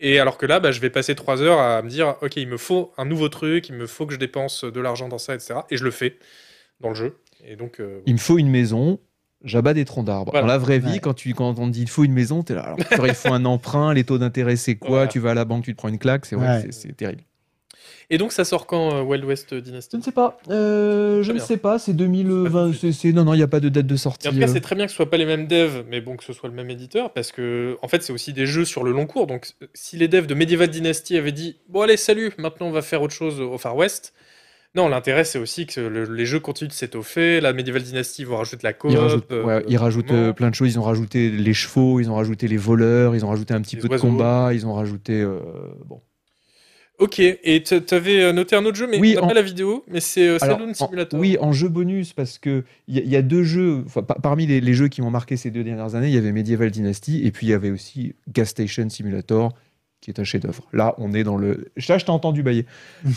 A: Et alors que là, bah, je vais passer trois heures à me dire, ok, il me faut un nouveau truc, il me faut que je dépense de l'argent dans ça, etc. Et je le fais dans le jeu. Et donc, euh,
B: Il me faut une maison, j'abats des troncs d'arbres.
A: Voilà.
B: Dans la vraie vie,
C: Ouais.
B: quand, tu, quand on te dit il faut une maison, t'es là. Alors, purée, il faut un emprunt, les taux d'intérêt, c'est quoi
A: Voilà.
B: Tu vas à la banque, tu te prends une claque, c'est vrai,
C: Ouais.
B: c'est- c'est terrible.
A: et donc ça sort quand euh, Wild West Dynasty
B: Je ne sais pas. euh, je
A: Très
B: ne
A: bien.
B: sais pas. C'est 2020.
A: C'est pas
B: c'est- c'est- non, non, il n'y a pas de date de
A: Et
B: sortie.
A: en tout cas,
B: euh.
A: c'est très bien que ce soit pas les mêmes devs, mais bon, que ce soit le même éditeur, parce que en fait, c'est aussi des jeux sur le long cours. Donc, euh, si les devs de Medieval Dynasty avaient dit bon allez, salut, maintenant on va faire autre chose au Far West, non, l'intérêt c'est aussi que le- les jeux continuent de s'étoffer. La Medieval Dynasty vont rajouter de la coop.
B: Ils rajoutent,
A: euh,
B: ouais, ils rajoutent,
A: comment-
B: euh, plein de choses. Ils ont rajouté les chevaux, ils ont rajouté les voleurs, ils ont rajouté un petit
A: Les
B: peu
A: oiseaux.
B: de combat, ils ont rajouté. euh, bon.
A: Ok, et t- t'avais euh, noté un autre jeu, mais
B: Oui,
A: on n'a
B: en-
A: pas la vidéo, mais c'est euh,
B: Alors,
A: Saloon
B: en-
A: Simulator.
B: oui, en jeu bonus, parce qu'il y, a- il y a deux jeux. enfin, par- parmi les, les jeux qui m'ont marqué ces deux dernières années, il y avait Medieval Dynasty et puis il y avait aussi Gas Station Simulator qui est un chef-d'œuvre. Là, on est dans le. Là, je t'ai entendu bailler.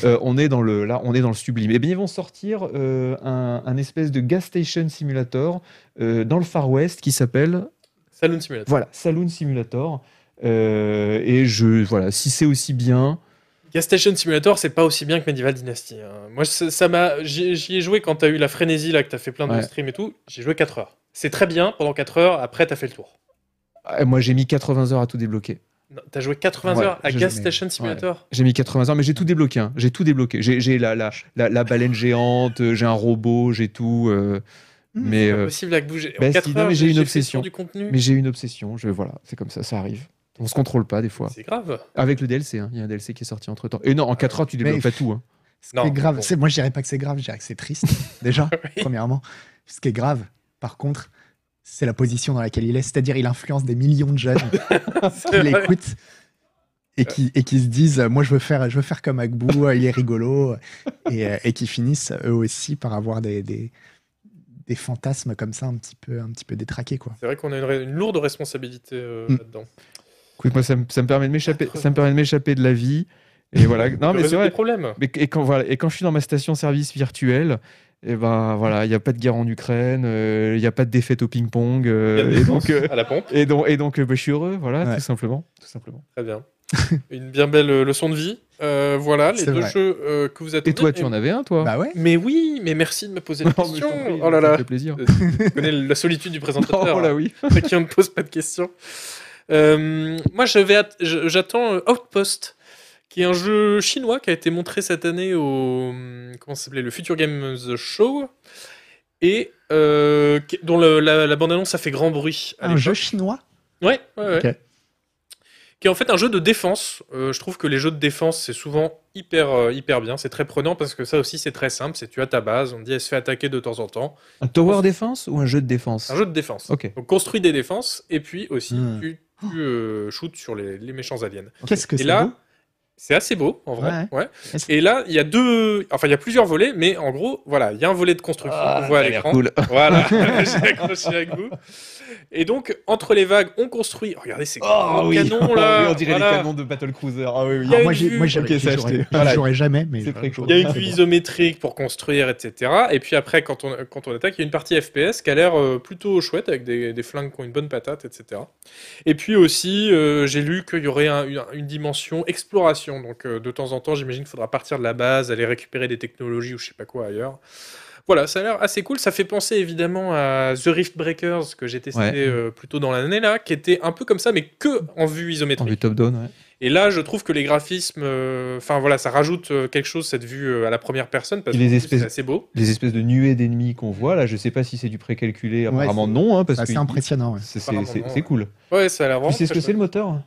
B: Euh, on est dans le. Là, on est dans le sublime. Et bien, ils vont sortir euh, un, un espèce de gas station simulator euh, dans le Far West qui s'appelle
A: Saloon Simulator.
B: voilà Saloon Simulator. Euh, et je voilà, si c'est aussi bien,
A: Gas Station Simulator, c'est pas aussi bien que Medieval Dynasty. hein. Moi, ça ça m'a, j'y j'y ai joué quand t'as eu la frénésie là, que t'as fait plein de
B: Ouais.
A: streams et tout. J'ai joué 4 heures. C'est très bien pendant 4 heures. Après, t'as fait le tour.
B: euh, moi j'ai mis 80 heures à tout débloquer.
A: Non, T'as joué 80
B: Ouais,
A: heures à
B: j'ai
A: Gas
C: jamais-
A: Station Simulator.
B: J'ai mis 80 heures, mais j'ai tout débloqué. hein. J'ai tout débloqué. J'ai j'ai la, la, la, la baleine géante, euh, j'ai un robot, j'ai tout. euh,
C: Hmm,
B: mais
A: Pas
B: euh,
A: possible avec bouger. En
B: bah si,
A: quatre
B: non, mais
A: heures,
B: j'ai une
A: fait le
B: obsession.
A: tour Du contenu.
B: mais j'ai une obsession. Je voilà, c'est comme ça, ça arrive. On se contrôle pas des fois.
A: C'est Ah, grave.
B: Avec le DLC, hein. il y a un DLC qui est sorti entre temps. Et non, en 4 heures, tu
C: Mais-
B: débloques pas tout. hein.
C: Ce qui est
A: Non,
C: grave,
A: bon.
C: c'est moi je dirais pas que c'est grave, je dirais que c'est triste déjà,
A: Oui.
C: premièrement. Ce qui est grave, par contre, c'est la position dans laquelle il est, c'est-à-dire il influence des millions de jeunes qui
A: C'est vrai.
C: l'écoutent et qui, et qui se disent moi je veux faire je veux faire comme Agbou, il est rigolo et, euh, et qui finissent eux aussi par avoir des, des, des fantasmes comme ça un petit peu un petit peu détraqués quoi.
A: C'est vrai qu'on a une, ré- une lourde responsabilité euh,
B: Mm.
C: Hmm.
A: là-dedans.
B: Écoute, moi, ça me, ça me permet de m'échapper, ça me permet de m'échapper de la vie. Et voilà. Non, mais c'est
A: Résoudre des
B: vrai.
A: problèmes.
B: Mais- et quand voilà, et quand je suis dans ma station-service virtuelle, et ben voilà, il n'y a pas de guerre en Ukraine, euh, il n'y a pas de défaite au ping-pong,
A: Il
B: euh,
A: y a des
B: et
A: dépenses
B: donc. euh,
A: à la pompe.
B: et donc, et donc, euh, bah, je suis heureux, voilà,
C: Ouais.
B: tout simplement, tout simplement.
A: Très bien. Une bien belle euh, leçon de vie. Euh, voilà les
C: C'est
A: deux
C: vrai.
A: jeux euh, que vous attendez.
B: Et toi, tu en avais un,
A: Oh.
B: toi
C: Bah ouais.
A: Mais oui, mais merci de me poser la
B: Non, mais je
A: question.
B: t'en prie,
A: oh là
B: ça me
A: là,
B: fait plaisir.
A: je connais la solitude du présentateur
B: Oh là oui.
A: hein, qui ne me pose pas de questions. Euh, moi, je vais att- je- j'attends euh, Outpost, qui est un jeu chinois qui a été montré cette année au hum, comment ça s'appelait le Future Games Show et euh, qui- dont le- la, la bande-annonce a fait grand bruit. à
C: Ah, Un jeu
A: l'époque.
C: chinois
A: Ouais, ouais, ouais.
C: Ok.
A: qui est en fait un jeu de défense. Euh, je trouve que les jeux de défense, c'est souvent hyper, euh, hyper bien. C'est très prenant parce que ça aussi, c'est très simple. C'est tu as ta base, on te dit elle se fait attaquer de temps en temps.
B: Un tower défense ou un jeu de défense
A: C'est un jeu de défense.
B: Ok.
A: Donc construis des défenses et puis aussi
C: Hmm.
A: tu, tu euh, shoots sur les, les méchants aliens.
C: Qu'est-ce que
A: Et
C: c'est
A: là,
C: beau
A: C'est assez beau en vrai. Ouais.
C: Est-ce-
A: Et là, il y a deux, enfin il y a plusieurs volets, mais en gros, voilà, il y a un volet de construction
B: Ah,
A: qu'on voit à l'écran.
B: Cool.
A: Voilà, j'ai accroché avec vous. Et donc entre les vagues, on construit. Regardez ces
B: Ah
A: gros canons Oh, là.
B: Oh, on dirait
A: Voilà.
B: les canons de Battle Cruiser. Ah oui, oui.
A: Il y a
C: moi
A: une
C: j'ai
A: vue.
C: moi j'ai
B: Ok, c'est acheté.
C: j'aurais
B: Voilà.
C: j'aurais jamais mais euh,
B: C'est très
C: j'aurais-
B: cool.
A: Il y a une
B: Ah,
A: vue
B: bon.
A: isométrique pour construire, etc. Et puis après, quand on, quand on attaque, il y a une partie FPS qui a l'air euh, plutôt chouette, avec des, des flingues qui ont une bonne patate, etc. Et puis aussi, euh, j'ai lu qu'il y aurait un- une, une dimension exploration. Donc euh, de temps en temps, j'imagine qu'il faudra partir de la base, aller récupérer des technologies ou je sais pas quoi ailleurs. Voilà, ça a l'air assez cool. Ça fait penser évidemment à The Rift Breakers que j'ai testé
B: Ouais.
A: euh, plus tôt dans l'année là, qui était un peu comme ça, mais que en vue
B: En
A: isométrique.
B: vue top-down, ouais.
A: Et là, je trouve que les graphismes, euh, enfin voilà, ça rajoute euh, quelque chose cette vue euh, à la première personne parce
B: Et
A: que
B: les
A: en plus,
B: espèces-
A: c'est assez beau.
B: Les espèces de nuées d'ennemis qu'on voit, là, je sais pas si c'est du précalculé,
C: Ouais,
B: apparemment
C: c'est-
B: non, hein, parce
C: C'est
B: que
C: assez impressionnant ouais.
B: c'est- c'est
A: Apparemment,
B: c'est-
A: non,
B: c'est
A: ouais.
B: cool.
A: Ouais, ça a l'air
B: Tu
A: vraiment.
B: sais ce que
A: très
B: c'est le
A: chouette.
B: moteur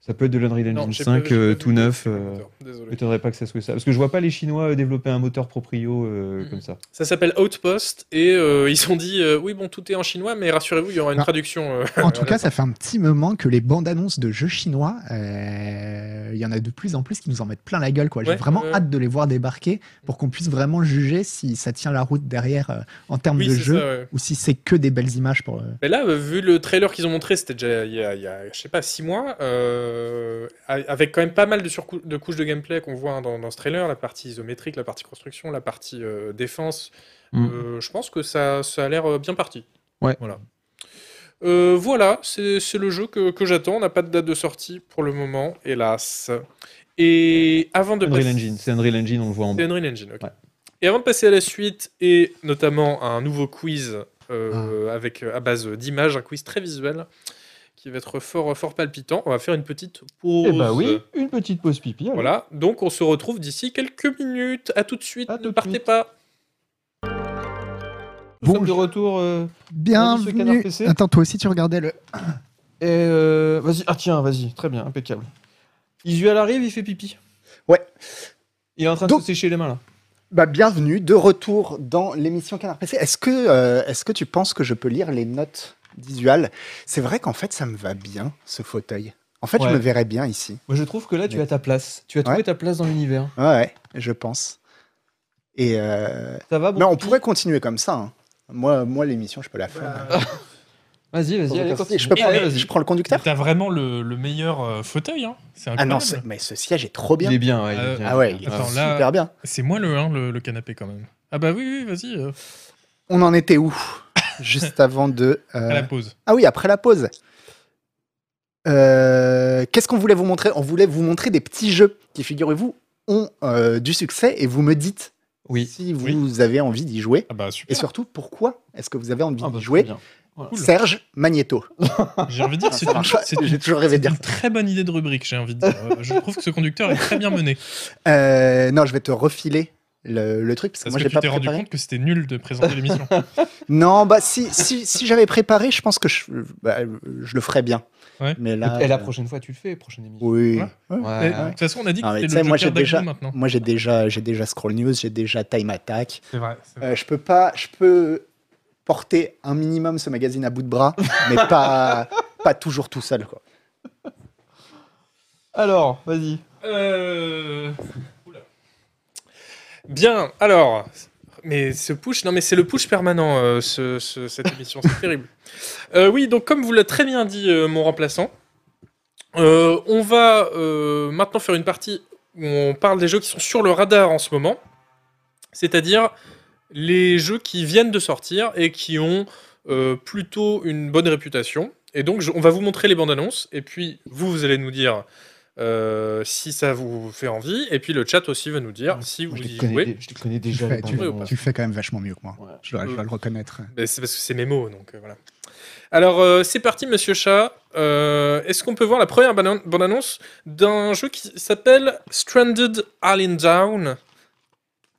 B: Ça peut être de l'Unreal
A: Non,
B: Engine
A: j'ai pas vu,
B: 5
A: j'ai
B: euh,
A: pas vu
B: tout
A: le
B: neuf. euh,
A: moteur, désolé.
B: M'étonnerait pas que ça soit ça. Parce que je vois pas les Chinois euh, développer un moteur proprio euh,
A: Mm.
B: comme ça.
A: Ça s'appelle Outpost et euh, ils ont dit euh, oui bon tout est en chinois mais rassurez-vous il y aura une
C: Non.
A: traduction. euh,
C: En tout cas, ça fait un petit moment que les bandes annonces de jeux chinois, euh, il y en a de plus en plus qui nous en mettent plein la gueule. quoi. J'ai
A: Ouais,
C: vraiment
A: ouais.
C: hâte de les voir débarquer pour qu'on puisse vraiment juger si ça tient la route derrière euh, en termes
A: oui
C: de
A: c'est
C: jeu
A: ça. ouais.
C: ou si c'est que des belles images pour. euh,
A: Mais là euh, vu le trailer qu'ils ont montré c'était déjà il y a, il y a, je sais pas six mois euh, avec quand même pas mal de, surcou- de couches de gameplay qu'on voit hein, dans, dans ce trailer la partie isométrique la partie construction la partie euh, défense
B: Mm.
A: Euh, je pense que ça, ça a l'air euh, bien parti.
B: Ouais.
A: Voilà. Euh, voilà, c'est c'est le jeu que, que j'attends. On n'a pas de date de sortie pour le moment, hélas. Et avant de
B: Unreal
A: passer-
B: Engine, c'est Unreal Engine, on le voit en
A: C'est
B: bas.
A: Unreal Engine, ok.
B: Ouais.
A: Et avant de passer à la suite, et notamment à un nouveau quiz euh, avec à base d'images, un quiz très visuel qui va être fort, fort palpitant, on va faire une petite pause.
B: Eh bah oui, une petite pause pipi. alors.
A: Voilà, donc on se retrouve d'ici quelques minutes. À tout de suite,
B: À tout
A: ne
B: de
A: partez
B: suite.
A: pas.
B: Nous
E: Bon,
B: sommes de
E: je-
B: retour. euh, Vas-y, ce canard
E: Bienvenue.
B: PC.
E: Attends, toi aussi, tu regardais le.
B: et euh, vas-y, ah tiens, vas-y, très bien, impeccable. Isuel arrive, il fait pipi.
C: Ouais.
B: Il est en train
C: Donc-
B: de se sécher les mains là.
C: Bah, bienvenue, de retour dans l'émission Canard PC. Est-ce que, euh, est-ce que tu penses que je peux lire les notes visuelles C'est vrai qu'en fait, ça me va bien, ce fauteuil. En fait,
B: Ouais.
C: je me verrais bien ici.
B: Moi je trouve que là tu
C: Mais-
B: as ta place. Tu as trouvé
C: Ouais.
B: ta place dans l'univers.
C: Ouais, ouais, je pense. Et euh,
B: Ça va bon
C: mais on
B: pipi
C: pourrait continuer comme ça. hein. Moi, moi l'émission, je peux la faire.
B: Vas-y, Bah, vas-y, allez, continue.
C: je, peux prendre-
B: Allez, vas-y.
C: je prends le conducteur
A: T'as vraiment le, le meilleur euh, fauteuil, hein. c'est
C: Ah
A: incroyable.
C: non, ce- mais ce siège est trop bien.
B: Il est bien, ouais, il est
A: Euh,
B: bien.
C: Ah ouais, il est
A: Attends, là-
C: super bien.
A: c'est moi le, hein, le, le canapé quand même. Ah bah oui, oui vas-y, euh,
C: On en était où Juste avant de... euh,
A: à la pause.
C: Ah oui, après la pause. Euh, Qu'est-ce qu'on voulait vous montrer On voulait vous montrer des petits jeux qui, figurez-vous, ont euh, du succès et vous me dites
B: Oui.
C: si vous avez envie d'y jouer.
A: Ah bah
C: Et
A: super,
C: surtout, pourquoi est-ce que vous avez envie
B: Ah, bah,
C: d'y
B: très
C: jouer
B: bien. cool.
C: Serge Magneto.
A: j'ai envie de dire, c'est
C: Ça
A: une,
C: marche pas,
A: c'est une-
C: J'ai toujours rêvé de dire.
A: une très bonne idée de rubrique, j'ai envie de dire. Euh, Je trouve que ce conducteur est très bien mené.
C: Euh, non, je vais te refiler le, le truc parce que
A: Parce
C: moi, je
A: que
C: l'ai
A: tu
C: pas
A: t'es rendu
C: préparé.
A: compte que c'était nul de présenter l'émission.
C: Non, bah si, si, si j'avais préparé, je pense que je, bah, je le ferais bien.
A: Ouais.
C: Mais là,
B: Et la
C: euh,
B: prochaine fois tu le fais, prochaine émission.
C: Oui.
A: Ouais.
C: Ouais.
A: Mais,
B: Ouais,
A: De
B: ouais.
A: toute façon, on a dit que
C: Ah, mais
A: c'était
C: tu
A: le
C: sais, moi,
A: Joker
C: j'ai déjà-
A: d'Agnew maintenant.
C: Moi, j'ai déjà, j'ai déjà Scroll News, j'ai déjà Time Attack.
A: C'est vrai. c'est vrai.
C: Euh, je peux pas, je peux porter un minimum ce magazine à bout de bras, mais pas, pas toujours tout seul. Quoi.
B: Alors, vas-y.
A: Euh, oula. Bien, alors. Mais ce push, non mais c'est le push permanent, euh, ce- ce- cette émission, c'est terrible. Euh, oui, donc comme vous l'a très bien dit euh, mon remplaçant, euh, on va euh, maintenant faire une partie où on parle des jeux qui sont sur le radar en ce moment, c'est-à-dire les jeux qui viennent de sortir et qui ont euh, plutôt une bonne réputation. Et donc je- on va vous montrer les bandes annonces, et puis vous, vous allez nous dire euh, si ça vous fait envie, et puis le chat aussi va nous dire si vous
B: Ah, Moi, je, les
A: y
B: connais,
A: jouez.
B: dé- je les connais
E: Tu,
B: déjà.
E: fais,
B: les
A: tu-
B: bandes annonces.
A: tu
C: fais
E: quand même vachement mieux que moi.
B: Ouais.
E: Je dois,
A: je dois
E: le reconnaître.
A: Ben, c'est parce que c'est mes mots, donc euh, voilà. Alors, euh, c'est parti, monsieur chat. Euh, Est-ce qu'on peut voir la première bana- bande-annonce d'un jeu qui s'appelle Stranded Allendown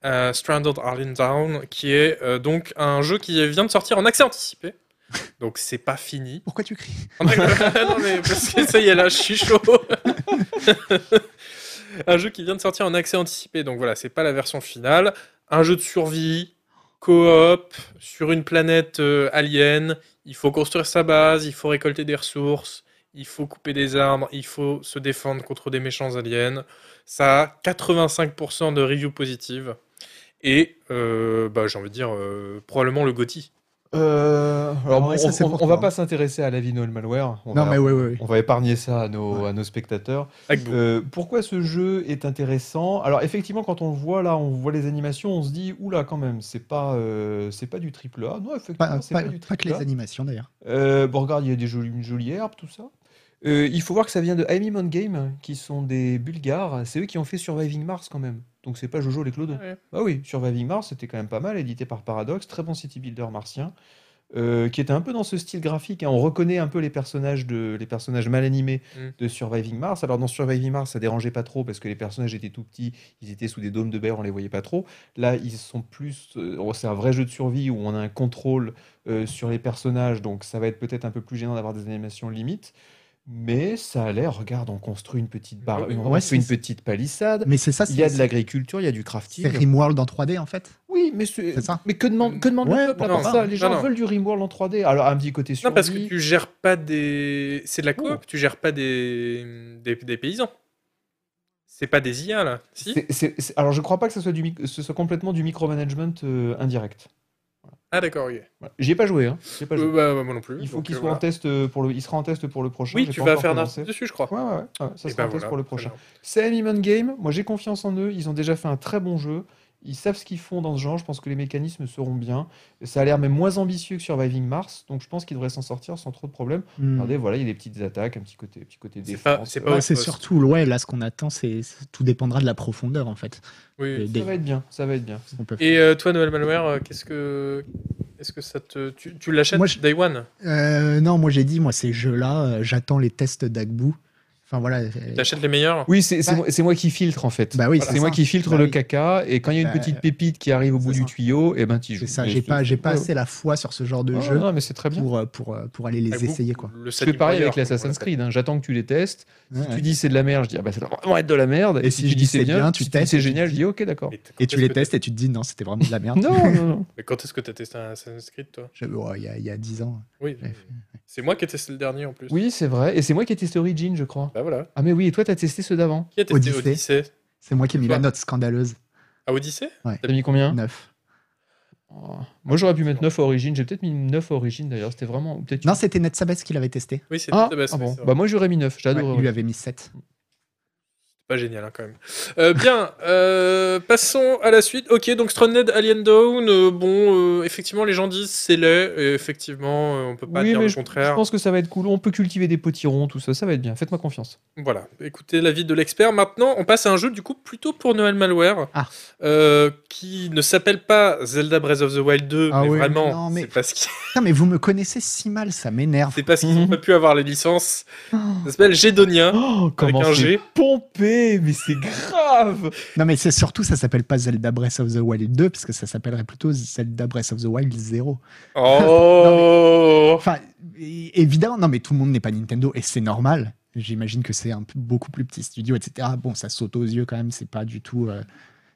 A: Euh, Stranded Allendown, qui est euh, donc un jeu qui vient de sortir en accès anticipé. Donc, c'est pas fini.
E: Pourquoi tu cries
A: non, mais parce que ça y est, là, je suis chaud. un jeu qui vient de sortir en accès anticipé, donc voilà, c'est pas la version finale. Un jeu de survie, coop, sur une planète euh, alien. Il faut construire sa base, il faut récolter des ressources, il faut couper des arbres, il faut se défendre contre des méchants aliens. Ça a 85% de reviews positives. Et euh, bah, j'ai envie de dire, euh, probablement le Gotti.
B: Euh, alors,
E: Ah ouais,
B: bon,
E: ça,
B: on-
E: c'est
B: on,
E: pour
B: on va
E: toi.
B: pas s'intéresser à la vino et le malware. On
E: Non,
B: va-
E: mais oui, oui, oui.
B: On va épargner ça à nos, à nos spectateurs. Euh, pourquoi ce jeu est intéressant Alors effectivement, quand on le voit là, on voit les animations, on se dit oula quand même, c'est pas euh, c'est pas du triple A. Non,
E: Pas,
B: effectivement, c'est
E: pas-
B: pas, du
E: pas que
B: triple
E: les
B: A.
E: animations d'ailleurs.
B: Euh, bon, regarde, il y a des jolies, une jolie herbe, tout ça. Euh, il faut voir que ça vient de Aimee Mon Game, qui sont des Bulgares. C'est eux qui ont fait Surviving Mars quand même. Donc c'est pas Jojo les Clodos.
A: Ouais.
B: Bah oui, Surviving Mars, c'était quand même pas mal, édité par Paradox, très bon city builder martien, euh, qui était un peu dans ce style graphique. hein. On reconnaît un peu les personnages, de, les personnages mal animés
A: Mm.
B: de Surviving Mars. Alors dans Surviving Mars, ça dérangeait pas trop parce que les personnages étaient tout petits, ils étaient sous des dômes de verre, on les voyait pas trop. Là, ils sont plus. euh, oh, C'est un vrai jeu de survie où on a un contrôle euh, sur les personnages, donc ça va être peut-être un peu plus gênant d'avoir des animations limites. Mais ça a l'air, regarde, on construit une petite barre,
A: Ouais,
B: on
E: Bah ouais,
B: fait une
E: c'est-
B: petite palissade.
E: Mais c'est ça,
B: Il y a
E: c'est
B: de l'agriculture, il y a du crafting.
E: c'est Rimworld en 3D en fait.
B: Oui, mais, c'est-
E: C'est ça
B: mais que demande, que demande
E: Ouais,
B: le peuple à
A: non,
B: part ça Les
A: non,
B: gens
A: non.
B: veulent du Rimworld en 3D. Alors, un petit côté survie.
A: Non, parce que tu gères pas des. C'est de la coop,
B: Oh.
A: tu gères pas des, des, des paysans. C'est pas des IA, là. Si
B: C'est- c'est- c'est- Alors, je crois pas que ce soit, du, mic- ce soit complètement du micromanagement euh, indirect.
A: Ah, d'accord, ok.
B: Voilà. J'y ai pas joué. Hein. J'y ai pas joué.
A: Euh, bah, bah, moi non plus.
B: il faut
A: donc,
B: qu'il
A: euh,
B: soit en
A: voilà.
B: test euh, pour le. Il sera en test pour le prochain.
A: Oui,
B: j'ai
A: tu
B: pas
A: vas
B: encore
A: faire un
B: commencé.
A: article dessus, je crois.
B: Ouais, ouais, ouais, ouais, Ça
A: Et
B: sera
A: bah,
B: en test
A: voilà,
B: pour le
A: très
B: prochain.
A: bien.
B: C'est Animon Game. Moi, j'ai confiance en eux. Ils ont déjà fait un très bon jeu. Ils savent ce qu'ils font dans ce genre. Je pense que les mécanismes seront bien. Ça a l'air même moins ambitieux que Surviving Mars. Donc je pense qu'ils devraient s'en sortir sans trop de problèmes.
E: Hmm.
B: Regardez, voilà, il y a des petites attaques, un petit côté, petit côté
A: C'est
B: défense.
A: pas- c'est pas-
B: Ouais,
A: Ouais,
C: c'est
A: c'est-
C: surtout, Hmm. ouais, là, ce qu'on attend, c'est c'est- tout dépendra de la profondeur, en fait.
A: Oui.
C: Des-
B: ça va être bien. Ça va être bien.
C: on peut-
A: Et euh, toi, Noël Malware, euh, qu'est-ce que. Est-ce que ça te. Tu, tu l'achètes
C: Moi, je-
A: Day One
C: Euh, non, moi, j'ai dit, moi, ces jeux-là, euh, j'attends les tests d'Agbu. Enfin, voilà. euh,
A: T'achètes les meilleurs
B: Oui, c'est c'est
C: Bah-
B: moi, c'est moi qui filtre en fait.
C: Bah oui,
B: c'est
C: c'est
B: moi
C: ça.
B: qui filtre
C: Bah
B: le
C: oui.
B: caca et quand il y a une
C: Bah,
B: petite pépite qui arrive au bout
C: c'est
B: du
C: ça.
B: tuyau, et ben tu
C: C'est ça, j'ai pas, j'ai pas assez la foi sur ce genre de jeu
B: Non, mais c'est très bien.
C: pour, euh, pour, euh, pour aller les
A: Avec
C: essayer,
A: beaucoup-
C: quoi.
A: Le
B: Je fais pareil avec
A: Satisfyer,
B: l'Assassin's
A: comme on l'appelle.
B: Creed. hein. J'attends que tu les testes.
C: Ouais,
B: Si
C: ouais.
B: tu dis c'est de la merde, je dis ah bah ça doit vraiment être de la merde.
C: Et si
B: tu
C: je
B: dis
C: dis
B: c'est
C: c'est
B: bien,
C: bien, tu
B: si dis
C: testes,
B: c'est
C: tu
B: génial,
C: dis-
B: je dis ok d'accord.
A: Mais t-
C: Et
A: quand
C: tu
A: est-ce
C: les
A: que
C: testes et tu te dis, non, c'était vraiment de la merde.
B: Non, non, non.
A: t'as- Mais quand est-ce que t'as testé un Assassin's Creed, toi
C: J'avais- ouais, oh, Il y, a- il y a 10 ans.
A: Oui.
C: Ouais.
A: C'est moi qui ai testé le dernier en plus.
B: Oui, c'est vrai. Et c'est moi qui ai testé Origin, je crois.
A: Bah voilà.
B: Ah mais oui, et toi t'as testé ceux d'avant.
A: Qui a testé
C: Odyssey.
A: Odyssey
C: C'est moi qui ai mis la
A: Ouais.
C: note scandaleuse.
A: À Odyssey
B: T'as mis combien
C: 9.
B: Oh. Moi j'aurais pu mettre 9 à Origin. J'ai peut-être mis 9 à Origin d'ailleurs. C'était vraiment peut-être.
C: Non, c'était Ned Sabes qui l'avait testé.
A: Oui, c'était
B: ah,
A: la base,
B: ah
A: oui,
B: bon.
A: c'est vrai.
B: Bah moi j'aurais mis 9.
C: Ouais,
B: J'adore.
C: il lui avait mis 7.
A: Pas génial hein, quand même. Euh, bien, euh, passons à la suite. Ok, donc Stranded Alien Dawn, euh, bon, euh, effectivement, les gens disent c'est laid, et effectivement, euh, on peut pas
B: Oui,
A: dire
B: mais
A: le
B: je, je
A: contraire.
B: pense que ça va être cool. On peut cultiver des potirons, tout ça. Ça va être bien. Faites-moi confiance.
A: Voilà, écoutez l'avis de l'expert. Maintenant, on passe à un jeu du coup plutôt pour Noël Malware,
C: Ah.
A: euh, qui ne s'appelle pas Zelda Breath of the Wild 2,
C: Ah
A: mais
C: oui,
A: vraiment,
C: non, mais-
A: c'est parce qu'ils
C: Putain, mais vous me connaissez si mal, ça m'énerve.
A: c'est parce qu'ils ont
B: Mhm.
A: pas pu avoir les licences.
C: Oh.
A: Ça s'appelle Gédonia.
B: Oh,
A: comment un c'est G.
B: pompé Mais c'est grave
C: Non, mais c'est surtout, ça s'appelle pas Zelda Breath of the Wild 2, parce que ça s'appellerait plutôt Zelda Breath of the Wild 0.
A: Oh
C: Enfin, é- évidemment, non, mais tout le monde n'est pas Nintendo, et c'est normal. J'imagine que c'est un p- beaucoup plus petit studio, etc. Bon, ça saute aux yeux quand même, c'est pas du tout. euh,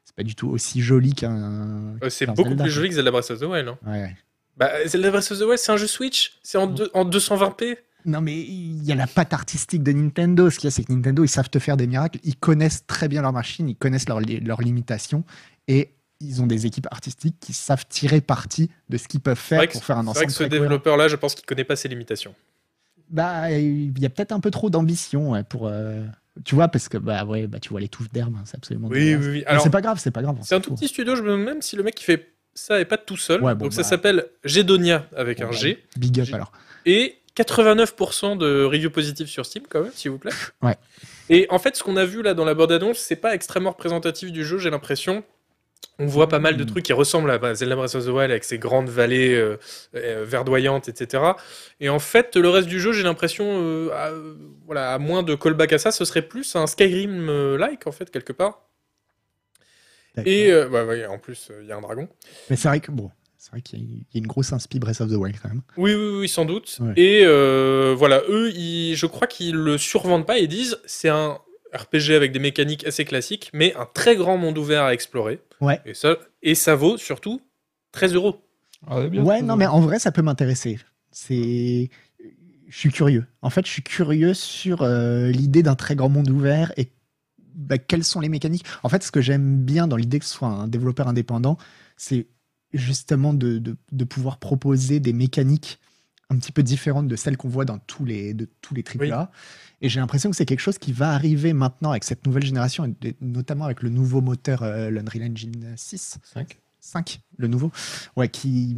C: c'est pas du tout aussi joli qu'un.
A: Euh, C'est
C: qu'un
A: beaucoup
C: Zelda,
A: plus
C: quoi.
A: joli que Zelda Breath of the Wild. hein.
C: Ouais, ouais.
A: Bah, Zelda Breath of the Wild, c'est un jeu Switch, c'est en, deux- en 220p.
C: Non, mais il y a la patte artistique de Nintendo. Ce qu'il y a, c'est que Nintendo, ils savent te faire des miracles. Ils connaissent très bien leur machine, ils connaissent leurs li- leurs limitations. Et ils ont des équipes artistiques qui savent tirer parti de ce qu'ils peuvent faire
A: vrai que-
C: pour faire un
A: C'est
C: ensemble.
A: vrai que ce
C: très cohérent.
A: développeur-là, je pense qu'il connaît pas ses limitations.
C: Bah, il y a peut-être un peu trop d'ambition ouais, pour. euh, Tu vois, parce que bah ouais, bah tu vois les touffes d'herbe, hein, c'est absolument.
A: Oui,
C: dégueulasse.
A: oui, oui.
C: Mais
A: Alors,
C: c'est pas grave, c'est pas grave. on
A: c'est un
C: s'en
A: tout
C: fout.
A: petit studio, je me demande même si le mec qui fait ça est pas tout seul.
C: Ouais, bon,
A: Donc ça
C: bah.
A: s'appelle Gédonia avec
C: Bon,
A: un
C: bah,
A: G.
C: Big up
A: J'ai-
C: alors.
A: et 89% de reviews positives sur Steam quand même, s'il vous plaît.
C: Ouais.
A: Et en fait, ce qu'on a vu là dans la bande-annonce, c'est pas extrêmement représentatif du jeu, j'ai l'impression. On voit pas mal de
C: Mm.
A: trucs qui ressemblent à bah, Zelda Breath of the Wild avec ses grandes vallées euh, euh, verdoyantes, etc. Et en fait, le reste du jeu, j'ai l'impression, euh, à, euh, voilà, à moins de callback à ça, ce serait plus un Skyrim-like en fait quelque part. Et euh, bah, ouais, en plus, il y a un dragon.
C: Mais c'est vrai que bon, c'est vrai qu'il y, a- il y a une grosse inspi Breath of the Wild quand même.
A: Oui, oui, oui, sans doute.
C: Ouais.
A: Et euh, voilà, eux, ils- je crois qu'ils le survendent pas. Ils disent c'est un RPG avec des mécaniques assez classiques, mais un très grand monde ouvert à explorer.
C: Ouais.
A: Et ça, et ça vaut surtout 13 euros.
B: Ah,
C: Ouais, non, mais en vrai, ça peut m'intéresser. C'est, je suis curieux. En fait, je suis curieux sur euh, l'idée d'un très grand monde ouvert et bah, quelles sont les mécaniques. En fait, ce que j'aime bien dans l'idée que ce soit un développeur indépendant, c'est justement de, de- de pouvoir proposer des mécaniques un petit peu différentes de celles qu'on voit dans tous les de tous les AAA. Et j'ai l'impression que c'est quelque chose qui va arriver maintenant avec cette nouvelle génération, et de- notamment avec le nouveau moteur euh, l'Unreal Engine 6.
B: 5.
C: 5, le nouveau, ouais, qui,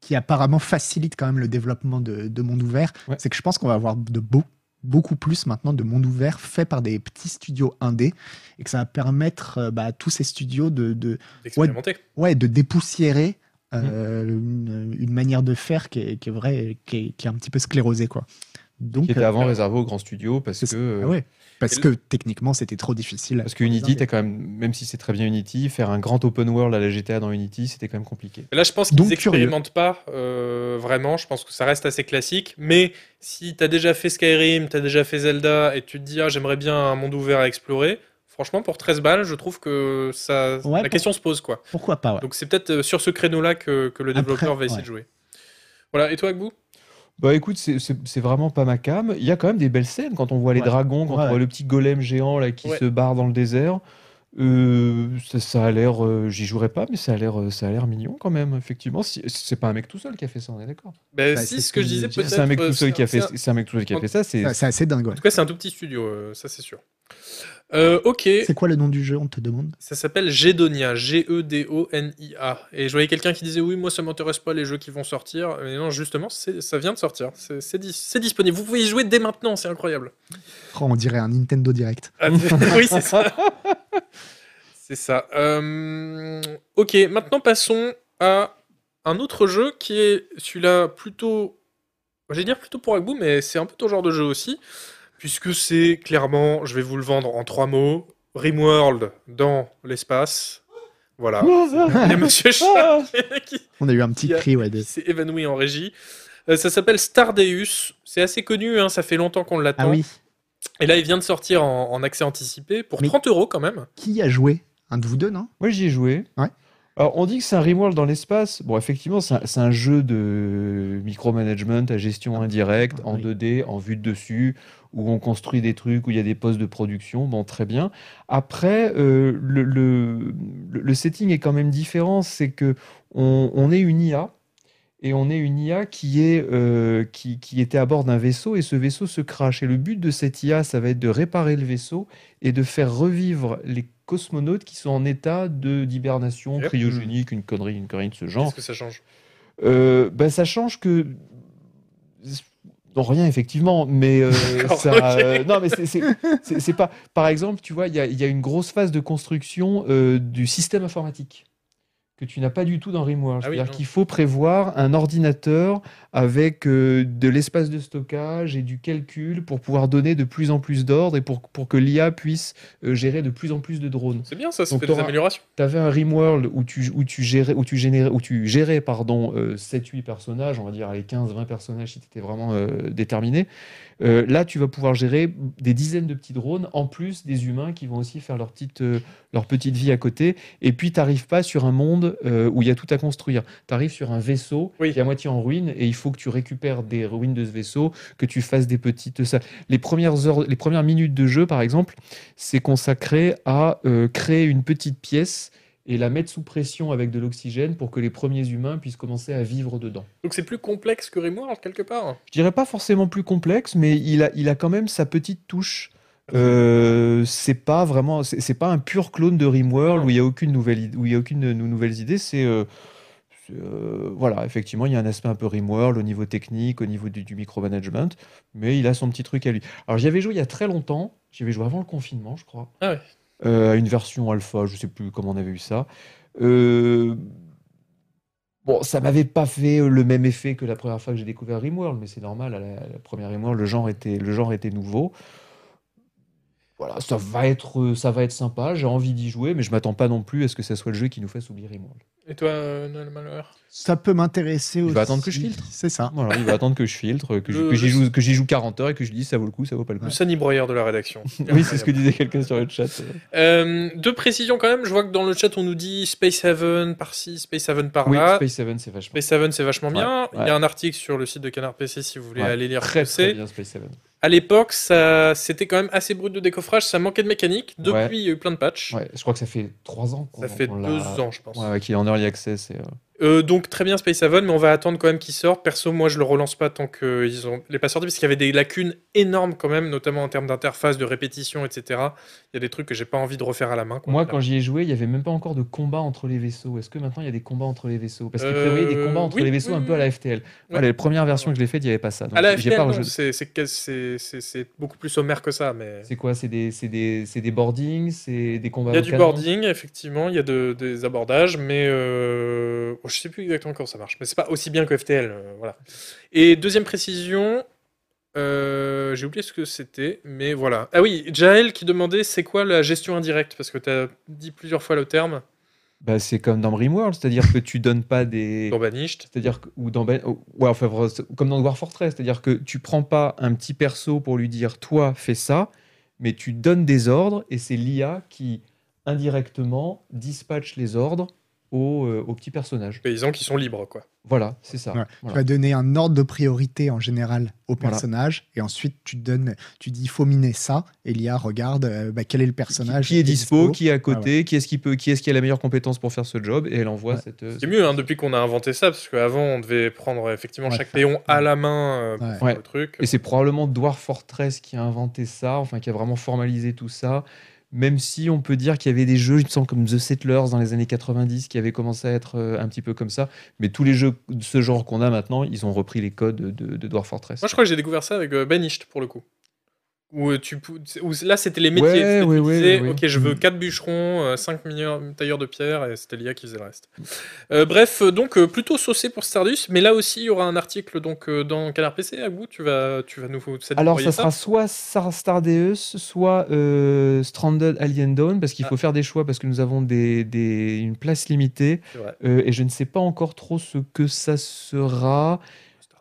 C: qui apparemment facilite quand même le développement de, de monde ouvert.
B: Ouais.
C: C'est que je pense qu'on va avoir de beau, beaucoup plus maintenant de monde ouvert fait par des petits studios indés et que ça va permettre euh, bah, à tous ces studios de, de,
A: D'expérimenter.
C: ouais, de dépoussiérer
B: Mm.
C: euh, une, une manière de faire qui est, qui est vraie, qui est, qui est un petit peu sclérosée. Quoi. Donc,
B: Qui était
C: euh,
B: avant réservé aux grands studios parce
C: c'est-
B: que. euh,
C: ah ouais, parce
A: Et
C: que techniquement c'était trop difficile.
B: Parce que Unity, t'as quand même, même si c'est très bien Unity, faire un grand open world à la GTA dans Unity, c'était quand même compliqué.
A: Et Là, je pense
C: Donc,
A: qu'ils
C: curieux.
A: expérimentent pas euh, vraiment. Je pense que ça reste assez classique. Mais si t'as déjà fait Skyrim, t'as déjà fait Zelda, et tu te dis ah, j'aimerais bien un monde ouvert à explorer. Franchement, pour 13 balles, je trouve que ça,
C: Ouais,
A: la
C: pour-
A: question se pose quoi.
C: Pourquoi pas ouais.
A: Donc c'est peut-être euh, sur ce créneau-là que, que le
C: Après,
A: développeur va essayer
C: ouais.
A: de jouer. Voilà, et toi, Agbou
B: Bah écoute, c'est- c'est c'est vraiment pas ma cam. Il y a quand même des belles scènes quand on voit les
C: Ouais.
B: dragons, quand
C: Ouais,
B: on voit
C: ouais.
B: le petit golem géant là qui
A: Ouais.
B: se barre dans le désert. Euh, ça, ça a l'air, euh, j'y jouerai pas, mais ça a l'air, euh, ça a l'air mignon quand même. Effectivement, si- c'est pas un mec tout seul qui a fait ça, on est d'accord.
A: ben,
C: Bah,
A: Si,
C: c'est
A: ce
C: ce
A: que
C: que
A: je disais
C: je disais.
A: peut-être.
B: C'est un mec
A: euh,
B: tout seul qui a
A: c'est
B: fait,
A: un-
B: c'est un mec tout seul qui a fait ça. C'est
C: Ça, C'est assez dingue. ouais.
A: En tout cas, c'est un tout petit studio, euh, ça c'est sûr. Euh, ok,
C: C'est quoi le nom du jeu, on te demande
A: ça s'appelle Gedonia, E G-E-D-O-N-I-A. Et je voyais quelqu'un qui disait oui, moi ça m'intéresse pas les jeux qui vont sortir. Mais non, justement, c'est- ça vient de sortir. C'est c'est dis- c'est disponible. Vous pouvez y jouer dès maintenant, c'est incroyable.
C: Oh, On dirait un Nintendo Direct.
A: Ah, oui, c'est ça. c'est ça. Euh, ok, maintenant passons à un autre jeu qui est celui-là plutôt. J'allais dire plutôt pour Agbou, mais c'est un peu ton genre de jeu aussi. Puisque c'est clairement, je vais vous le vendre en trois mots Rimworld dans l'espace. Voilà.
B: Ah,
A: Il y a Monsieur Chat qui
C: On a eu un petit
A: Il y a-
C: cri, ouais. de-
A: qui s'est évanoui en régie. Euh, ça s'appelle Stardeus. C'est assez connu, hein, ça fait longtemps qu'on l'attend.
C: Ah oui,
A: Et là, il vient de sortir en, en accès anticipé pour
C: Mais-
A: 30 euros quand même.
C: qui a joué Un de vous deux, non
B: Moi, j'y ai joué.
C: Ouais.
B: Alors, on dit que c'est un Rimworld dans l'espace. Bon, effectivement, c'est un, c'est un jeu de micromanagement à gestion indirecte, en
C: Ah, Oui.
B: 2D, en vue de dessus, où on construit des trucs, où il y a des postes de production. Bon, très bien. Après, euh, le, le- le- le setting est quand même différent. C'est que on, on est une IA. Et on est une IA qui, est, euh, qui, qui était à bord d'un vaisseau et ce vaisseau se crache. Et le but de cette IA, ça va être de réparer le vaisseau et de faire revivre les cosmonautes qui sont en état de d'hibernation
A: Yep.
B: cryogénique, une connerie, une connerie de ce genre.
A: Qu'est-ce que ça change
B: Euh, bah, ça change que non rien effectivement, mais euh,
A: D'accord,
B: ça,
A: ok.
B: euh, non mais c'est- c'est c'est- c'est pas. Par exemple, tu vois, il y a, il y a une grosse phase de construction euh, du système informatique que tu n'as pas du tout dans Rimworld.
A: Ah oui,
B: C'est-à-dire
A: non.
B: qu'il faut prévoir un ordinateur avec euh, de l'espace de stockage et du calcul pour pouvoir donner de plus en plus d'ordres et pour, pour que l'IA puisse euh, gérer de plus en plus de drones.
A: C'est bien, ça, ça
B: Donc,
A: fait des
B: t'auras-
A: améliorations.
B: Tu avais un Rimworld où tu, où tu gérais, où tu générais, où tu gérais pardon, 7-8 personnages, on va dire les 15-20 personnages si tu étais vraiment euh, déterminé. Euh, là, tu vas pouvoir gérer des dizaines de petits drones, en plus des humains qui vont aussi faire leur petite, euh, leur petite vie à côté. Et puis, tu n'arrives pas sur un monde euh, où il y a tout à construire. Tu arrives sur un vaisseau
A: Oui.
B: qui est à moitié en ruine et il faut que tu récupères des ruines de ce vaisseau, que tu fasses des petites... salles. Les premières, heures, les premières minutes de jeu, par exemple, c'est consacré à euh, créer une petite pièce et la mettre sous pression avec de l'oxygène pour que les premiers humains puissent commencer à vivre dedans.
A: Donc c'est plus complexe que Rimworld, quelque part.
B: Je dirais pas forcément plus complexe, mais il a, il a quand même sa petite touche. Euh, c'est pas vraiment, c'est c'est pas un pur clone de Rimworld où il y a aucune nouvelle, id- où il y a aucune euh, nouvelles idées. C'est euh, c'est, euh, voilà, effectivement, il y a un aspect un peu Rimworld au niveau technique, au niveau du, du micromanagement, mais il a son petit truc à lui. Alors j'y avais joué il y a très longtemps. J'y avais joué avant le confinement, je crois.
A: Ah ouais.
B: Euh, à une version alpha, je sais plus comment on avait eu ça. Euh, Bon, ça m'avait pas fait euh, le même effet que la première fois que j'ai découvert Rimworld, mais c'est normal. À la, à la première Rimworld, le genre était, le genre était nouveau. Voilà, ça va être, euh, ça va être sympa. J'ai envie d'y jouer, mais je m'attends pas non plus à ce que ça soit le jeu qui nous fasse oublier Rimworld.
A: Et toi, euh, Noël Malheur
C: Ça peut m'intéresser
B: vais
C: aussi.
B: attendre que je filtre.
C: C'est ça.
B: Voilà, il va attendre que je filtre, que, je-
A: Le-
B: que j'y
A: Euh, le-
B: joue, que j'y joue 40 heures et que je dise ça vaut le coup, ça vaut pas le coup.
A: Le Sunny Broyer de la rédaction.
B: Oui, c'est ce que disait quelqu'un sur le chat.
A: Euh, deux précisions quand même. Je vois que dans le chat, on nous dit Space Haven par-ci, Space Haven
B: Oui,
A: par-là.
B: Space Seven, c'est vachement
A: Ah. Space Haven, c'est vachement bien.
B: Ouais, ouais.
A: Il y a un article sur le site de Canard PC si vous voulez
B: Ouais,
A: aller lire ce
B: très,
A: que
B: très
A: c'est.
B: bien Space Seven.
A: À l'époque, ça, c'était quand même assez brut de décoffrage. Ça manquait de mécanique. Depuis,
B: Ouais.
A: il y a eu plein de patchs.
B: Ouais, je crois que ça fait 3 ans. qu'on-
A: Ça fait
B: qu'on
A: deux
B: l'a-
A: ans, je pense.
B: Ouais, ouais, qu'il est en early access. et, euh,
A: Euh, donc très bien Space Haven, mais on va attendre quand même qu'il sorte. Perso, moi je le relance pas tant qu'ils ont les pas sorti, parce qu'il y avait des lacunes énormes quand même, notamment en termes d'interface, de répétition, etc. Il y a des trucs que j'ai pas envie de refaire à la main. quoi.
B: Moi, quand j'y ai joué, il n'y avait même pas encore de combat entre les vaisseaux. Est-ce que maintenant il y a des combats entre les vaisseaux Parce qu'ils
A: Euh,
B: prévoyaient des combats entre
A: oui,
B: les vaisseaux
A: oui,
B: un peu à la FTL. Voilà,
A: Ouais.
B: la première version que je l'ai faite, il n'y avait pas ça. Donc,
A: à la
B: j'ai
A: FTL,
B: pas
A: non,
B: rejoué.
A: c'est- c'est que- c'est- c'est- c'est beaucoup plus sommaire que ça, mais
B: C'est quoi C'est des, c'est des, c'est des boardings C'est des combats
A: il y a
B: au
A: du
B: canon
A: boarding effectivement, il y a de- des abordages, mais euh, oh, je sais plus exactement comment ça marche, mais c'est pas aussi bien que FTL, euh, voilà. Et deuxième précision. euh, J'ai oublié ce que c'était, mais voilà. Ah oui, Jaël qui demandait c'est quoi la gestion indirecte, parce que tu as dit plusieurs fois le terme.
B: Bah, C'est comme dans Rimworld, c'est-à-dire que tu donnes pas des.
A: Dans Banished.
B: C'est-à-dire que, ou dans, Ben- ou- ouais, enfin, bref, c'est comme dans War Fortress, c'est-à-dire que tu prends pas un petit perso pour lui dire toi fais ça, mais tu donnes des ordres et c'est l'IA qui indirectement dispatche les ordres au aux, euh, aux petits personnages.
A: Paysans qui sont libres, quoi.
B: Voilà, c'est ça.
C: Ouais. Tu
B: Voilà.
C: vas donner un ordre de priorité en général au
B: Voilà.
C: personnage et ensuite tu donnes, tu dis il faut miner ça. Et l'IA regarde euh, bah, quel est le personnage
B: Qui, qui est dispo, qui est à côté,
C: Ah
B: qui est-ce qui peut, qui est-ce qui a la meilleure compétence pour faire ce job, et elle envoie
C: Ouais.
B: cette. euh,
A: C'est mieux hein, depuis qu'on a inventé ça, parce qu'avant on devait prendre effectivement
C: Ouais,
A: chaque
C: faire-
A: péon à la main euh, pour
C: Ouais.
A: faire
B: Ouais.
A: le truc.
B: Et c'est probablement Dwarf Fortress qui a inventé ça, enfin qui a vraiment formalisé tout ça. Même si on peut dire qu'il y avait des jeux, il me semble comme The Settlers dans les années 90 qui avaient commencé à être euh, un petit peu comme ça, mais tous les jeux de ce genre qu'on a maintenant, ils ont repris les codes de, de Dwarf Fortress.
A: Moi je crois que j'ai découvert ça avec euh, Banished pour le coup. Où, euh, tu, pou- où là c'était les métiers.
B: Ouais,
A: C'est-à-dire
B: ouais,
A: tu
B: ouais,
A: disais,
B: ouais.
A: Ok, je veux
C: Mm.
A: 4 bûcherons, 5 tailleurs de pierre, et c'était l'IA qui faisait le reste. Euh, bref, euh, donc euh, plutôt saucé pour Stardust, mais là aussi il y aura un article donc, euh, dans Canard PC à vous, tu vas, tu vas nous ça te
B: Alors
A: envoyer
B: ça sera soit Star Stardeus, soit euh, Stranded Alien Dawn, parce qu'il
A: Ah.
B: faut faire des choix, parce que nous avons des, des- une place limitée,
A: C'est vrai.
B: euh, et je ne sais pas encore trop ce que ça sera.
A: Stardust,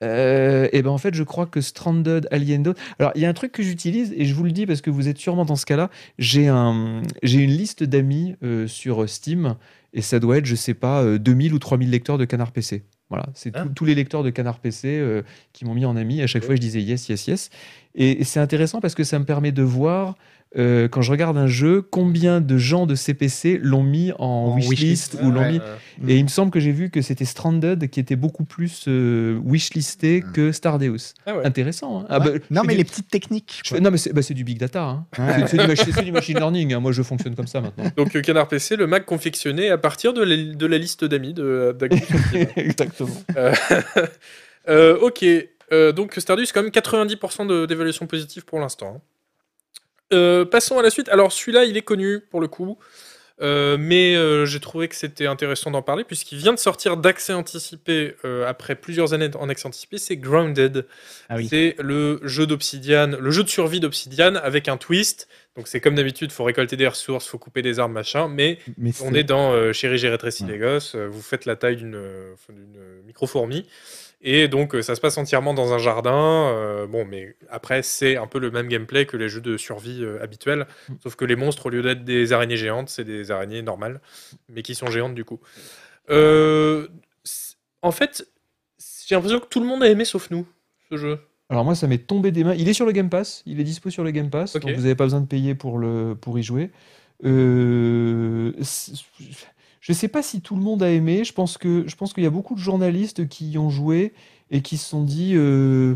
A: quand même.
B: et ben en fait, je crois que Stranded Alien Dawn- Alors, il y a un truc que j'utilise et je vous le dis parce que vous êtes sûrement dans ce cas-là. J'ai un, j'ai une liste d'amis euh, sur Steam et ça doit être, je sais pas, euh, 2000 ou 3000 lecteurs de Canard PC. Voilà, c'est
A: Hein
B: tous- tous les lecteurs de Canard PC euh, qui m'ont mis en ami. À chaque fois, je disais yes, yes, yes. Et c'est intéressant parce que ça me permet de voir, euh, quand je regarde un jeu, combien de gens de CPC l'ont mis en,
C: En
B: wishlist
C: wishlist,
B: ou l'ont
A: Ouais,
B: mis
A: euh,
B: et
C: Mm.
B: il me semble que j'ai vu que c'était Stranded qui était beaucoup plus euh, wishlisté que Stardeus.
A: ah ouais.
B: Intéressant. hein. Ah
C: Mm. Ouais.
B: bah,
C: non
B: je
C: mais
B: fais
C: les
B: du-
C: petites techniques.
B: je fais- non, mais c'est bah, c'est du big data. hein.
C: Ouais.
B: C'est- C'est du, machi- c'est du machine learning. hein. Moi, je fonctionne comme ça maintenant.
A: Donc euh, Canard PC, le Mac confectionné à partir de la, de la liste d'amis de, euh, d'Agnus.
B: Exactement.
A: Euh, ok, Euh, donc Stardust, quand même 90% de- d'évaluation positive pour l'instant. hein. Euh, passons à la suite. Alors celui-là, il est connu pour le coup, euh, mais euh, j'ai trouvé que c'était intéressant d'en parler puisqu'il vient de sortir d'accès anticipé euh, après plusieurs années en accès anticipé. C'est Grounded.
C: Ah oui.
A: C'est le jeu d'Obsidian, le jeu de survie d'Obsidian avec un twist. Donc c'est comme d'habitude, faut récolter des ressources, faut couper des armes, machin, mais
C: Mais
A: on
C: c'est-
A: est dans euh, Chérie, j'ai rétréci
C: Ouais.
A: les gosses. euh, Vous faites la taille d'une euh, enfin, d'une, euh, micro-fourmi. Et donc, euh, ça se passe entièrement dans un jardin. euh, bon, mais après, c'est un peu le même gameplay que les jeux de survie euh, habituels.
B: Mm.
A: Sauf que les monstres, au lieu d'être des araignées géantes, c'est des araignées normales, mais qui sont géantes du coup. Euh, c- en fait, j'ai l'impression que tout le monde a aimé sauf nous, ce jeu.
B: Alors moi, ça m'est tombé des mains. Il est sur le Game Pass. Il est dispo sur le Game Pass.
A: Ok.
B: Donc vous n'avez pas besoin de payer pour, le, pour y jouer. Euh, c'est- je ne sais pas si tout le monde a aimé. Je pense que je pense qu'il y a beaucoup de journalistes qui y ont joué et qui se sont dit euh,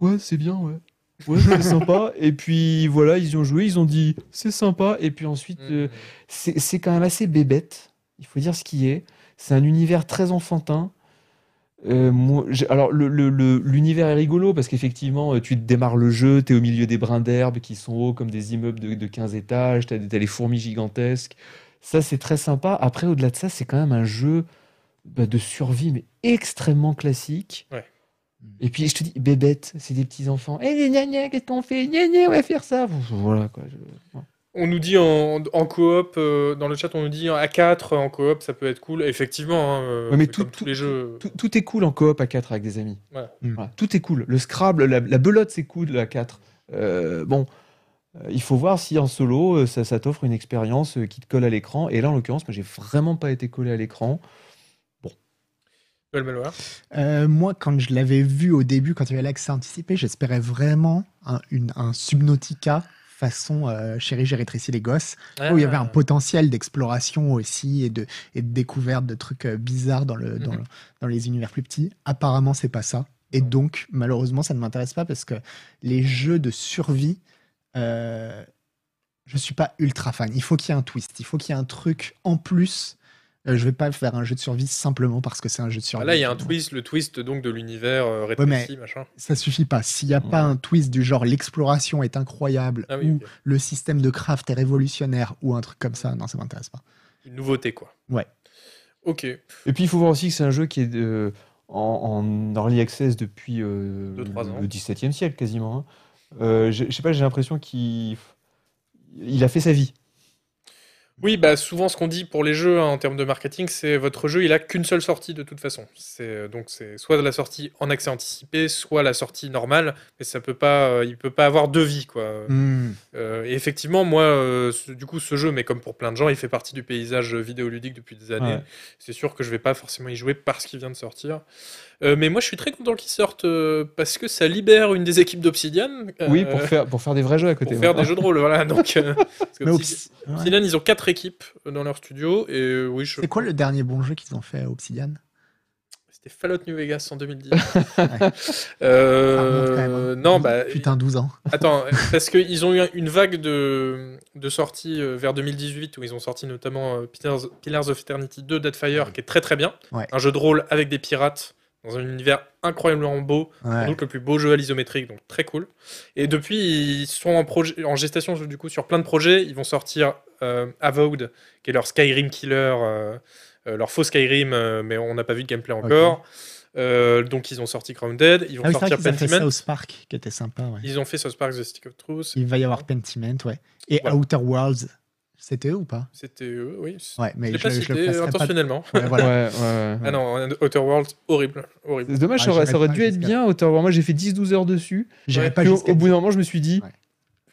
B: ouais c'est bien ouais ouais c'est sympa. Et puis voilà ils y ont joué, ils ont dit c'est sympa. Et puis ensuite
A: Mm.
B: euh, c'est c'est quand même assez bébête, il faut dire ce qui est. C'est un univers très enfantin. Euh, moi, j'ai- alors, le- le- le- l'univers est rigolo parce qu'effectivement, euh, tu te démarres le jeu, tu es au milieu des brins d'herbe qui sont hauts comme des immeubles de, de 15 étages, tu as, les fourmis gigantesques. Ça, c'est très sympa. Après, au-delà de ça, c'est quand même un jeu bah, de survie, mais extrêmement classique.
A: Ouais.
B: Et puis, je te dis, bébête, c'est des petits enfants. Eh, gna, gna, gna, qu'est-ce qu'on fait Gna, gna, on va faire ça. Voilà, quoi. je-
A: On nous dit en, en coop, euh, dans le chat, on nous dit à 4 en coop, ça peut être cool. Effectivement, hein, euh,
B: Ouais, mais
A: c'est
B: tout-
A: comme tous
B: tout-
A: les jeux.
B: Tout, tout est cool en coop à 4 avec des amis.
A: Voilà.
C: Mm.
B: Voilà, tout est cool. Le Scrabble, la, la belote, c'est cool à 4. bon, euh, il faut voir si en solo, euh, ça, ça t'offre une expérience euh, qui te colle à l'écran. Et là, en l'occurrence, moi, j'ai vraiment pas été collé à l'écran.
A: Noël Malware.
C: Euh, moi, quand je l'avais vu au début, quand il y avait l'accès anticipé, j'espérais vraiment un, une- un Subnautica façon euh, Chérie, j'ai rétréci les gosses, où il y avait
A: euh,
C: un potentiel d'exploration aussi et de, et de découverte de trucs euh, bizarres dans, le, dans,
A: Mhm.
C: le- dans les univers plus petits. Apparemment, c'est pas ça. Et donc, malheureusement, ça ne m'intéresse pas parce que les jeux de survie, euh, je suis pas ultra fan. Il faut qu'il y ait un twist, il faut qu'il y ait un truc en plus. Euh, je vais pas faire un jeu de survie simplement parce que c'est un jeu de
A: Ah,
C: survie.
A: Là, il y a un twist, le twist donc de l'univers euh, rétréci, machin.
C: ça suffit pas. S'il n'y a pas un twist du genre l'exploration est incroyable
A: Ah oui,
C: ou
A: ok.
C: le système de craft est révolutionnaire ou un truc comme ça, non, ça m'intéresse pas.
A: une nouveauté quoi.
C: Ouais.
A: Ok.
B: Et puis, il faut voir aussi que c'est un jeu qui est euh, en, en early access depuis euh,
A: Deux, trois ans.
B: le 17e siècle quasiment. hein. Euh, je je sais pas, j'ai l'impression qu'il il a fait sa vie.
A: Oui, bah souvent ce qu'on dit pour les jeux hein, en termes de marketing, c'est votre jeu, il a qu'une seule sortie de toute façon. C'est euh, donc c'est soit la sortie en accès anticipé, soit la sortie normale, mais ça peut pas, euh, il peut pas avoir deux vies quoi.
B: Hmm.
A: Euh, et effectivement, moi, euh, ce- du coup, ce jeu, mais comme pour plein de gens, il fait partie du paysage vidéoludique depuis des années.
B: Ouais.
A: C'est sûr que je vais pas forcément y jouer parce qu'il vient de sortir. Euh, mais moi, je suis très content qu'il sorte euh, parce que ça libère une des équipes d'Obsidian. euh,
B: Oui, pour faire, pour faire des vrais jeux à
A: pour
B: côté.
A: faire
B: ouais.
A: des jeux de rôle. Voilà, donc. euh, parce que
C: Mais
A: Obsidian-
C: Obs- ouais.
A: Obsidian, ils ont quatre équipes dans leur studio et euh, oui, je...
C: C'est quoi le dernier bon jeu qu'ils ont fait à Obsidian
A: C'était Fallout New Vegas en 2010.
C: Ça remonte quand même,
A: Euh,
C: hein.
A: non, bah
C: Putain, 12 ans.
A: attends, parce qu'ils ont eu une vague de, de sorties euh, vers 2018 où ils ont sorti notamment euh, Pillars, Pillars of Eternity 2 Deadfire qui est très très bien,
C: Ouais.
A: un jeu de rôle avec des pirates dans un univers incroyablement beau,
C: Ouais. Ah
A: sans doute le plus beau jeu à l'isométrique, donc très cool. Et depuis, ils sont en, projet, en gestation du coup sur plein de projets. Ils vont sortir euh, Avowed, qui est leur Skyrim Killer, euh, euh, leur faux Skyrim, euh, mais on n'a pas vu de gameplay encore. Euh, donc ils ont sorti Grounded, ils vont
C: Ah oui, c'est vrai
A: sortir
C: qu'ils ont fait ça
A: Pentiment.
C: au Spark, qui était sympa. ouais.
A: Ils ont fait South Park The Stick of Truth.
C: Il va y avoir Pentiment, ouais. Et
A: Voilà.
C: Outer Worlds, c'était eux ou pas
A: C'était eux, oui. c'est-
C: Ouais,
A: je
C: mais
A: l'ai
C: je,
A: pas
C: je
A: cité
C: le placerai pas.
A: intentionnellement.
C: Ouais, voilà.
B: Ouais, ouais, ouais.
A: Ah non, Outer Worlds, horrible, horrible.
B: C'est dommage,
C: Ah,
B: ça aurait,
C: j'irai
B: ça aurait
C: pas
B: dû être
C: jusqu'à-
B: bien, auteur. Moi, j'ai fait 10-12 heures dessus.
C: J'irai
A: Ouais.
C: pas
B: Puis au,
C: jusqu'à
B: au bout d'un moment, je me suis dit,
C: Ouais.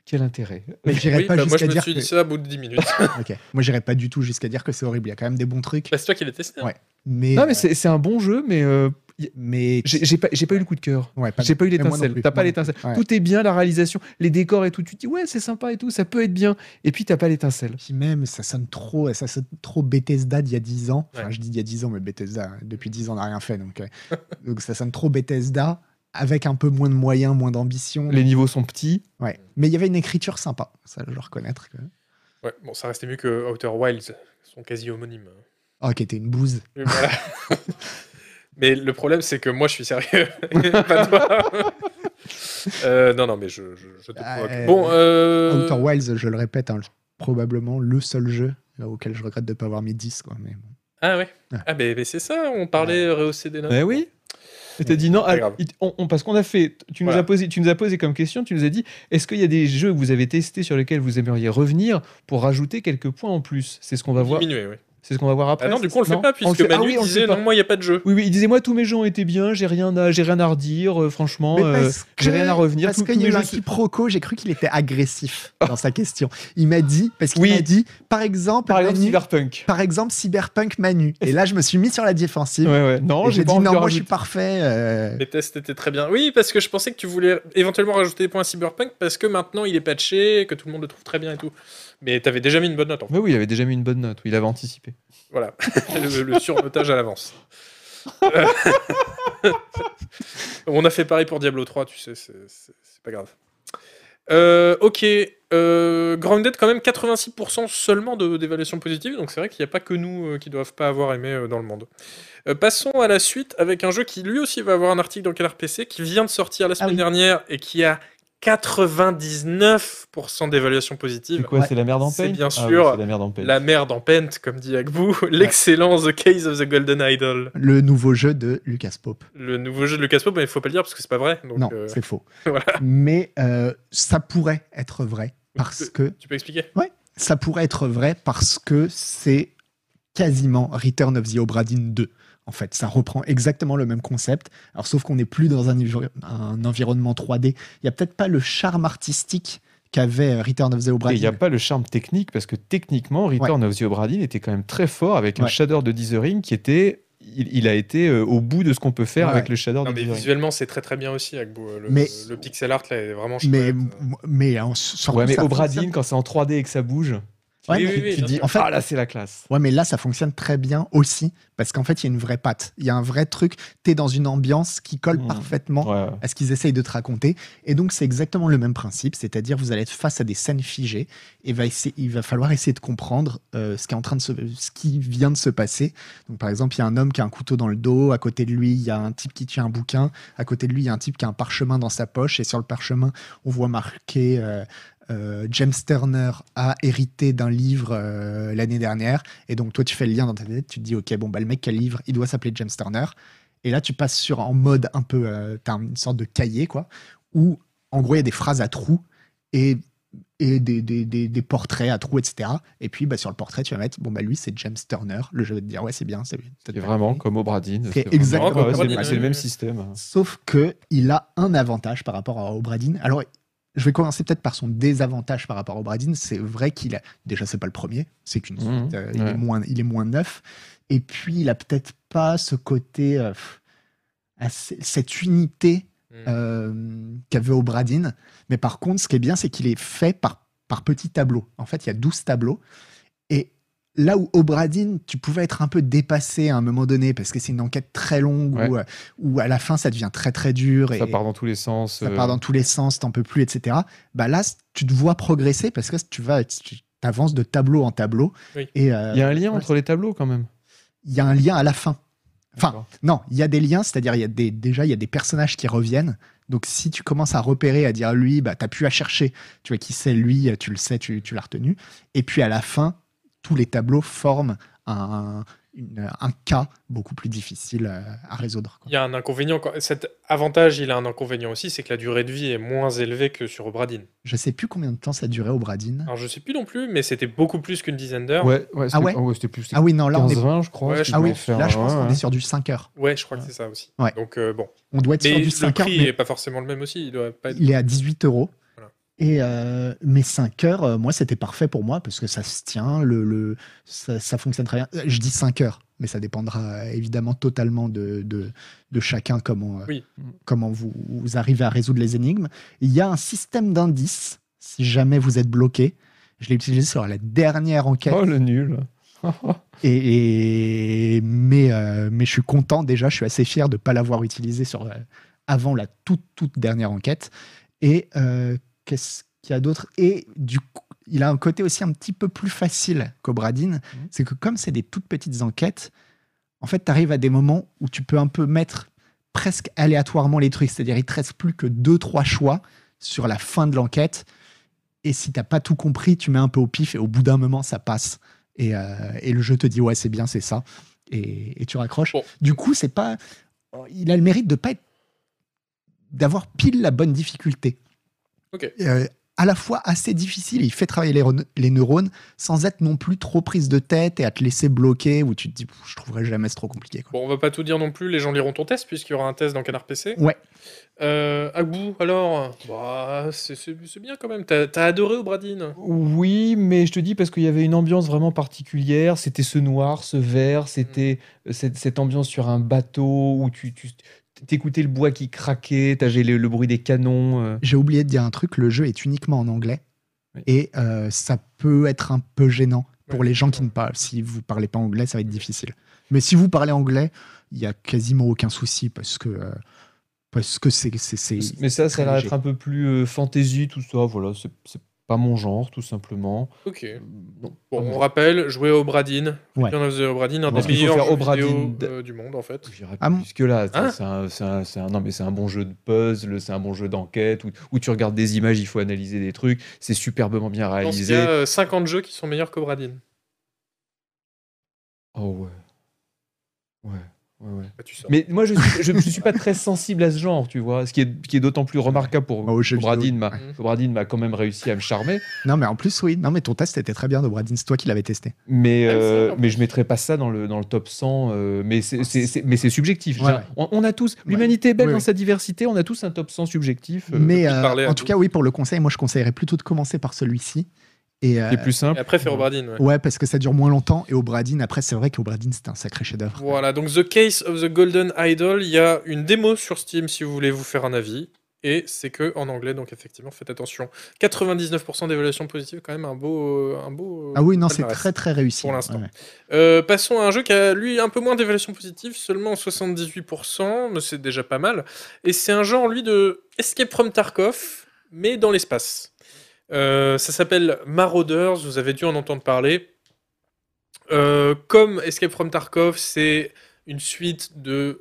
B: quel intérêt
C: mais j'irai
A: Oui,
C: pas
A: bah, moi je
C: jusqu'à
A: me
C: dire
A: suis
C: que...
A: dit ça au bout de 10 minutes. Bah,
C: Ok. Moi, j'irai pas du tout jusqu'à dire que c'est horrible. Il y a quand même des bons trucs,
A: c'est toi qui l'as testé. hein.
C: Ouais. mais
B: Non, mais c'est c'est un bon jeu, mais euh,
C: mais
B: j'ai j'ai pas, j'ai pas eu le coup de cœur.
C: Ouais, pas-
B: J'ai pas eu
C: mais moi non
B: l'étincelle.
C: plus.
B: T'as pas
C: Moi non
B: l'étincelle.
C: plus. Ouais.
B: Tout est bien, la réalisation, les décors et tout. Tu te dis, ouais, c'est sympa et tout, ça peut être bien. Et puis, t'as pas l'étincelle.
C: Puis même, ça sonne trop, ça sonne trop Bethesda d'il y a 10 ans. Enfin,
A: Ouais.
C: je dis d'il y a 10 ans, mais Bethesda, hein, depuis 10 ans, n'a rien fait. Donc, euh, donc ça sonne trop Bethesda, avec un peu moins de moyens, moins d'ambition.
B: Les niveaux sont petits.
C: Ouais. Mais il y avait une écriture sympa, ça, je dois reconnaître. que-
A: Ouais, bon, ça restait mieux que Outer Wilds, ils sont quasi homonymes. hein.
C: Oh, qui était une bouse.
A: Mais voilà. mais le problème, c'est que moi, je suis sérieux. Pas toi. Euh, non, non, mais je, je, je te
C: Ah,
A: provoque.
C: euh,
A: bon, euh,
C: Outer Wilds, je le répète, hein, probablement le seul jeu là, auquel je regrette de ne pas avoir mis 10. Quoi, mais bon.
A: ah ouais.
C: Ouais.
A: Ah, mais, mais c'est ça, on parlait rehausser des notes.
B: Eh oui. Et t'as dit non,
A: Pas
B: ah,
A: grave.
B: il- on- on- parce qu'on a fait, tu nous,
A: Voilà.
B: as posé, tu nous as posé comme question, tu nous as dit, est-ce qu'il y a des jeux que vous avez testés sur lesquels vous aimeriez revenir pour rajouter quelques points en plus C'est ce qu'on va voir.
A: Diminuer, oui.
B: C'est ce qu'on va voir après.
A: Ah non, du coup, on le fait pas,
B: on le
A: puisque
B: fait- ah
A: Manu
B: oui, on le
A: disait,
B: fait pas.
A: non, moi, il n'y a pas de jeu.
B: Oui, oui, il disait moi tous mes jeux ont été bien, j'ai rien à, j'ai rien à redire, euh, franchement,
C: Mais
B: euh,
C: parce
B: j'ai
C: que-
B: rien à revenir.
C: Parce
B: tous-
C: qu'il
B: tous
C: y a
B: mes
C: eu un
B: jeux-
C: quiproquo, j'ai cru qu'il était agressif dans sa question. Il m'a dit, parce qu'il
B: Oui.
C: m'a dit, par exemple,
B: Par exemple,
C: Manu-
B: Cyberpunk.
C: par exemple, Cyberpunk Manu. Et là, je me suis mis sur la défensive.
B: Ouais, ouais. Non,
C: Et
B: j'ai
C: j'ai
B: pas
C: dit,
B: envie de
C: non, moi, je
B: rajouter.
C: suis parfait. euh,
A: Les tests étaient très bien. Oui, parce que je pensais que tu voulais éventuellement rajouter des points à Cyberpunk parce que maintenant il est patché, que tout le monde le trouve très bien et tout. Mais t'avais déjà mis une bonne note en fait.
B: Mais oui, il avait déjà mis une bonne note, oui, il avait anticipé.
A: Voilà, le, le surnotage à l'avance. Euh, On a fait pareil pour Diablo 3, tu sais, c'est c'est- c'est pas grave. Euh, ok, euh, Grounded quand même 86% seulement de- d'évaluation positive, donc c'est vrai qu'il n'y a pas que nous euh, qui doivent pas avoir aimé euh, dans le monde. Euh, passons à la suite avec un jeu qui lui aussi va avoir un article dans Canard PC qui vient de sortir la semaine
C: oui.
A: dernière et qui a 99% d'évaluation
B: C'est
A: positive.
B: quoi,
C: Ouais.
B: c'est la merde en
A: C'est
B: peine
A: bien
B: Ah oui,
A: sûr
B: c'est la merde en peine.
A: La merde en pente, comme dit Agbou, l'excellent The Case of the Golden Idol.
C: Le nouveau jeu de Lucas Pope.
A: Le nouveau jeu de Lucas Pope, mais il faut pas le dire parce que c'est pas vrai. Donc,
C: non,
A: euh,
C: c'est faux.
A: voilà.
C: Mais euh, ça pourrait être vrai parce que
A: tu peux expliquer
C: ça pourrait être vrai parce que c'est quasiment Return of the Obra Dinn 2. En fait, ça reprend exactement le même concept. Alors, sauf qu'on n'est plus dans un, envi- un environnement 3D. Il n'y a peut-être pas le charme artistique qu'avait euh, Return of the Obra
B: Et il n'y a
C: Dinn.
B: pas le charme technique parce que techniquement, Return of the Obra Dinn était quand même très fort avec un
C: Ouais.
B: shader de Dithering qui était. Il, il a été euh, au bout de ce qu'on peut faire
C: Ouais,
B: avec
C: ouais.
B: le shader
A: Non,
B: de
A: mais
B: Dithering.
A: visuellement, c'est très très bien aussi, Agbou. Le,
C: Mais-
A: le pixel art là est vraiment chouette.
C: Mais, mais, en sortant
B: Ouais, mais
C: ça-
B: Obra Dinn, quand c'est en 3D et que ça bouge,
C: Ouais,
A: Oui, oui,
C: mais
A: oui,
C: tu
A: bien
C: dis,
A: sûr.
C: en fait,
B: ah là, c'est la classe.
C: Ouais, mais là, ça fonctionne très bien aussi, parce qu'en fait, il y a une vraie patte. Il y a un vrai truc. T'es dans une ambiance qui colle
B: Mmh.
C: parfaitement
B: Ouais, ouais.
C: à ce qu'ils essayent de te raconter. Et donc, c'est exactement le même principe, c'est-à-dire vous allez être face à des scènes figées et va essayer- il va falloir essayer de comprendre euh, ce, qui est en train de se, ce qui vient de se passer. Donc, par exemple, il y a un homme qui a un couteau dans le dos, à côté de lui, il y a un type qui tient un bouquin, à côté de lui, il y a un type qui a un parchemin dans sa poche, et sur le parchemin, on voit marqué... euh, euh, James Turner a hérité d'un livre euh, l'année dernière, et donc toi tu fais le lien dans ta tête, tu te dis ok bon bah le mec qui a le livre, il doit s'appeler James Turner, et là, tu passes sur en mode un peu. euh, T'as une sorte de cahier, quoi, où en gros, il y a des phrases à trous. Et et des, des, des, des portraits à trous, etc. Et puis, bah, sur le portrait, tu vas mettre, bon, bah, lui, c'est James Turner. Le jeu va te dire, ouais, c'est bien, c'est
B: C'est vraiment comme Obradine.
C: C'est
B: vraiment-
C: exactement
B: Ouais, ouais,
A: comme
B: c'est-
A: Obradine.
B: C'est le même système.
C: Sauf que il a un avantage par rapport à Obradin. Alors, je vais commencer peut-être par son désavantage par rapport à Obradin. C'est vrai qu'il a déjà c'est pas le premier, c'est qu'une suite.
B: Mhm,
C: euh, il,
B: ouais.
C: est moins, il est moins neuf. Et puis il a peut-être pas ce côté, euh, pff, assez- cette unité
A: Mm.
C: euh, qu'avait Obradin. Mais par contre, ce qui est bien, c'est qu'il est fait par, par petits tableaux. En fait, il y a 12 tableaux. Et là où Obradin, tu pouvais être un peu dépassé à un moment donné, parce que c'est une enquête très longue,
B: Ouais.
C: où, euh, où à la fin, ça devient très très dur.
B: Ça
C: et
B: part dans tous les sens.
C: ça
B: euh,
C: part dans tous les sens, t'en peux plus, etc. Bah là, c- tu te vois progresser, parce que tu vas... Tu, avances de tableau en tableau
A: Oui.
C: et euh,
B: Il y a un lien entre les tableaux quand même.
C: il y a un lien à la fin Enfin,
B: D'accord.
C: non, il y a des liens, c'est-à-dire il y a des, déjà il y a des personnages qui reviennent. Donc si tu commences à repérer, à dire lui, bah t'as plus à chercher. Tu vois qui c'est lui, tu le sais, tu, tu l'as retenu. Et puis à la fin, tous les tableaux forment un, une- un cas beaucoup plus difficile euh, à résoudre. quoi.
A: Il y a un inconvénient. quand- Cet avantage, il a un inconvénient aussi, c'est que la durée de vie est moins élevée que sur Obradin.
C: Je sais plus combien de temps ça durait au Bradine.
A: Alors, je sais plus non plus, mais c'était beaucoup plus qu'une dizaine d'heures. Ouais.
B: Ouais, ouais, c'était-
C: Ah ouais
B: ah ouais, c'était plus. c'était
C: Ah oui, non, là on est.
B: 15-20, je crois.
A: Ouais,
B: si
A: je
C: Ah oui,
B: dois faire, hein.
C: là je pense
B: ouais,
C: qu'on
B: ouais.
C: est sur du 5 heures.
A: je crois que c'est ça aussi.
C: Ouais.
A: Donc, euh, bon.
C: On doit être
A: Mais
C: sur du
A: le
C: 5 heures.
A: prix
C: mais-
A: est pas forcément le même aussi. Il doit pas être-
C: il est à 18 euros.
A: Voilà.
C: Et euh, mes 5 heures, euh, moi, c'était parfait pour moi parce que ça se tient, le, le- ça, ça fonctionne très bien. Euh, Je dis 5 heures, mais ça dépendra euh, évidemment totalement de, de, de chacun comment, euh,
A: Oui.
C: comment vous, vous arrivez à résoudre les énigmes. Il y a un système d'indices si jamais vous êtes bloqué. Je l'ai utilisé sur la dernière enquête.
B: Oh le nul.
C: Et, et- mais, euh, mais je suis content déjà, je suis assez fier de ne pas l'avoir utilisé sur, euh, avant la toute, toute dernière enquête. Et euh, qu'est-ce qu'il y a d'autre Et du coup, il a un côté aussi un petit peu plus facile qu'Obradine, c'est que comme c'est des toutes petites enquêtes, en fait, tu arrives à des moments où tu peux un peu mettre presque aléatoirement les trucs, c'est-à-dire il te reste plus que deux, trois choix sur la fin de l'enquête. Et si t'as pas tout compris, tu mets un peu au pif et au bout d'un moment, ça passe. Et, euh, et le jeu te dit ouais, c'est bien, c'est ça. Et, et tu raccroches.
A: Bon.
C: Du coup, c'est pas. Il a le mérite de pas être. d'avoir pile la bonne difficulté.
A: Ok.
C: Euh, à la fois assez difficile, il fait travailler les, rone- les neurones sans être non plus trop prise de tête et à te laisser bloquer où tu te dis Pff, je trouverai jamais c'est trop compliqué. Quoi.
A: Bon, on va pas tout dire non plus. Les gens liront ton test, puisqu'il y aura un test dans Canard PC.
C: Ouais.
A: Euh, Agbou, alors bah, C'est c'est- c'est bien quand même. T'as t'as adoré Obradine.
B: Oui, mais je te dis parce qu'il y avait une ambiance vraiment particulière. C'était ce noir, ce vert, c'était euh, cette, cette ambiance sur un bateau où tu, tu t'écoutais le bois qui craquait, t'as le, le bruit des canons. euh.
C: J'ai oublié de dire un truc, le jeu est uniquement en anglais
B: Oui.
C: et euh, ça peut être un peu gênant pour
A: Ouais.
C: les gens qui ne parlent. Si vous parlez pas anglais, ça va être difficile. Mais si vous parlez anglais, il y a quasiment aucun souci parce que euh, parce que c'est c'est- c'est-
B: Mais ça, ça
C: très
B: a l'air
C: léger.
B: d'être un peu plus euh, fantasy, tout ça. Voilà, c'est, c'est pas mon genre, tout simplement.
A: Ok.
B: Euh, non,
A: Mm, Bon,
B: pas mon
A: on
B: genre.
A: rappelle, jouer à Obradine.
C: Ouais.
A: Return of the Obradine, un
B: Parce
A: des
B: qu'il faut
A: meilleurs
B: faire
A: jeux
B: Obradine
A: vidéo, euh, du monde, en fait.
B: J'irais
C: Ah,
B: pas jusque là.
A: hein
B: c'est un, c'est un- c'est un- non mais c'est un bon jeu de puzzle, c'est un bon jeu d'enquête où, où tu regardes des images, il faut analyser des trucs. C'est superbement bien
A: Je pense qu'il y a
B: réalisé.
A: euh, 50 jeux qui sont meilleurs qu'Obradine.
B: Oh ouais. Ouais. Ouais, ouais.
A: Bah, tu sors.
B: Mais moi, je suis, je, je suis pas très sensible à ce genre, tu vois, ce qui est, qui est d'autant plus remarquable pour
C: Bah, aux jeux vidéo.
B: Bradine. M'a,
A: Ouais.
B: Obradine m'a quand même réussi à me charmer,
C: non mais en plus oui non mais ton test était très bien Dobradin c'est toi qui l'avais testé
B: mais,
A: Même ça,
B: euh,
A: en
B: mais je mettrais pas ça dans le, dans le top 100. euh, mais, c'est, c'est- c'est- mais c'est subjectif. je veux
C: Ouais,
B: dire, On, on a tous, l'humanité est belle
C: Oui,
B: dans
C: oui.
B: sa diversité, on a tous un top 100 subjectif. euh,
A: depuis
C: mais
A: de
C: euh,
A: parler à
C: en tout
A: vous.
C: cas oui pour le conseil moi je conseillerais plutôt de commencer par celui-ci et euh,
B: qui est plus
A: Et
B: simple.
A: après, faire Obradine, ouais.
C: ouais parce que ça dure moins longtemps et Obradin après c'est vrai qu'Obradin c'était un sacré chef-d'œuvre
A: Voilà, donc The Case of the Golden Idol, il y a une démo sur Steam si vous voulez vous faire un avis. Et c'est que en anglais, donc effectivement, faites attention. 99% d'évaluation positive, quand même un beau. euh, Un beau euh,
C: ah oui non c'est
A: palmarès.
C: très très réussi
A: Pour l'instant.
C: Ouais.
A: Euh, passons à un jeu qui a, lui, un peu moins d'évaluation positive, seulement 78%, mais c'est déjà pas mal. Et c'est un genre, lui, de Escape from Tarkov, mais dans l'espace. Euh, ça s'appelle Marauders, vous avez dû en entendre parler. Euh, comme Escape from Tarkov, c'est une suite de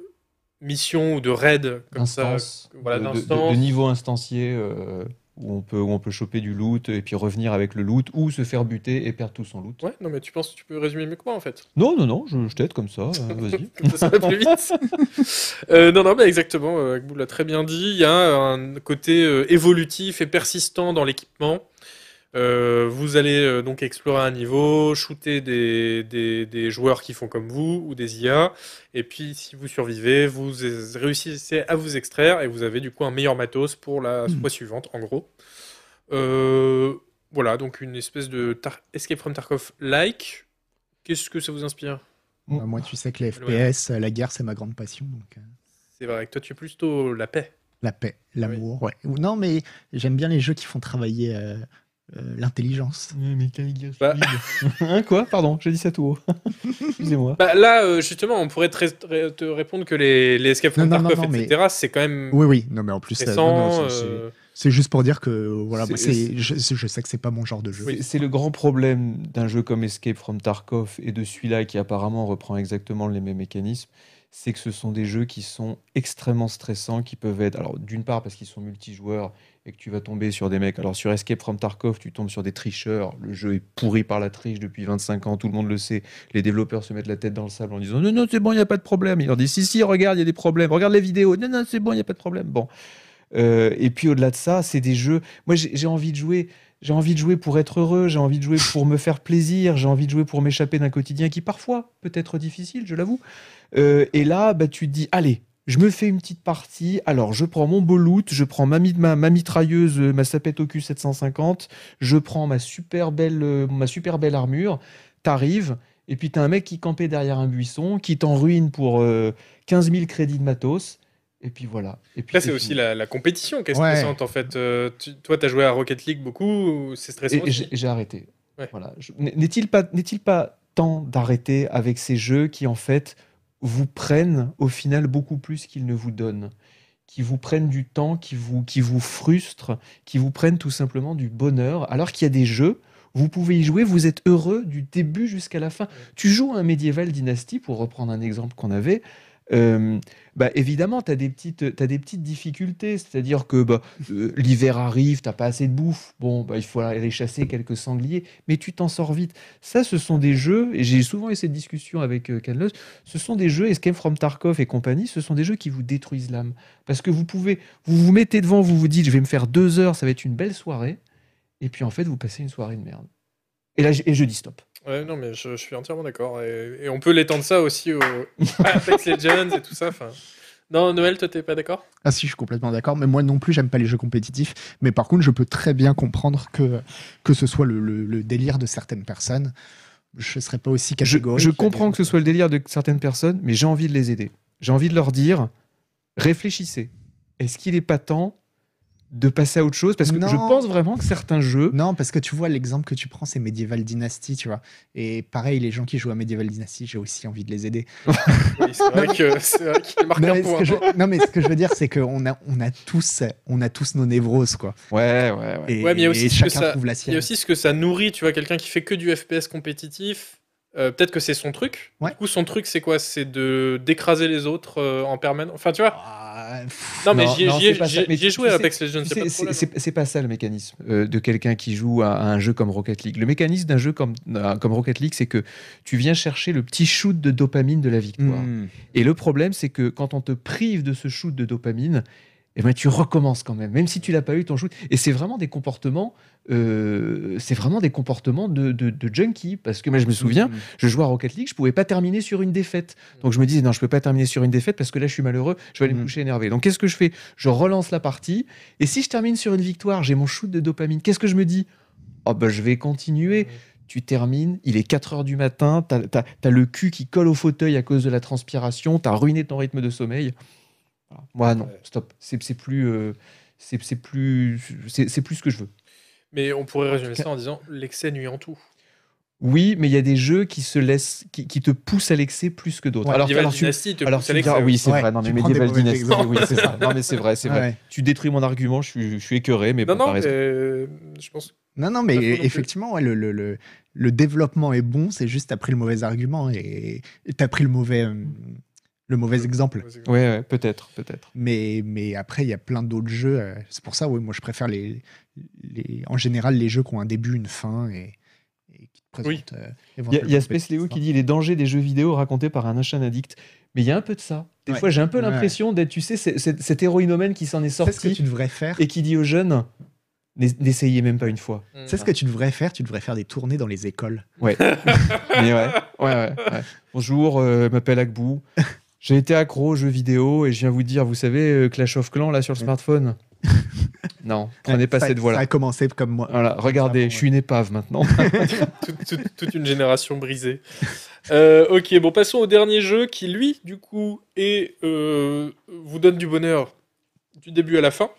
A: missions ou de raids, comme ça.
B: d'instance,
A: voilà,
B: de- de,
A: d'instance.
B: de- de niveau instancié euh, où, on peut, où on peut choper du loot et puis revenir avec le loot ou se faire buter et perdre tout son loot.
A: Ouais, non, mais tu penses que tu peux résumer mieux que moi, en fait.
B: Non, non, non, je, je t'aide comme ça, euh, vas-y.
A: Comme ça, ça va plus vite. Euh, non, non, mais exactement. euh, Akbou l'a très bien dit. Il y a un côté euh, évolutif et persistant dans l'équipement. Euh, vous allez euh, donc explorer un niveau, shooter des, des, des joueurs qui font comme vous ou des IA. Et puis, si vous survivez, vous es- réussissez à vous extraire et vous avez du coup un meilleur matos pour la
C: Mhm.
A: fois suivante, en gros. Euh, voilà, donc une espèce de Tar- Escape from Tarkov-like. Qu'est-ce que ça vous inspire
B: Mm.
C: Euh, Moi, tu sais que les
A: Ouais.
C: FPS, euh, la guerre, c'est ma grande passion. Donc, euh,
A: C'est vrai que toi, tu es plutôt la paix.
C: la paix, l'amour. ouais. Ou- Non, mais j'aime bien les jeux qui font travailler euh, euh, l'intelligence.
B: Ouais, Mais quel guerrier.
A: Bah.
B: Hein, quoi Pardon, j'ai dit ça tout haut. Excusez-moi.
A: Bah, là, euh, justement, on pourrait te, ré- te ré- te répondre que les, les Escape from
C: Non, non, non,
A: Tarkov,
C: non, mais-
A: etc., c'est quand même
C: Oui, oui. Non, mais en plus, euh, non,
A: récent.
C: non, c'est- c'est-
A: euh,
C: c'est juste pour dire que voilà,
B: C'est-
C: moi, c'est- je, je sais que c'est pas mon genre de jeu.
B: C'est- C'est le grand problème d'un jeu comme Escape from Tarkov et de celui-là qui apparemment reprend exactement les mêmes mécanismes, c'est que ce sont des jeux qui sont extrêmement stressants, qui peuvent être, alors d'une part parce qu'ils sont multijoueurs et que tu vas tomber sur des mecs, alors sur Escape from Tarkov tu tombes sur des tricheurs, le jeu est pourri par la triche depuis 25 ans, tout le monde le sait, les développeurs se mettent la tête dans le sable en disant non, non, c'est bon, il n'y a pas de problème, ils leur disent si, si, regarde, il y a des problèmes, regarde les vidéos, non, non, c'est bon, il n'y a pas de problème, bon. Euh, et puis au-delà de ça, c'est des jeux. Moi, j'ai j'ai envie de jouer. J'ai envie de jouer pour être heureux. J'ai envie de jouer pour me faire plaisir. J'ai envie de jouer pour m'échapper d'un quotidien qui parfois peut être difficile, je l'avoue. Euh, et là, bah, tu te dis, allez. Je me fais une petite partie. Alors, je prends mon beau loot, je prends ma, mi- ma, ma mitrailleuse, euh, ma sapette au cul 750, je prends ma super belle, euh, ma super belle armure. T'arrives, et puis t'as un mec qui campait derrière un buisson, qui t'en ruine pour euh, 15 000 crédits de matos. Et puis voilà. Et puis
A: Là, c'est
B: fini.
A: aussi la, la compétition qui est
C: Ouais.
A: stressante en fait. Euh, tu- toi, tu as joué à Rocket League beaucoup, ou c'est stressant.
B: Et
A: aussi
B: j'ai j'ai arrêté.
A: Ouais.
B: Voilà. Je- n- N'est-il pas, n'est-il pas temps d'arrêter avec ces jeux qui en fait vous prennent au final beaucoup plus qu'ils ne vous donnent, qui vous prennent du temps, qui vous, qui vous frustrent, qui vous prennent tout simplement du bonheur, alors qu'il y a des jeux vous pouvez y jouer, vous êtes heureux du début jusqu'à la fin. Tu joues à un médiéval dynastie, pour reprendre un exemple qu'on avait. euh, bah évidemment, tu as, des petites t'as des petites difficultés, c'est-à-dire que bah, euh, l'hiver arrive, t'as pas assez de bouffe, bon, bah, il faut aller chasser quelques sangliers, mais tu t'en sors vite. Ça, ce sont des jeux, et j'ai souvent eu cette discussion avec euh, Canlos, ce sont des jeux, Escape from Tarkov et compagnie, ce sont des jeux qui vous détruisent l'âme. Parce que vous pouvez, vous vous mettez devant, vous vous dites, je vais me faire deux heures, ça va être une belle soirée, et puis en fait, vous passez une soirée de merde. Et là, j- et je dis stop.
A: Ouais, non, mais je, je suis entièrement d'accord. Et, et on peut l'étendre ça aussi au à Apex Legends et tout ça. enfin. Non, Noël, toi, t'es pas d'accord
C: Ah si, je suis complètement d'accord, mais moi non plus, j'aime pas les jeux compétitifs. Mais par contre, je peux très bien comprendre que, que ce soit le, le- le délire de certaines personnes. Je serais pas aussi
B: Je,
C: catégorique.
B: je comprends que ce soit le délire de certaines personnes, mais j'ai envie de les aider. J'ai envie de leur dire, réfléchissez. Est-ce qu'il n'est pas temps de passer à autre chose Parce que
C: Non.
B: je pense vraiment que certains jeux...
C: Non, parce que tu vois, l'exemple que tu prends, c'est Medieval Dynasty, tu vois. Et pareil, les gens qui jouent à Medieval Dynasty, j'ai aussi envie de les aider.
A: Oui, c'est vrai que- c'est vrai qu'il marque
C: Non
A: un
C: mais, ce
A: point.
C: que je, non, mais ce que je veux dire, c'est qu'on a, on a, tous- on a tous nos névroses, quoi.
B: Ouais, ouais, ouais.
C: Et,
A: Ouais, mais il y a aussi
C: et
A: ce que
C: chacun
A: ça-
C: trouve la
A: Il y a
C: sienne.
A: aussi ce que ça nourrit, tu vois, quelqu'un qui fait que du FPS compétitif. euh, Peut-être que c'est son truc.
C: Ouais.
A: Du coup, son truc, c'est quoi C'est de d'écraser les autres euh, en permanence. Enfin, tu vois.
C: Ah, pff,
A: Non, mais
B: Non,
A: j'y ai-
B: non,
A: j'y ai
B: c'est pas ça.
A: j'y ai-
B: Mais
A: j'y ai
B: tu-
A: joué à
B: tu sais-
A: Apex Legends.
B: Tu
A: c'est pas
B: sais,
A: de
B: C'est
A: problème.
B: c'est- c'est pas ça le mécanisme euh, de quelqu'un qui joue à, à un jeu comme Rocket League. Le mécanisme d'un jeu comme, euh, comme Rocket League, c'est que tu viens chercher le petit shoot de dopamine de la victoire.
C: hmm.
B: Et le problème, c'est que quand on te prive de ce shoot de dopamine, eh ben, tu recommences quand même, même si tu l'as pas eu ton shoot. Et c'est vraiment des comportements, euh, c'est vraiment des comportements de, de, de junkie. Parce que moi, je me souviens,
A: Hmm.
B: je jouais à Rocket League, je pouvais pas terminer sur une défaite. Donc je me disais non, je peux pas terminer sur une défaite parce que là je suis malheureux, je vais aller me
C: Mm.
B: coucher énervé. Donc qu'est-ce que je fais Je relance la partie et si je termine sur une victoire, j'ai mon shoot de dopamine. Qu'est-ce que je me dis Oh bah je vais continuer. Tu termines, il est 4 heures du matin, t'as as, le cul qui colle au fauteuil à cause de la transpiration, t'as ruiné ton rythme de sommeil. Voilà. Moi non,
A: Ouais.
B: stop, c'est c'est plus euh, c'est c'est plus c'est c'est plus ce que je veux.
A: Mais on pourrait résumer ça en disant l'excès nuit en tout.
B: Oui, mais il y a des jeux qui se laissent qui, qui te poussent à l'excès plus que d'autres.
C: Ouais,
B: alors,
A: Medieval
B: alors tu-
A: Dynasty, te
B: Alors
A: pousse
B: tu
A: à
B: me diras,
A: l'excès.
B: oui, c'est
C: Ouais,
B: vrai. Non,
C: tu
B: mais
C: prends des
B: Medieval
C: mauvais
B: Dynasty,
C: exemples.
B: oui, c'est ça. Non, mais c'est vrai, c'est vrai.
C: Ouais.
B: Tu détruis mon argument, je suis, je suis écœuré, mais
A: Non,
B: bon, t'as
A: non,
B: raison.
A: euh, je pense.
C: Non, non,
A: Pas trop non
C: mais
A: plus.
C: effectivement, ouais, le, le, le, le développement est bon, c'est juste t'as pris le mauvais argument et et t'as pris le mauvais, euh, le
A: Hmm.
C: mauvais exemple.
B: Ouais, ouais, peut-être, peut-être.
C: Mais, mais après, il y a plein d'autres jeux. euh, C'est pour ça, oui, moi, je préfère les, les, en général les jeux qui ont un début, une fin et, et qui te présentent.
A: Oui.
C: euh,
B: Il y a, il y a
C: éventuellement
B: Space Leo
C: des
B: qui dit les dangers des jeux vidéo racontés par un achat addict. Mais il y a un peu de ça. Des
C: Ouais.
B: fois, j'ai un peu
C: Ouais.
B: l'impression d'être, tu sais, c'est- c'est- cet héroïnomène qui s'en est
C: histoires. C'est ce que
B: sorti
C: tu devrais faire.
B: et qui dit aux jeunes n'ess- N'essayez même pas une fois.
A: C'est
C: C'est ce que tu devrais faire, tu devrais faire des tournées dans les écoles.
B: Mais ouais, ouais, ouais, ouais. Bonjour, euh, je m'appelle Akbou. J'ai été accro aux jeux vidéo et je viens vous dire, vous savez, euh, Clash of Clans là sur le smartphone. non, prenez pas
C: Ça-
B: cette voie-là.
C: Ça a commencé comme moi.
B: Voilà, regardez,
C: Vraiment,
B: je suis une épave maintenant.
A: toute, toute- toute une génération brisée. Euh, ok, bon, passons au dernier jeu qui, lui, du coup, est, euh, vous donne du bonheur du début à la fin.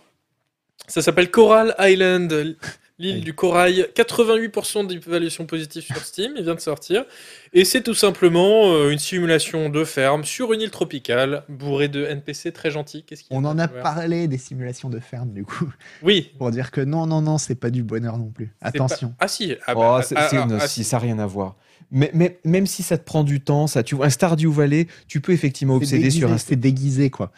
A: Ça s'appelle Coral Island, l'île du corail. 88% d'évaluation positive sur Steam, il vient de sortir. Et c'est tout simplement euh, une simulation de ferme sur une île tropicale, bourrée de NPC très gentils. Qu'est-ce qu'il y
C: On en a
A: Ouais.
C: parlé des simulations de ferme, du coup,
A: Oui.
C: pour dire que non, non, non, c'est pas du bonheur non plus.
A: c'est
C: Attention.
A: pas- Ah si. ah
B: Oh,
A: bah,
B: c'est-
A: ah,
B: c'est-
A: ah,
B: non,
A: ah,
B: si, ça n'a rien à voir. Mais, mais- même si ça te prend du temps, ça, tu vois, un Stardew Valley, tu peux effectivement
C: C'est
B: obséder
C: déguisé,
B: sur un.
C: C'est déguisé, quoi.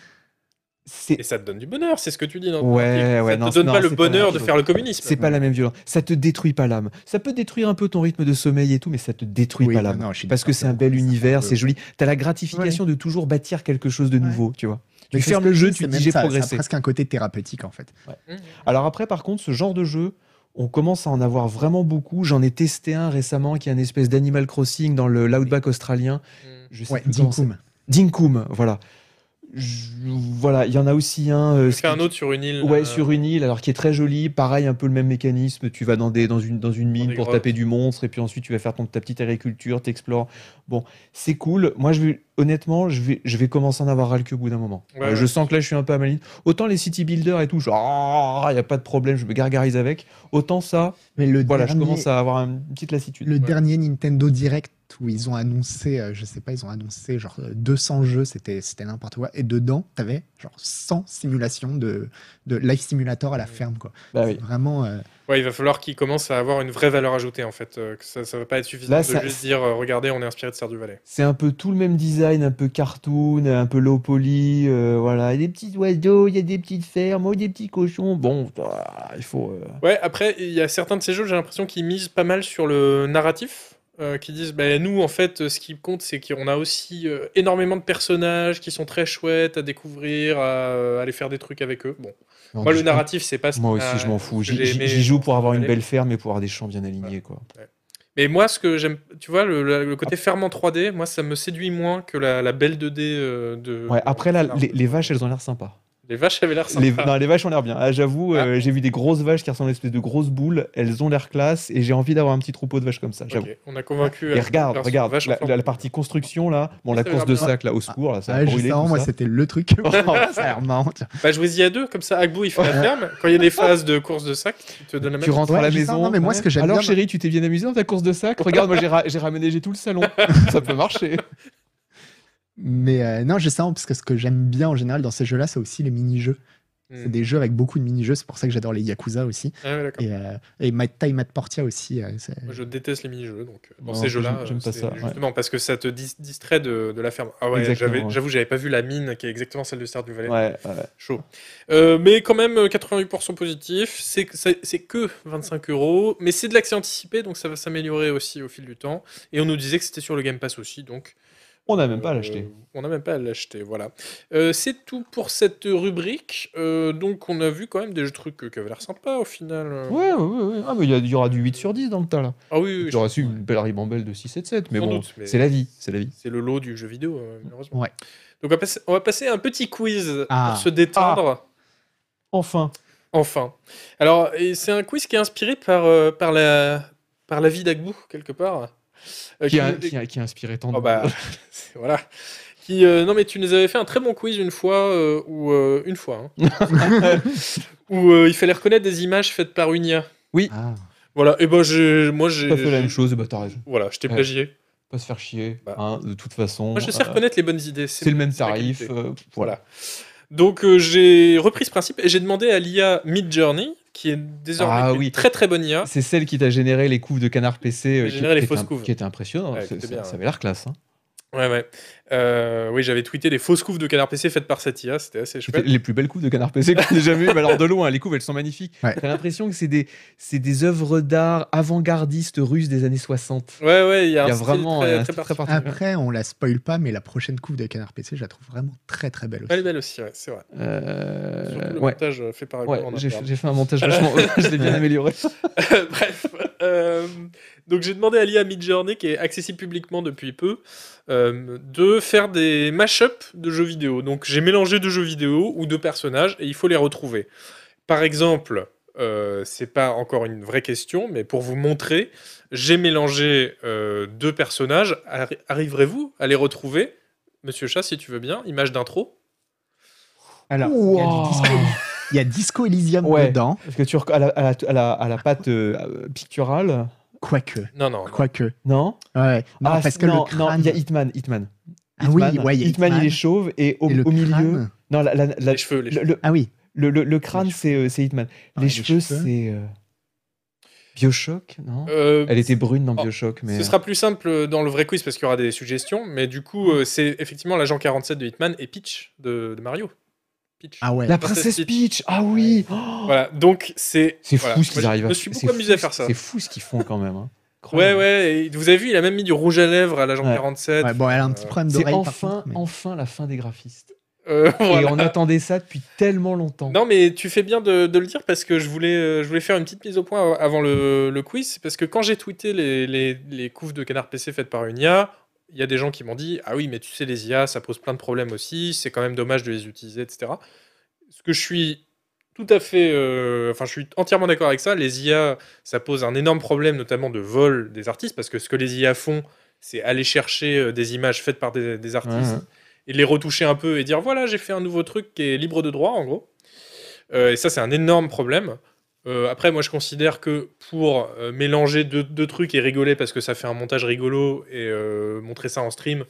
B: c'est-
A: Et ça te donne du bonheur, c'est ce que tu dis. Dans ton
B: Ouais,
A: article.
B: ouais,
A: ça
B: non,
A: te donne
B: non,
A: pas le
B: c'est pas la
A: bonheur
B: même
A: de
B: chose.
A: faire le communisme.
B: C'est pas la même violence. Ça te détruit pas l'âme. Ça peut détruire un peu ton rythme de sommeil et tout, mais ça te détruit
C: Oui, bah
B: pas
C: non,
B: l'âme.
C: non, je suis
B: Parce que
C: d'accord,
B: c'est un bel
C: peu-
B: univers,
C: peu-
B: c'est joli. T'as la gratification de toujours bâtir quelque chose de
C: Ouais.
B: nouveau, tu vois.
C: Mais
B: Tu
C: c'est
B: fermes
C: ce
B: le
C: que
B: jeu,
C: je dis,
B: tu
C: c'est
B: te
C: même
B: dis j'ai
C: ça, ça a
B: progressé.
C: presque un côté thérapeutique, en fait.
A: Mhm.
B: Alors après, par contre, ce genre de jeu, on commence à en avoir vraiment beaucoup. J'en ai testé un récemment qui est un espèce d'Animal Crossing dans le l'outback australien.
A: Mhm.
B: Je sais
C: Ouais,
B: plus comment
C: Dinkum.
B: c'est. Dinkum, voilà. Je- voilà, il y en a aussi un. euh,
A: Fait
B: ce
A: un
B: qui-
A: autre sur une île.
B: Ouais,
A: euh,
B: sur une île, alors qui est très jolie. Pareil, un peu le même mécanisme. Tu vas dans, des, dans, une, dans une mine
A: des
B: pour
A: grottes.
B: taper du monstre, et puis ensuite tu vas faire ton, ta petite agriculture, t'explores. Bon, c'est cool. Moi, je vais, honnêtement, je vais, je vais commencer à en avoir ras le cul au bout d'un moment.
A: Ouais,
B: Euh,
A: ouais.
B: Je sens que là, je suis un peu à ma limite. Autant les city builders et tout, genre, il n'y a pas de problème, je me gargarise avec. Autant ça,
C: Mais le
B: voilà,
C: dernier-
B: je commence à avoir une petite lassitude.
C: Le
A: Ouais.
C: dernier Nintendo Direct où ils ont annoncé, euh, je sais pas, ils ont annoncé genre euh, 200 jeux, c'était c'était n'importe quoi. Et dedans, t'avais genre 100 simulations de, de Life Simulator à la ferme, quoi.
B: Bah
C: C'est
B: oui.
C: Vraiment, euh,
A: Ouais, il va falloir qu'il commence à avoir une vraie valeur ajoutée en fait. euh, que ça, ça va pas être suffisant
B: Là,
A: de
B: ça-
A: juste dire euh, regardez, on est inspiré de Serre du Valais.
B: C'est un peu tout le même design, un peu cartoon, un peu low poly, euh, voilà. Il y a des petits oiseaux, il y a des petites fermes, oh, des petits cochons. Bon, ah, il faut. euh,
A: Ouais, après, il y a certains de ces jeux, j'ai l'impression qu'ils misent pas mal sur le narratif. euh, qui disent, bah, nous en fait, euh, ce qui compte, c'est qu'on a aussi euh, énormément de personnages qui sont très chouettes à découvrir, à euh, aller faire des trucs avec eux. Bon,
B: non,
A: moi le
B: je-
A: narratif, c'est pas. ce
B: Moi
A: qu'on a-
B: aussi, je m'en
A: ce
B: fous.
A: que
B: J'y
A: Euh, j'ai
B: j'y-
A: aimé
B: j'y joue pour avoir une
A: Valais.
B: belle ferme et pour avoir des champs bien alignés. Quoi.
A: Mais moi, ce que j'aime, tu vois, le, le- le côté ferme en 3D, moi, ça me séduit moins que la, la belle 2D euh, de.
B: Ouais, après, là,
A: de-
B: les, les vaches, elles ont l'air sympas.
A: Les vaches avaient l'air sympas.
B: Les, non, les vaches ont l'air bien. Ah, J'avoue, euh, j'ai vu des grosses vaches qui ressemblent à une espèce de grosses boules. Elles ont l'air classe et j'ai envie d'avoir un petit troupeau de vaches comme ça.
A: Ok,
B: J'avoue.
A: on a convaincu.
B: Et
A: euh,
B: regarde,
A: version
B: regarde,
A: vache en
B: la,
A: forme.
B: la- la partie construction là, bon,
A: Ça
B: la
A: a
B: course
A: l'air
B: de
A: bien.
B: sac là, au secours, là, ça a
C: ouais,
B: brûlé.
C: juste avant,
B: tout
C: Ah, moi,
B: ça.
C: c'était le truc. ça a l'air marrant, tiens.
A: Bah, jouez-y à deux, comme ça, Agbo, il fait la ferme. Quand il y a des phases de course de sac, tu te donnes la
B: Tu
A: même.
B: rentres
C: Ouais,
B: à la
C: juste
B: maison.
C: avant, non, mais moi, ce que j'aime
B: Alors,
C: bien-
B: chérie, tu t'es bien amusée dans ta course de sac Regarde, moi, j'ai ra- j'ai ramené, j'ai tout le salon. ça peut marcher.
C: Mais euh, non, justement, parce que ce que j'aime bien en général dans ces jeux-là, c'est aussi les mini-jeux.
A: Hmm.
C: C'est des jeux avec beaucoup de mini-jeux, c'est pour ça que j'adore les Yakuza aussi.
A: Ah ouais, d'accord.
C: Et, euh, et Mad Time at Portia aussi. euh, c'est-
A: Moi, je déteste les mini-jeux, donc euh, dans
B: Non,
A: ces jeux-là,
B: j'aime- j'aime
A: euh,
B: pas
A: c'est
B: ça, ouais.
A: justement parce que ça te dis- distrait de, de la ferme. Ah ouais,
B: Exactement,
A: j'avais-
B: ouais.
A: j'avoue, j'avais pas vu la mine qui est exactement celle de Star du Valais.
B: Ouais, ouais.
A: Chaud. Euh, mais quand même, euh, 88% positif. C'est que- C'est c'est que 25 euros. Mais c'est de l'accès anticipé, donc ça va s'améliorer aussi au fil du temps. Et on nous disait que c'était sur le Game Pass aussi, donc.
B: On n'a même pas à
A: Euh,
B: l'acheter.
A: On n'a même pas à l'acheter, voilà. Euh, c'est tout pour cette rubrique. Euh, donc, on a vu quand même des jeux- trucs euh, qui avaient l'air sympas au final. euh.
B: Ouais, ouais, ouais. ouais. Ah, mais il y, a- il y aura du 8 sur 10 dans le tas, là.
A: Ah oui, oui, oui,
B: J'aurais su une belle ribambelle de 6, 7, 7. Mais
A: Sans
B: bon,
A: doute, mais-
B: c'est la vie. C'est la vie.
A: c'est le lot du jeu vidéo, euh, malheureusement.
C: Ouais.
A: Donc, on va, passer, on va passer à un petit quiz
C: Ah.
A: pour se détendre.
B: Enfin.
A: Enfin. Alors, et c'est un quiz qui est inspiré par, euh, par, la, par la vie d'Agbou, quelque part. Euh,
B: Qui
A: qui-
B: a, qui a- qui a inspiré tant de.
A: Oh bah, c'est- voilà. Qui, euh, non mais tu nous avais fait un très bon quiz une fois euh, où euh, une fois hein. où euh, il fallait reconnaître des images faites par une IA.
C: Ah.
A: Voilà. Et ben j'ai- moi j'ai
B: pas fait la même
A: j'ai-
B: chose, bah t'as raison.
A: Voilà, je t'ai
B: Ouais.
A: plagié.
B: Pas se faire chier,
A: Bah.
B: hein, de toute façon.
A: Moi je sais
B: euh,
A: reconnaître les bonnes idées.
B: c'est le même
A: la
B: tarif.
A: qualité.
B: euh,
A: Voilà.
B: voilà.
A: Donc euh, j'ai repris ce principe et j'ai demandé à l'IA Midjourney qui est désormais
B: Ah
A: une
B: oui.
A: très très bonne IA.
B: C'est celle qui t'a généré les couves de canard PC. euh,
A: J'ai
B: qui-
A: généré les
B: qui était
A: fausses
B: un-
A: couves.
B: Qui était impressionnant.
A: Ouais,
B: c'est-
A: c'était
B: ça,
A: bien,
B: ça
A: ouais.
B: avait l'air classe. hein.
A: Ouais ouais. Euh, oui, j'avais tweeté des fausses couves de canard PC faites par Satya, c'était assez
B: C'était
A: chouette.
B: les plus belles couves de Canard PC qu'on ait jamais eues, mais alors de loin, les couves, elles sont magnifiques.
C: Ouais.
B: T'as l'impression que c'est des, c'est des œuvres d'art avant-gardistes russes des années 60.
A: Ouais, ouais, il y a,
B: Il y
A: un
B: a
A: style
B: vraiment
A: très,
B: un
A: très
B: style très
A: particulier.
B: particulier.
C: Après, on la spoil pas, mais la prochaine coupe de Canard PC, je la trouve vraiment très très belle aussi.
A: Elle est belle aussi, ouais, c'est vrai.
B: Euh,
A: Ah, Surtout le
B: ouais,
A: montage euh, fait par
B: ouais,
A: Hugo en
B: j'ai
A: interne.
B: j'ai fait un montage vachement. je l'ai bien amélioré.
A: Bref. euh, donc j'ai demandé à l'IA Midjourney, qui est accessible publiquement depuis peu, euh, de faire des mash-ups de jeux vidéo. Donc j'ai mélangé deux jeux vidéo ou deux personnages et il faut les retrouver. Par exemple, euh, c'est pas encore une vraie question, mais pour vous montrer, j'ai mélangé euh, deux personnages. Arri- Arriverez-vous à les retrouver Monsieur Chat, si tu veux bien, image d'intro.
B: Alors, il
C: Wow.
B: y a du disco.
C: Il y a Disco Elysium
B: Ouais.
C: dedans,
B: Parce que tu rec- à la, à la- à la- à la patte euh, picturale,
C: quoique.
A: Non, non. non.
C: Quoique.
B: non
C: Ouais. Non,
B: Ah,
C: parce que
B: non,
C: le
B: non, il y a
C: crâne-
B: Hitman, Hitman.
C: Ah oui,
B: Hitman,
C: ouais, il y a
B: Hitman,
C: Hitman.
B: il est chauve et au,
C: Et le
B: au milieu.
C: crâne-
B: Non, la- la- la-
A: Les cheveux, les
B: le,
A: cheveux.
B: le-
C: Ah oui.
B: le- le- le crâne,
C: Les
B: c'est euh, c'est Hitman.
C: Ah,
B: les,
C: les
B: cheveux,
C: cheveux.
B: c'est. euh, Bioshock, non
A: Euh,
B: Elle était brune dans
A: Oh,
B: Bioshock, mais. euh,
A: Ce sera plus simple euh, dans le vrai quiz parce qu'il y aura des suggestions, mais du coup, euh, c'est effectivement l'agent 47 de Hitman et Peach de, de Mario. Peach.
C: Ah ouais.
B: La
A: Princesse
B: princesse Peach Ah oui Oh,
A: Voilà, donc c'est.
B: C'est
A: voilà.
B: fou ce qu'ils
A: Moi,
B: arrivent à
A: Je me suis
B: c'est
A: beaucoup amusé à
B: fou-
A: faire ça.
B: C'est fou ce qu'ils font quand même. hein.
A: Ouais,
B: Incroyable.
A: ouais, et vous avez vu, il a même mis du rouge à lèvres à l'agent
B: Ouais.
A: 47.
C: Ouais, bon, elle a un petit problème
B: C'est
C: d'oreille
B: enfin,
C: par contre. mais-
B: enfin la fin des graphistes.
A: Euh, voilà.
B: Et on attendait ça depuis tellement longtemps.
A: Non, mais tu fais bien de, de le dire parce que je voulais, euh, je voulais faire une petite mise au point avant le, le quiz. Parce que quand j'ai tweeté les, les, les couves de canard PC faites par une IA, il y a des gens qui m'ont dit Ah oui, mais tu sais, les IA, ça pose plein de problèmes aussi, c'est quand même dommage de les utiliser, etc. Ce que je suis tout à fait. euh, Enfin, je suis entièrement d'accord avec ça. Les IA, ça pose un énorme problème, notamment de vol des artistes, parce que ce que les IA font, c'est aller chercher euh, des images faites par des, des artistes
B: Ouais, ouais.
A: et de les retoucher un peu et dire voilà, j'ai fait un nouveau truc qui est libre de droit, en gros. Euh, et ça, c'est un énorme problème. Euh, après, moi, je considère que pour euh, mélanger deux, deux trucs et rigoler parce que ça fait un montage rigolo et euh, montrer ça en stream,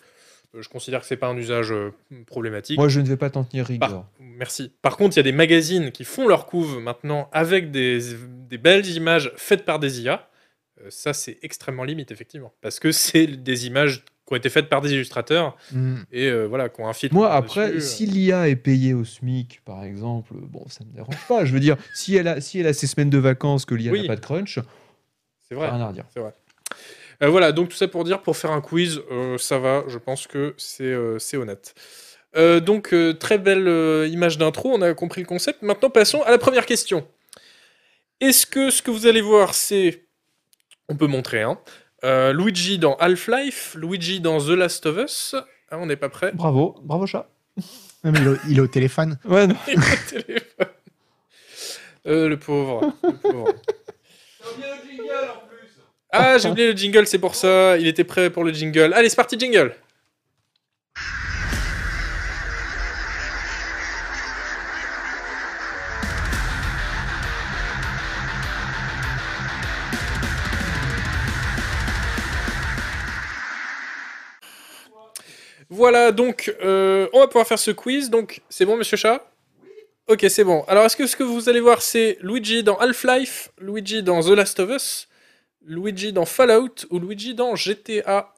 A: euh, je considère que c'est pas un usage euh, problématique.
B: Moi, je ne vais pas t'en tenir
A: Par-
B: rigueur.
A: Merci. Par contre, il y a des magazines qui font leur couve maintenant avec des, des belles images faites par des IA. Euh, ça, c'est extrêmement limite, effectivement. Parce que c'est des images qui ont été faites par des illustrateurs
C: Mm.
A: et euh, voilà, qui ont un filtre.
B: Hmm. Moi, après,
A: dessus.
B: si l'IA est payée au SMIC, par exemple, bon, ça me dérange pas. Je veux dire, si elle a, si elle a ses semaines de vacances, que l'IA
A: Oui.
B: n'a pas de crunch,
A: C'est vrai.
B: rien à redire.
A: Euh, voilà, donc tout ça pour dire, pour faire un quiz, euh, ça va, je pense que c'est euh, c'est honnête. Euh, donc, euh, très belle euh, image d'intro, on a compris le concept. Maintenant, passons à la première question. Est-ce que ce que vous allez voir, c'est. On peut montrer, hein. euh, Luigi dans Half-Life, Luigi dans The Last of Us. Ah, on n'est pas prêt.
B: Bravo, bravo chat.
C: Non, mais il, est au- il est au téléphone.
B: Ouais, non.
A: Il est au téléphone. Euh, le pauvre. le pauvre. Ah, j'ai oublié le jingle, c'est pour ça. Il était prêt pour le jingle. Allez, c'est parti, jingle. Voilà, donc euh, on va pouvoir faire ce quiz. Donc c'est bon, monsieur chat Ok, c'est bon. Alors est-ce que ce que vous allez voir, c'est Luigi dans Half-Life, Luigi dans The Last of Us, Luigi dans Fallout ou Luigi dans GTA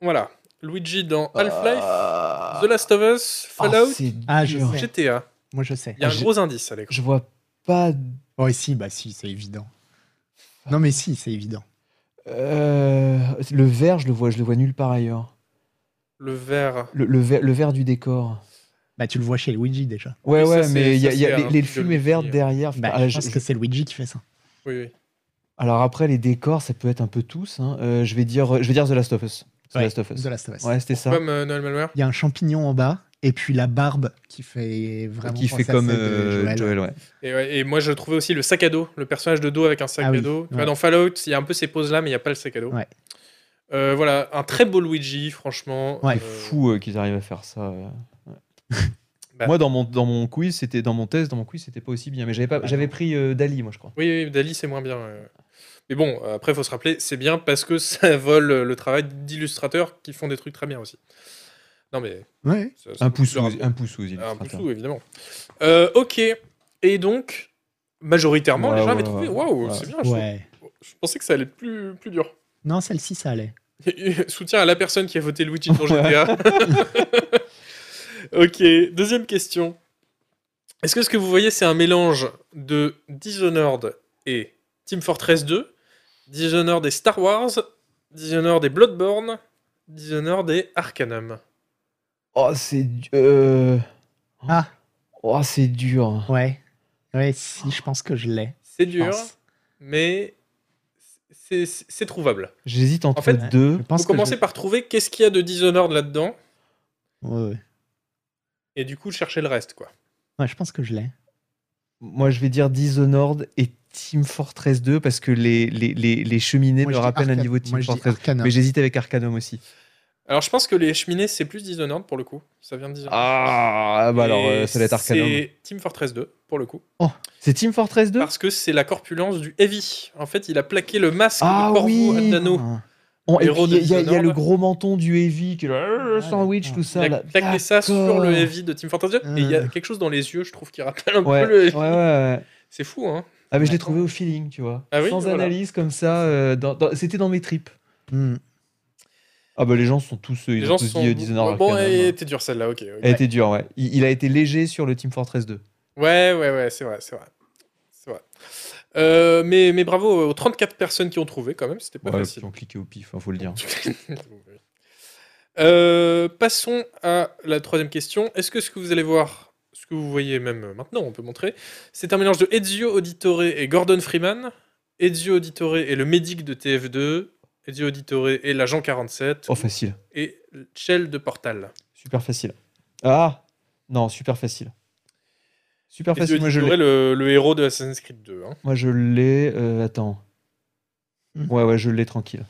A: Voilà. Luigi dans Half-Life,
B: Euh,
A: The Last of Us,
B: Ah,
A: Fallout,
B: c'est
C: Ah, je
B: dur.
C: sais.
A: GTA.
C: Moi, je sais.
A: Il y a un
B: Ah,
A: gros indice à l'écran.
B: Je vois pas.
C: Oh, et si, bah si, c'est évident. Non, mais si, c'est évident.
B: euh, Le vert, je le vois, je le vois nulle part ailleurs.
A: Le vert.
B: Le, le vert, le vert du décor.
C: Bah, tu le vois chez Luigi déjà.
B: Ouais,
A: Ah Oui, ça,
B: ouais,
A: c'est-
B: mais il y a,
A: ça,
B: il y a
A: c'est
B: les,
A: un
B: les
A: truc de
B: fumées vertes
A: Luigi,
B: derrière.
C: Bah,
B: Ah,
C: je pense
B: je-
C: que c'est Luigi qui fait ça.
A: Oui, oui.
B: Alors après, les décors, ça peut être un peu tous. hein. Euh, je vais dire, je vais dire The Last of Us. The
C: Ouais,
B: Last of Us.
C: The Last of Us.
B: Ouais, c'était ça.
A: Comme euh, Noël Malware.
C: Il y a un champignon en bas, et puis la barbe qui fait vraiment.
B: qui fait
C: penser à
B: comme
C: celle de
B: euh,
C: Joël. hein.
B: Joel, ouais.
A: Et, ouais, et moi, je trouvais aussi le sac à dos, le personnage de dos avec un sac
C: Ah
A: à
C: oui,
A: dos. Tu vois,
C: ouais.
A: dans Fallout, il y a un peu ces poses-là, mais il n'y a pas le sac à dos.
C: Ouais.
A: Euh, voilà, un très beau Luigi, franchement.
C: Ouais.
B: C'est
A: Euh,
B: fou euh, qu'ils arrivent à faire ça. euh. Ouais.
A: Bah.
B: Moi, dans mon, dans mon quiz, c'était dans mon test, dans mon quiz, c'était pas aussi bien. Mais j'avais pas,
C: Bah
B: j'avais
C: non.
B: pris euh, Dali, moi, je crois.
A: Oui, oui, Dali, c'est moins bien. euh. Mais bon, euh, après, il faut se rappeler, c'est bien parce que ça vole euh, le travail d'illustrateurs qui font des trucs très bien aussi. Non, mais.
C: Ouais.
A: ça- ça-
B: Un pouce,
A: leur-
B: sous, un pouce sous
A: Un
B: illustrateur.
A: poussou, évidemment. Euh, ok. Et donc, majoritairement,
B: Ouais,
A: les gens avaient
B: ouais,
A: trouvé.
B: ouais.
A: Waouh,
B: Ouais.
A: c'est bien. Ah, je-
C: Ouais.
A: Je, pensais que ça allait être plus, plus dur.
C: Non, celle-ci, ça allait.
A: Soutien à la personne qui a voté Luigi pour GTA. ok, deuxième question. Est-ce que ce que vous voyez, c'est un mélange de Dishonored et Team Fortress 2, Dishonored et Star Wars, Dishonored et Bloodborne, Dishonored et Arcanum
B: Oh, c'est. du- euh,
C: Ah,
B: Oh, c'est dur.
C: ouais. Ouais, si, je pense que je l'ai.
A: C'est
C: Je
A: dur,
C: pense.
A: mais c'est- c'est c'est trouvable.
B: J'hésite entre
A: En fait,
C: Je
B: deux.
C: pense
A: Vous commencez par trouver qu'est-ce qu'il y a de Dishonored là-dedans,
C: que je... Ouais, ouais.
A: et du coup, chercher le reste, quoi.
C: Ouais, je pense que je l'ai.
B: Moi, je vais dire Dishonored et Team Fortress 2 parce que les, les, les, les cheminées
C: Moi,
B: me
C: je dis
B: rappellent un
C: Arcan-
B: niveau Team
C: moi, je dis
B: Fortress.
C: Arcanum.
B: Mais j'hésite avec Arcanum aussi.
A: Alors, je pense que les cheminées, c'est plus Dishonored pour le coup. Ça vient de Dishonored.
B: Ah, bah alors,
A: Euh, Et
B: euh, ça doit être Arcanum.
A: C'est Team Fortress 2 pour le coup.
B: C'est Team Fortress 2
A: Parce que c'est la corpulence du Heavy. En fait, il a plaqué le masque
B: Ah
A: de Corvo
B: oui
A: Adano.
C: Ah.
B: Oh, et
A: héros
B: puis, il
A: de
B: y, a- il y a
A: Dishonored.
B: le gros menton du Heavy qui est là, euh, le
C: Ah,
B: sandwich,
C: d'accord.
B: tout ça.
A: Il a
B: là.
A: plaqué ça sur le
B: D'accord. Ah.
A: Heavy de Team Fortress 2. Et il y a
C: Euh.
A: quelque chose dans les yeux, je trouve, qui rappelle un
B: Ouais,
A: peu le
B: ouais,
A: Heavy.
B: ouais, ouais.
A: C'est fou, hein.
B: Ah, mais je l'ai
C: D'accord.
B: trouvé au feeling, tu vois.
A: Ah oui,
B: Sans
A: voilà.
B: analyse, comme ça. euh, dans- dans- C'était dans mes tripes.
C: Hmm.
B: Ah, bah les gens sont tous. euh, Ils
A: les
B: ont
A: gens
B: tous
A: sont.
B: dit euh, Dishonored
A: bon,
B: Arcanum.
A: elle était dure celle-là, ok. ok.
B: Elle était dure, ouais. Il, il a été léger sur le Team Fortress 2.
A: Ouais, ouais, ouais, c'est vrai, c'est vrai. C'est vrai. Euh, mais, mais bravo aux 34 personnes qui ont trouvé quand même, c'était pas
B: Ouais,
A: facile.
B: qui ont cliqué au pif, hein, faut le dire.
A: Euh, passons à la troisième question. Est-ce que ce que vous allez voir, ce que vous voyez même maintenant, on peut montrer, c'est un mélange de Ezio Auditore et Gordon Freeman, Ezio Auditore et le médic de TF2, Ezio Auditore et l'agent 47,
B: Oh, facile.
A: et Shell de Portal.
B: Super facile. Ah Non, super facile. Super
A: Ezio
B: facile, moi je
A: Auditore,
B: l'ai.
A: le, le héros de Assassin's Creed 2. hein.
B: Moi je l'ai. euh, attends.
C: Hmm.
B: Ouais, ouais, je l'ai tranquille.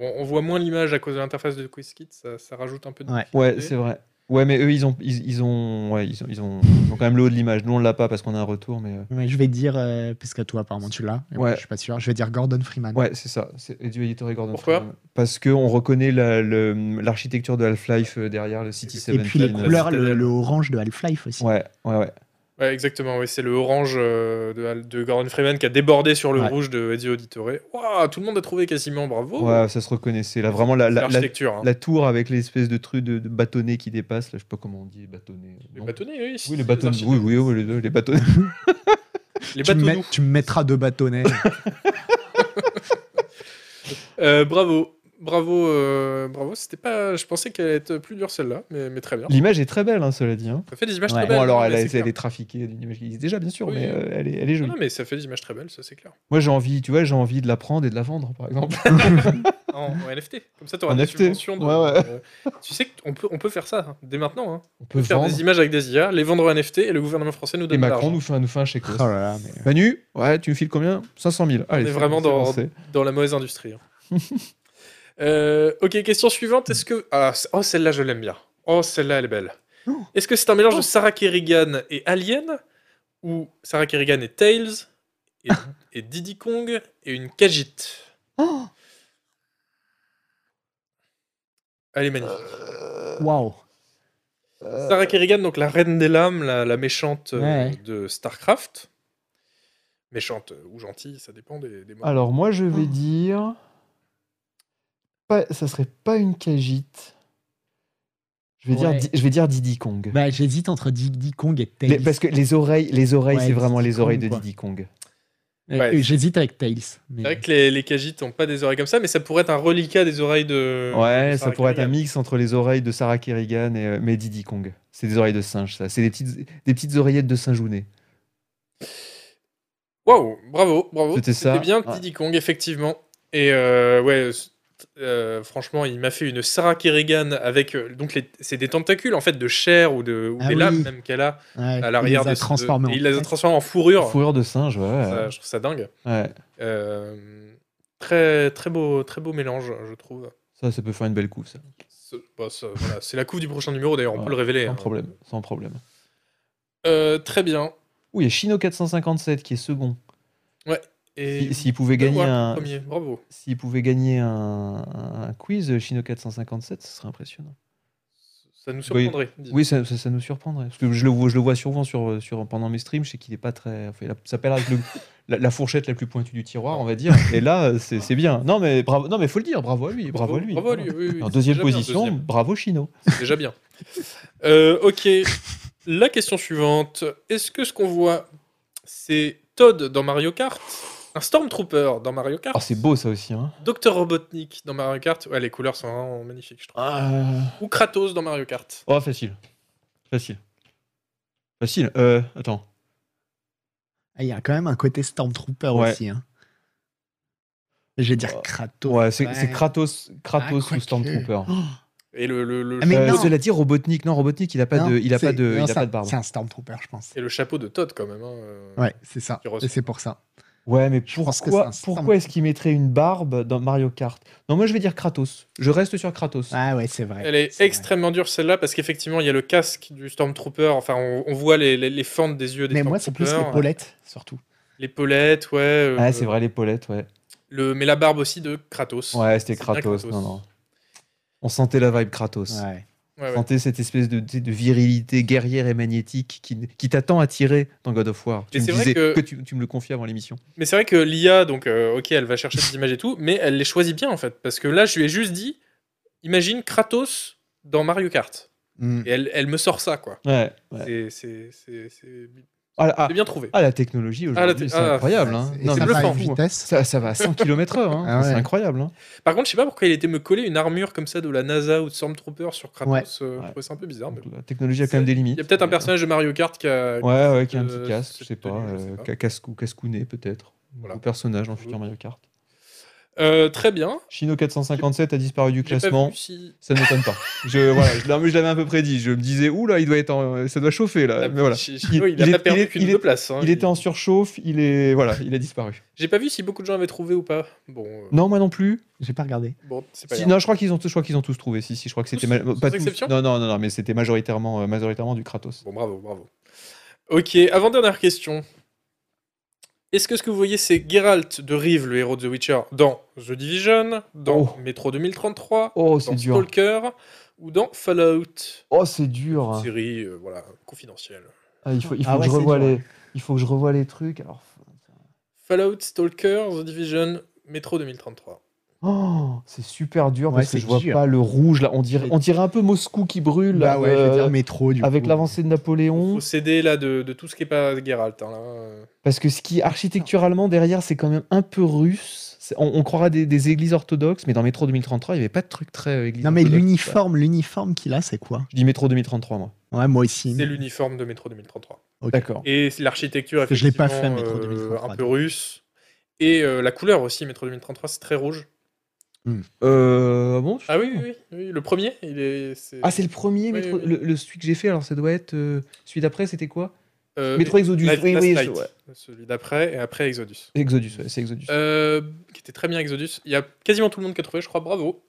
A: Bon, on voit moins l'image à cause de l'interface de QuizKit, ça, ça rajoute un peu de...
C: Ouais.
B: Ouais, c'est vrai. Ouais, mais eux, ils ont, ils, ils ont, ouais, ils ont, ils ont, ils ont quand même le haut de l'image. Nous, on l'a pas parce qu'on a un retour, mais euh,
C: Ouais, je vais dire, euh, parce que toi apparemment tu l'as, et moi,
B: Ouais.
C: je suis pas sûr, je vais dire Gordon Freeman.
B: ouais, c'est ça. C'est Edu Editor et Gordon.
A: Pourquoi
B: Freeman. Parce que on reconnaît la- le- l'architecture de Half-Life euh, derrière le City
C: et
B: 17.
C: puis les
A: Seventeen,
C: couleurs, le,
A: Citadel.
C: le orange de Half-Life aussi.
B: Ouais, ouais, ouais.
A: Ouais, exactement, oui, c'est le orange euh, de, de Gordon Freeman qui a débordé sur le
C: Ouais.
A: rouge de Ezio Auditore. Waouh, tout le monde a trouvé quasiment, bravo
B: Ouais, ça se reconnaissait. Là, vraiment, la,
A: C'est
B: la, la,
A: l'architecture. Oh. hein.
B: la tour avec l'espèce de truc de, de bâtonnet qui dépasse. Là, je sais pas comment on dit, bâtonnet. euh,
A: Les
B: non.
A: bâtonnets, oui.
B: Oui, les
A: c'est
B: bâtonnets. Oui,
A: architectes.
B: oui, oui, les deux, les bâtonnets.
A: Les
C: tu, me
A: bateaux
C: mets-
A: doux.
C: tu me mettras deux bâtonnets.
A: Euh, bravo. Bravo, euh, bravo. C'était pas. Je pensais qu'elle allait être plus dure celle-là, mais, mais très bien.
B: L'image est très belle, hein, cela dit. hein.
A: Ça fait des images
C: Ouais.
A: très
B: Bon,
A: belles.
B: alors,
A: hein,
B: elle,
A: mais
B: a-
A: c'est
B: elle est
A: claire.
B: trafiquée d'une image qui existe déjà, bien sûr,
A: Oui. Ah
B: mais euh, elle, est, elle est jolie.
A: Non, mais ça fait des images très belles, ça c'est clair.
B: Moi, j'ai envie, tu vois, j'ai envie de la prendre et de la vendre, par exemple.
A: En, en NFT. Comme ça, t'auras
B: En
A: des
B: NFT.
A: subventions. de-
B: Ouais, ouais.
A: euh, tu sais qu'on peut, on peut faire ça hein, dès maintenant. hein.
B: On
A: On
B: peut
A: peut faire
B: vendre.
A: des images avec des IA, les vendre en NFT et le gouvernement français nous
B: Et
A: donne de
B: Macron
A: l'argent.
B: nous fait, un- nous fait un chèque.
C: oh là là, mais-
B: Manu, ouais, tu me files combien 500 000. Allez,
A: est
B: c'est-
A: vraiment
B: c'est
A: dans-
B: lancé.
A: dans la mauvaise industrie. hein. Euh, ok, question suivante. Est-ce que. Ah, c- oh, celle-là, je l'aime bien. Oh, celle-là, elle est belle.
C: Oh.
A: Est-ce que c'est un mélange de Sarah Kerrigan et Alien Ou Sarah Kerrigan et Tails et,
C: Ah.
A: et Diddy Kong et une Kajit
C: Oh.
A: Elle est magnifique.
C: Waouh.
A: Sarah Kerrigan, donc la reine des lames, la, la méchante euh,
C: Euh. Ouais.
A: de StarCraft. Méchante euh, ou gentille, ça dépend des, des mots.
B: Alors, moi, je vais
A: Mmh.
C: Oh.
B: dire. Pas, ça serait pas une cagite. Je vais, dire,
C: Ouais.
B: Di- je vais dire Diddy Kong.
C: Bah, j'hésite entre Diddy Kong et Tails.
B: Les- parce que les oreilles, les oreilles
C: Ouais,
B: c'est vraiment
C: Diddy
B: les oreilles
C: Kong,
B: de
C: quoi.
B: Diddy Kong.
C: Euh,
A: Ouais.
C: J'hésite avec Tails. mais-
A: C'est vrai que les, les Kajites n'ont pas des oreilles comme ça, mais ça pourrait être un reliquat des oreilles de.
B: ouais,
A: de
B: ça
A: Euh, Sarah
B: pourrait être un
A: Kerrigan.
B: mix entre les oreilles de Sarah Kerrigan et euh, mais Diddy Kong. C'est des oreilles de singe, ça. C'est des petites, des petites oreillettes de singe ou nez.
A: Waouh, bravo, bravo.
B: C'était ça.
A: bien
B: Ouais.
A: Diddy Kong, effectivement. Et euh, ouais, c- euh, franchement, il m'a fait une Sarah Kerrigan avec. euh, donc, les- c'est des tentacules en fait de chair ou, de, ou
C: Ah
A: des
C: oui.
A: lames même qu'elle a
C: Ouais,
A: à l'arrière
C: il les a
A: de- de-
C: transformés
A: et
C: en
A: il les a
C: Tails.
A: transformés en fourrure.
B: Fourrure de singe, ouais.
A: Ça, je trouve ça dingue.
B: ouais.
A: Euh, très, très, beau, très beau mélange, je trouve.
B: Ça, ça peut faire une belle coupe, ça.
A: Ce- bah, ça, voilà, C'est la couve du prochain numéro, d'ailleurs, on peut
B: Ouais,
A: le révéler.
B: Sans
A: hein.
B: problème, sans problème.
A: Euh, très bien.
B: Oui, il y a Shino 457 qui est second.
A: Et
B: Si- S'il pouvait
A: Benoît,
B: gagner un,
A: premier, bravo.
B: s'il pouvait gagner un, un quiz Shino 457, ce serait impressionnant.
A: Ça nous surprendrait. dis-
B: Oui, ça, ça- ça nous surprendrait. Parce que je le, vois- je le vois souvent sur, sur, pendant mes streams, je sais qu'il n'est pas très. enfin, il a- ça pèle avec le- la, la fourchette la plus pointue du tiroir, on va dire. Et là, c'est c'est bien. Non, mais bravo, non, mais faut le dire, bravo à lui. Bravo, à lui.
A: Bravo à lui. oui, oui,
B: En
A: c'est
B: deuxième
A: déjà bien,
B: position,
A: deuxième. Ah,
B: bravo Chino.
A: C'est déjà bien. Euh, ok. La question suivante. Est-ce que ce qu'on voit, c'est Todd dans Mario Kart, un Stormtrooper dans Mario Kart,
B: Ah, c'est beau ça aussi. Hein.
A: Dr Robotnik dans Mario Kart Ouais, les couleurs sont vraiment magnifiques, je trouve. Ou Kratos dans Mario Kart.
B: Oh, facile. Facile. Facile. Euh, attends.
C: Ah, Il y a quand même un côté Stormtrooper
B: Ouais.
C: aussi. hein. Je vais dire
B: Ouais.
C: Kratos.
B: Ouais, c'est
C: Ouais.
B: c'est Kratos, Kratos
C: Ah,
B: ou
C: quoique.
B: Stormtrooper.
C: Oh,
A: Et le, le, le
C: Ah, mais
A: chapeau-
B: Euh,
C: non.
B: Cela dit, Robotnik, non, Robotnik, il a pas
C: non,
B: de, il a
C: c'est-
B: pas de,
C: non,
B: il a
C: c'est
B: pas
C: un-
B: de barbe.
C: C'est un Stormtrooper, je pense.
A: et le chapeau de Todd, quand même. hein, euh.
C: Ouais, c'est ça.
A: Qui ressort.
C: Et c'est pour ça.
B: Ouais, mais
C: Je pense que
B: pourquoi,
C: c'est un
B: pourquoi est-ce qu'il mettrait une barbe dans Mario Kart Non, moi je vais dire Kratos. Je reste sur Kratos.
C: Ah ouais, c'est vrai.
A: Elle est
C: c'est vrai.
A: extrêmement dure celle-là parce qu'effectivement il y a le casque du Stormtrooper, enfin on, on voit les, les, les fentes des yeux des
C: Mais moi, c'est plus les
A: Stormtroopers.
C: Paulettes, surtout.
A: l'épaulettes, ouais. euh,
B: Ah, c'est vrai, les Paulettes, ouais.
A: Le, mais la barbe aussi de Kratos.
B: Ouais, c'était
A: c'est bien
B: Kratos.
A: Kratos.
B: Non, non. On sentait la vibe Kratos.
C: Ouais.
A: Ouais,
B: On
A: ouais.
B: sentait cette espèce de, de virilité guerrière et magnétique qui, qui t'attend à tirer dans God of War. Tu
A: Et
B: me
A: c'est vrai
B: disais
A: que-
B: tu, tu me le confies avant l'émission.
A: Mais c'est vrai que l'IA, donc, euh, ok, elle va chercher des images et tout, mais elle les choisit bien en fait. Parce que là, je lui ai juste dit, imagine Kratos dans Mario Kart.
C: Mm.
A: Et elle, elle me sort ça, quoi.
B: Ouais. ouais.
A: C'est- C'est c'est- c'est-
B: Ah, la- ah,
A: c'est bien trouvé.
B: ah, la technologie
A: la
B: aujourd'hui,
A: te-
B: c'est
A: ah,
B: incroyable. hein.
C: Et
B: Non,
C: ça
B: mais
C: va à
B: c'est
C: une
B: fou, hein.
C: vitesse.
B: Ça, ça va à 100 km/h, hein.
C: Ah
B: c'est
C: ouais.
B: incroyable. hein.
A: Par contre, je sais pas pourquoi il était me coller une armure comme ça de la NASA ou de Stormtrooper sur Kratos. euh,
B: Ouais.
A: Je trouvais ça un peu bizarre. mais bon.
B: Donc, La technologie a quand même des limites.
A: Il y a peut-être un
B: Ouais.
A: personnage de Mario Kart qui a.
B: Ouais, ouais, qui a un
A: Euh,
B: petit casque, je
A: cette
B: sais pas,
A: tenue, je sais
B: euh,
A: pas.
B: ca- casque ou cascounet peut-être.
A: Voilà.
B: Ou personnage en futur
A: Doute.
B: Mario Kart.
A: Euh, très bien.
B: Shino 457 a disparu du
A: J'ai pas
B: classement,
A: vu si-
B: ça ne m'étonne pas. Je, voilà, je, non, mais je l'avais à peu près dit, je me disais, ouh là, il doit être en- euh, ça doit chauffer là. Mais voilà.
A: Chi- Chino, il,
B: il
A: a
B: est-
A: pas
B: il
A: perdu
B: est-
A: qu'une
B: il
A: ou
B: est-
A: deux places. hein.
B: Il était en surchauffe, il est voilà, il a disparu.
A: J'ai pas vu si beaucoup de gens avaient trouvé ou pas. Bon, euh,
B: Non, moi non plus.
C: J'ai pas regardé.
A: bon c'est pas
B: Si,
A: grave.
B: non, je crois qu'ils ont tous, je crois qu'ils ont tous trouvé. Si, si, je crois que
A: Tous,
B: c'était mal-
A: sans
B: pas tous.
A: exception
B: Non, non, non, non, mais c'était majoritairement, euh, majoritairement du Kratos.
A: Bon, bravo, bravo. Ok, avant-dernière question. Est-ce que ce que vous voyez, c'est Geralt de Rive, le héros de The Witcher, dans The Division, dans
B: Oh.
A: Metro 2033,
B: Oh, c'est
A: dans
B: dur.
A: Stalker ou dans Fallout
B: Oh, c'est dur. hein.
A: Série, euh, voilà, confidentielle.
B: Ah, il faut, il faut
C: Ah ouais,
B: que je
C: c'est
B: revoie
C: dur.
B: les, il faut que je revoie les trucs. Alors,
A: Fallout, Stalker, The Division, Metro 2033.
B: Oh, c'est super dur
C: Ouais,
B: parce que
C: c'est
B: je vois
C: dur.
B: pas le rouge là. On dirait,
C: Et-
B: on dirait un peu Moscou qui brûle
C: Bah ouais, je vais
B: euh,
C: dire métro du
B: avec
C: coup.
B: l'avancée de Napoléon.
A: Faut s'aider là de, de tout ce qui est pas Geralt. hein, là, euh.
B: Parce que ce qui est architecturalement derrière, c'est quand même un peu russe. C'est- On, on croira des, des églises orthodoxes, mais dans Métro 2033, il n'y avait pas de truc très euh, église
C: Non mais
B: orthodoxe, quoi.
C: l'uniforme, l'uniforme qu'il a, c'est quoi
B: Je dis Métro 2033 moi.
C: Ouais, moi
B: Mmh.
C: aussi.
A: C'est l'uniforme de Metro 2033.
C: Ok.
B: D'accord.
A: Et c'est l'architecture,
C: Parce que je l'ai pas
A: effectivement,
C: fait, Metro
A: euh,
C: 2033,
A: un peu russe. Et euh, la couleur aussi, Metro 2033, c'est très rouge.
B: Euh, ah bon. je-
A: Ah oui, oui, oui, oui, le premier, il est. c'est-
B: Ah c'est le premier
A: Oui,
B: métro,
A: oui.
B: Le, le celui que j'ai fait. Alors ça doit être euh, celui d'après. C'était quoi
A: euh,
B: Métro Exodus.
A: Last-
B: oui,
A: Last
B: oui,
A: Light,
B: je- ouais.
A: Celui d'après et après Exodus.
B: Exodus, ouais, c'est Exodus.
A: Euh, qui était très bien Exodus. Il y a quasiment tout le monde qui a trouvé, je crois. Bravo.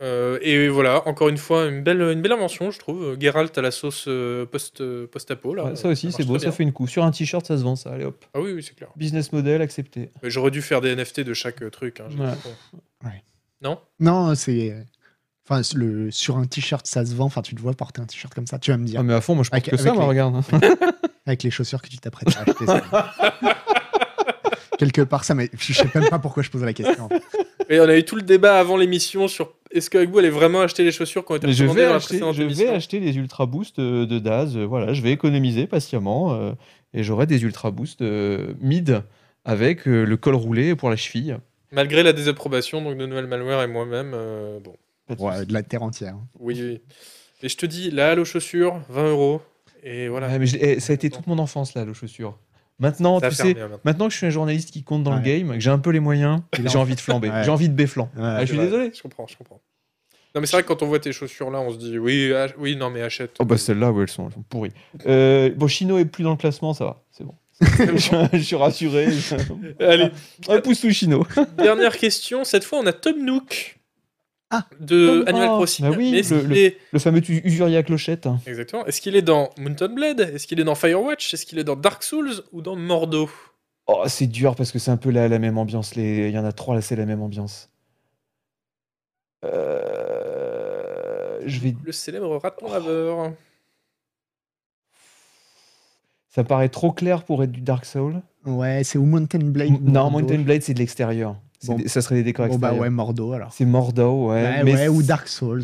A: Euh, et voilà, encore une fois, une belle, une belle invention, je trouve. Geralt à la sauce euh, post, euh, post-apo. là.
B: Ouais, ça aussi, c'est
A: marche
B: beau.
A: très
B: Ça
A: bien.
B: fait une coup. Sur un t-shirt, ça se vend ça. Allez hop.
A: Ah oui, oui, c'est clair.
B: Business model accepté.
A: Mais J'aurais dû faire des NFT de chaque euh, truc. hein, j'ai
B: Ouais.
A: dit, bon.
C: Ouais.
A: Non
C: Non, c'est. Enfin, c'est le... sur un t-shirt, ça se vend. Enfin, tu te vois porter un t-shirt comme ça. Tu vas me dire.
B: Ah mais à fond, moi je pense
C: Avec-
B: que ça,
C: avec
B: moi,
C: les-
B: regarde. hein.
C: Avec les chaussures que tu t'apprêtes à acheter. c'est- Quelque part, ça. Mais je sais même pas pourquoi je pose la question.
A: Et on a eu tout le débat avant l'émission sur est-ce que vous allez vraiment acheter les chaussures qui ont été
B: Mais je
A: recommandées
B: vais,
A: dans la
B: acheter,
A: précédente
B: je vais
A: émission
B: acheter les Ultra Boost euh, de Daz. euh, Voilà, je vais économiser patiemment euh, et j'aurai des Ultra Boost euh, mid avec euh, le col roulé pour la cheville.
A: Malgré la désapprobation donc, de Noël Malware et moi-même, euh, bon.
B: Pas de
C: Ouais,
B: soucis.
C: de la terre entière.
A: Oui, oui. Et je te dis, la halle aux chaussures, 20 euros. Et voilà.
B: Ouais, mais je l'ai- eh, ça a été toute mon enfance là, le chaussure. Maintenant,
A: Ça a
B: tu
A: fermé,
B: sais,
A: hein, maintenant.
B: maintenant que je suis un journaliste qui compte dans le
C: Ouais.
B: game, que j'ai un peu les moyens,
C: Il est
B: j'ai
C: en-
B: envie de flamber,
C: Ouais.
B: j'ai envie de béflan.
C: Ouais.
B: Ah, je suis
A: Ouais,
B: désolé.
A: Je comprends, je comprends. Non, mais c'est vrai que quand on voit tes chaussures là, on se dit, oui, ach- oui non, mais achète.
B: Oh bah celles-là, ouais, elles sont, elles sont pourries. Euh, bon, Chino est plus dans le classement, ça va, c'est bon. je, je suis rassuré.
A: Allez,
B: Un pouce sous Chino.
A: dernière question. Cette fois, on a Tom Nook
C: Ah,
A: de
B: Tom-
A: Animal
B: ah,
A: Crossing.
B: bah oui,
A: Mais est-ce
B: le-
A: qu'il
B: le-
A: est...
B: Le fameux tu- usurier à clochette. hein.
A: Exactement. Est-ce qu'il est dans Mountain Blade Est-ce qu'il est dans Firewatch Est-ce qu'il est dans Dark Souls ou dans Mordo
B: Oh, c'est dur parce que c'est un peu la, la même ambiance. Les... Il y en a trois là, c'est la même ambiance. Euh, je vais.
A: Le célèbre raton laveur.
B: Ça paraît trop clair pour être du Dark Soul.
C: Ouais, c'est ou Mountain Blade. ou
B: non,
C: Mordo.
B: Mountain Blade, c'est de l'extérieur. C'est
C: Bon.
B: des- Ça serait des décors
C: Bon, bah
B: extérieurs.
C: ouais, Mordo alors.
B: C'est Mordao, ouais.
C: Ouais,
B: mais
C: ouais, ou Dark Souls.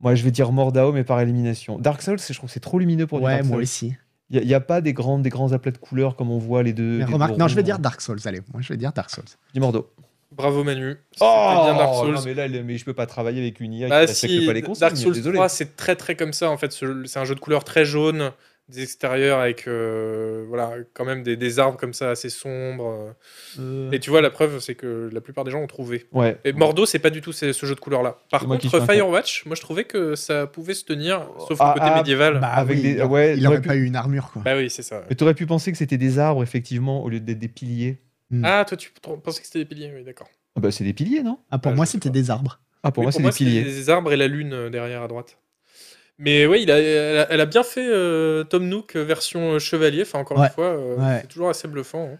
B: Moi, je vais dire Mordao, mais par élimination. Dark Souls, c'est- je trouve que c'est trop lumineux pour du
C: Ouais,
B: Dark
C: moi
B: Souls.
C: aussi.
B: Il n'y a, pas des grands, des grands aplats de couleurs comme on voit les deux.
C: Mais
B: les
C: remarque,
B: deux
C: non, je vais
B: ronds.
C: dire Dark Souls. Allez, moi je vais dire Dark Souls.
B: Du Mordo.
A: Bravo Manu. C'était bien Dark Souls.
B: Oh, non, mais là, le- mais je peux pas travailler avec une IA
A: Bah
B: qui respecte
A: si,
B: pas les consignes.
A: Dark Souls
B: désolé.
A: 3, c'est très très comme ça en fait. Ce- C'est un jeu de couleurs très jaune, des extérieurs avec euh, voilà quand même des, des arbres comme ça assez sombres.
B: Euh, Mm.
A: Et tu vois la preuve, c'est que la plupart des gens ont trouvé.
B: Ouais.
A: Et Mordo, c'est pas du tout ce, ce jeu de couleurs là. Par
B: Mm. C'est moi qui
A: contre,
B: suis un con.
A: Firewatch, moi je trouvais que ça pouvait se tenir, sauf
B: Ah,
A: le côté
B: ah,
A: médiéval. Bah,
C: Bah
B: Avec
C: oui,
B: des-
C: il a-
B: ouais,
C: il
B: j'aurais
C: aurait
B: pu-
C: pas eu une armure quoi.
A: oui, c'est ça.
B: Mais t'aurais pu penser que c'était des arbres, effectivement, au lieu d'être des piliers.
A: Ah, toi tu t- pensais que c'était des piliers, oui, d'accord.
B: Ah bah, c'est des piliers, non
C: Ah, pour
A: Ah,
C: moi
A: je sais
C: c'était
A: pas.
C: des arbres.
B: Ah, pour
A: Oui,
B: moi, c'est des
A: c'était
B: piliers.
A: des arbres et la lune euh, derrière à droite. Mais oui, il a- elle, a, elle a bien fait euh, Tom Nook euh, version euh, chevalier. Enfin, encore
C: Ouais.
A: une fois, euh,
C: Ouais.
A: c'est toujours assez bluffant.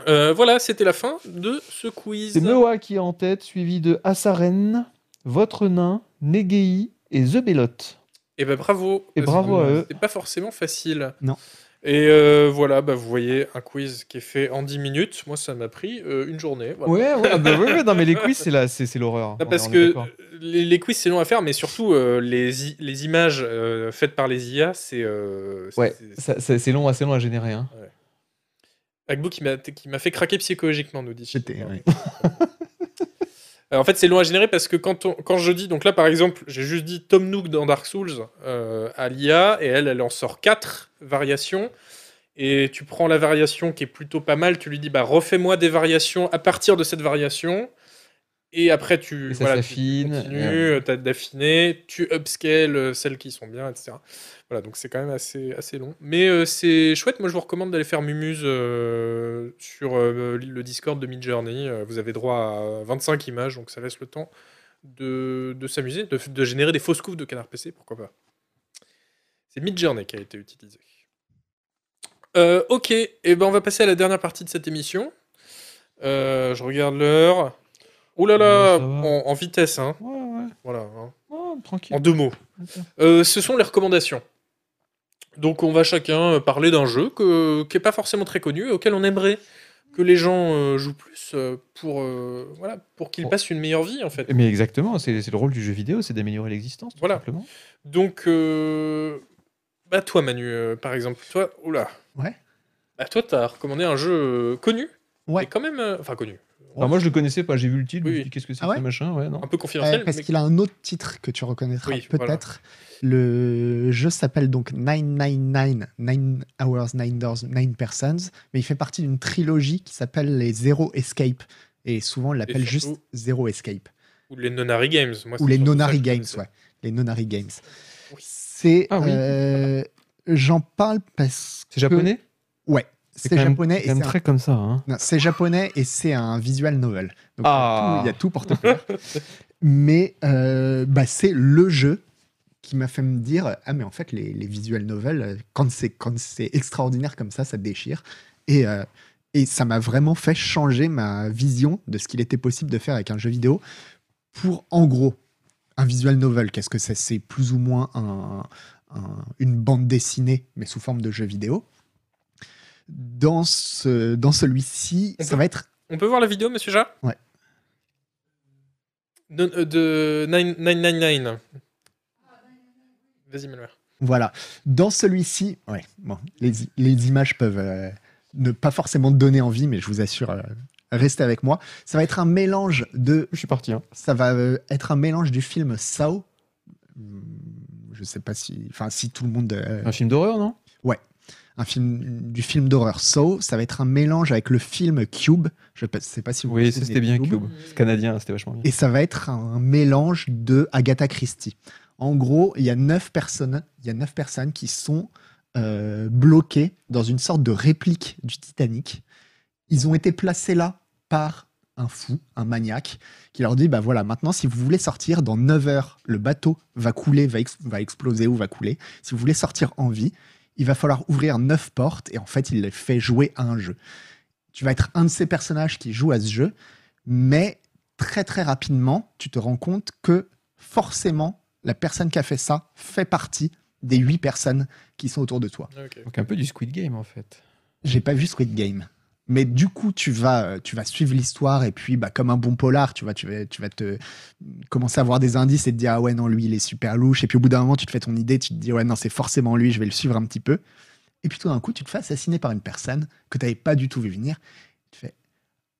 A: hein. Euh, voilà, c'était la fin de ce quiz.
B: C'est Noah qui est en tête, suivi de Assaren, Votre Nain, Negei et The Bellotte.
A: Et ben bravo.
B: Et
A: Parce
B: bravo
A: que
B: à eux.
A: C'était pas forcément facile.
C: Non.
A: Et euh, voilà, bah, vous voyez un quiz qui est fait en 10 minutes. Moi, ça m'a pris euh, une journée. voilà.
B: Ouais, ouais, ah bah ouais, ouais, non, mais les quiz, c'est la- c'est c'est l'horreur.
A: Non,
B: On
A: Ah,
B: est-
A: parce
B: on est
A: que
B: d'accord.
A: les, les quiz c'est long à faire, mais surtout euh, les, i- les images euh, faites par les IA, c'est. euh,
B: Ouais,
A: c'est-
B: ça- ça- c'est long, assez long à générer. hein.
A: Agbo qui m'a qui m'a fait craquer psychologiquement, nous dit.
C: J'étais. ouais.
A: Euh, en fait, c'est long à générer parce que quand, on- quand je dis, donc là par exemple, j'ai juste dit Tom Nook dans Dark Souls euh, à l'IA et elle, elle en sort quatre variations. Et tu prends la variation qui est plutôt pas mal, tu lui dis, bah refais-moi des variations à partir de cette variation. Et après, tu,
B: Et ça
A: voilà, tu- tu
B: s'affine.
A: continues,
B: et-
A: euh, t'as d'affiné, tu upscales euh, celles qui sont bien, etc. Voilà, donc c'est quand même assez, assez long. Mais euh, c'est chouette, moi je vous recommande d'aller faire Mumuse euh, sur euh, le Discord de Midjourney. Euh, Vous avez droit à 25 images, donc ça laisse le temps de, de s'amuser, de, de générer des fausses coups de canard PC, pourquoi pas. C'est Midjourney qui a été utilisé. Euh, ok, et ben on va passer à la dernière partie de cette émission. Euh, je regarde l'heure. Ouh là là,
B: Ouais, ça va.
A: en, en vitesse, hein.
B: Ouais, ouais.
A: Voilà, hein.
B: Oh, tranquille.
A: en deux mots. Euh, ce sont les recommandations. Donc on va chacun euh, parler d'un jeu que- qui n'est pas forcément très connu et auquel on aimerait que les gens euh, jouent plus euh, pour, euh, voilà, pour qu'ils
B: Bon.
A: passent une meilleure vie en fait.
B: Mais exactement, c'est c'est le rôle du jeu vidéo, c'est d'améliorer l'existence, tout
A: Voilà.
B: simplement.
A: Donc, euh, bah toi Manu, euh, par exemple, toi, oula.
C: Ouais.
A: Bah toi, t'as recommandé un jeu euh, connu,
C: Ouais.
A: mais quand même, euh, enfin connu,
B: Alors moi, je le connaissais pas, j'ai vu le titre, je me
A: Oui.
B: suis dit, qu'est-ce que c'est
C: Ah
B: que
C: ouais
B: ce machin, ouais, non.
A: un peu
C: Euh,
A: confidentiel.
C: parce
A: mais-
C: qu'il a un autre titre que tu reconnaîtras
A: Oui, voilà.
C: peut-être. Le jeu s'appelle donc 999, 9 Hours, 9 Doors, 9 Persons, mais il fait partie d'une trilogie qui s'appelle les Zero Escape. Et souvent, on l'appelle juste
A: surtout-
C: Zero Escape.
A: Ou les Nonary Games. Moi,
C: Ou
A: c'est surtout
C: les
A: ça que
C: Nonary
A: je
C: Games,
A: connaissais.
C: ouais. Les Nonary Games.
A: Oui.
C: C'est.
B: Ah oui.
C: euh, J'en parle parce que.
B: C'est japonais
C: C'est
B: quand même-
C: japonais.
B: C'est
C: et
B: quand même
C: c'est un-
B: très comme ça. hein.
C: non, C'est japonais et c'est un visual novel. Donc,
B: Ah.
C: il y a tout pour te plaire. mais euh, bah, c'est le jeu qui m'a fait me dire Ah, mais en fait, les, les visual novels, euh, quand c'est, quand c'est extraordinaire comme ça, ça déchire. Et, euh, et ça m'a vraiment fait changer ma vision de ce qu'il était possible de faire avec un jeu vidéo pour, en gros, un visual novel. Qu'est-ce que c'est C'est plus ou moins un- un- une bande dessinée, mais sous forme de jeu vidéo. Dans, ce, dans celui-ci, ça va être
A: On peut voir la vidéo, monsieur Jat
C: Ouais.
A: De, euh, de 999.
C: Ah,
A: Vas-y, Malware.
C: Voilà. Dans celui-ci, ouais, bon, les, les images peuvent euh, ne pas forcément donner envie, mais je vous assure, euh, restez avec moi. Ça va être un mélange de
B: Je suis parti. hein.
C: ça va euh, être un mélange du film Sao. Hum, Je sais pas si, enfin, si tout le monde, euh,
B: Un film d'horreur, non
C: un film du film d'horreur Saw, ça va être un mélange avec le film Cube. Je pa- sais pas si vous.
B: Oui,
C: vous
B: ça,
C: souvenez
B: c'était
C: de
B: bien Cube. C'est canadien, c'était vachement bien.
C: et ça va être un mélange de Agatha Christie. En gros, il y a neuf personnes, il y a neuf personnes qui sont euh, bloquées dans une sorte de réplique du Titanic. Ils ont été placés là par un fou, un maniaque, qui leur dit bah voilà, maintenant si vous voulez sortir dans 9 heures, le bateau va couler, va, ex- va exploser ou va couler. Si vous voulez sortir en vie, il va falloir ouvrir neuf portes et en fait, il les fait jouer à un jeu. Tu vas être un de ces personnages qui joue à ce jeu, mais très très rapidement, tu te rends compte que forcément, la personne qui a fait ça fait partie des huit personnes qui sont autour de toi.
A: Ok.
B: Donc un peu du Squid Game en fait.
C: J'ai pas vu Squid Game. Mais du coup, tu vas, euh, tu vas suivre l'histoire et puis, bah, comme un bon polar, tu vas, tu vas, tu vas te commencer à avoir des indices et te dire ah ouais non lui il est super louche. Et puis au bout d'un moment, tu te fais ton idée, tu te dis ouais non c'est forcément lui, je vais le suivre un petit peu. Et puis tout d'un coup, tu te fais assassiner par une personne que t'avais pas du tout vu venir. Tu fais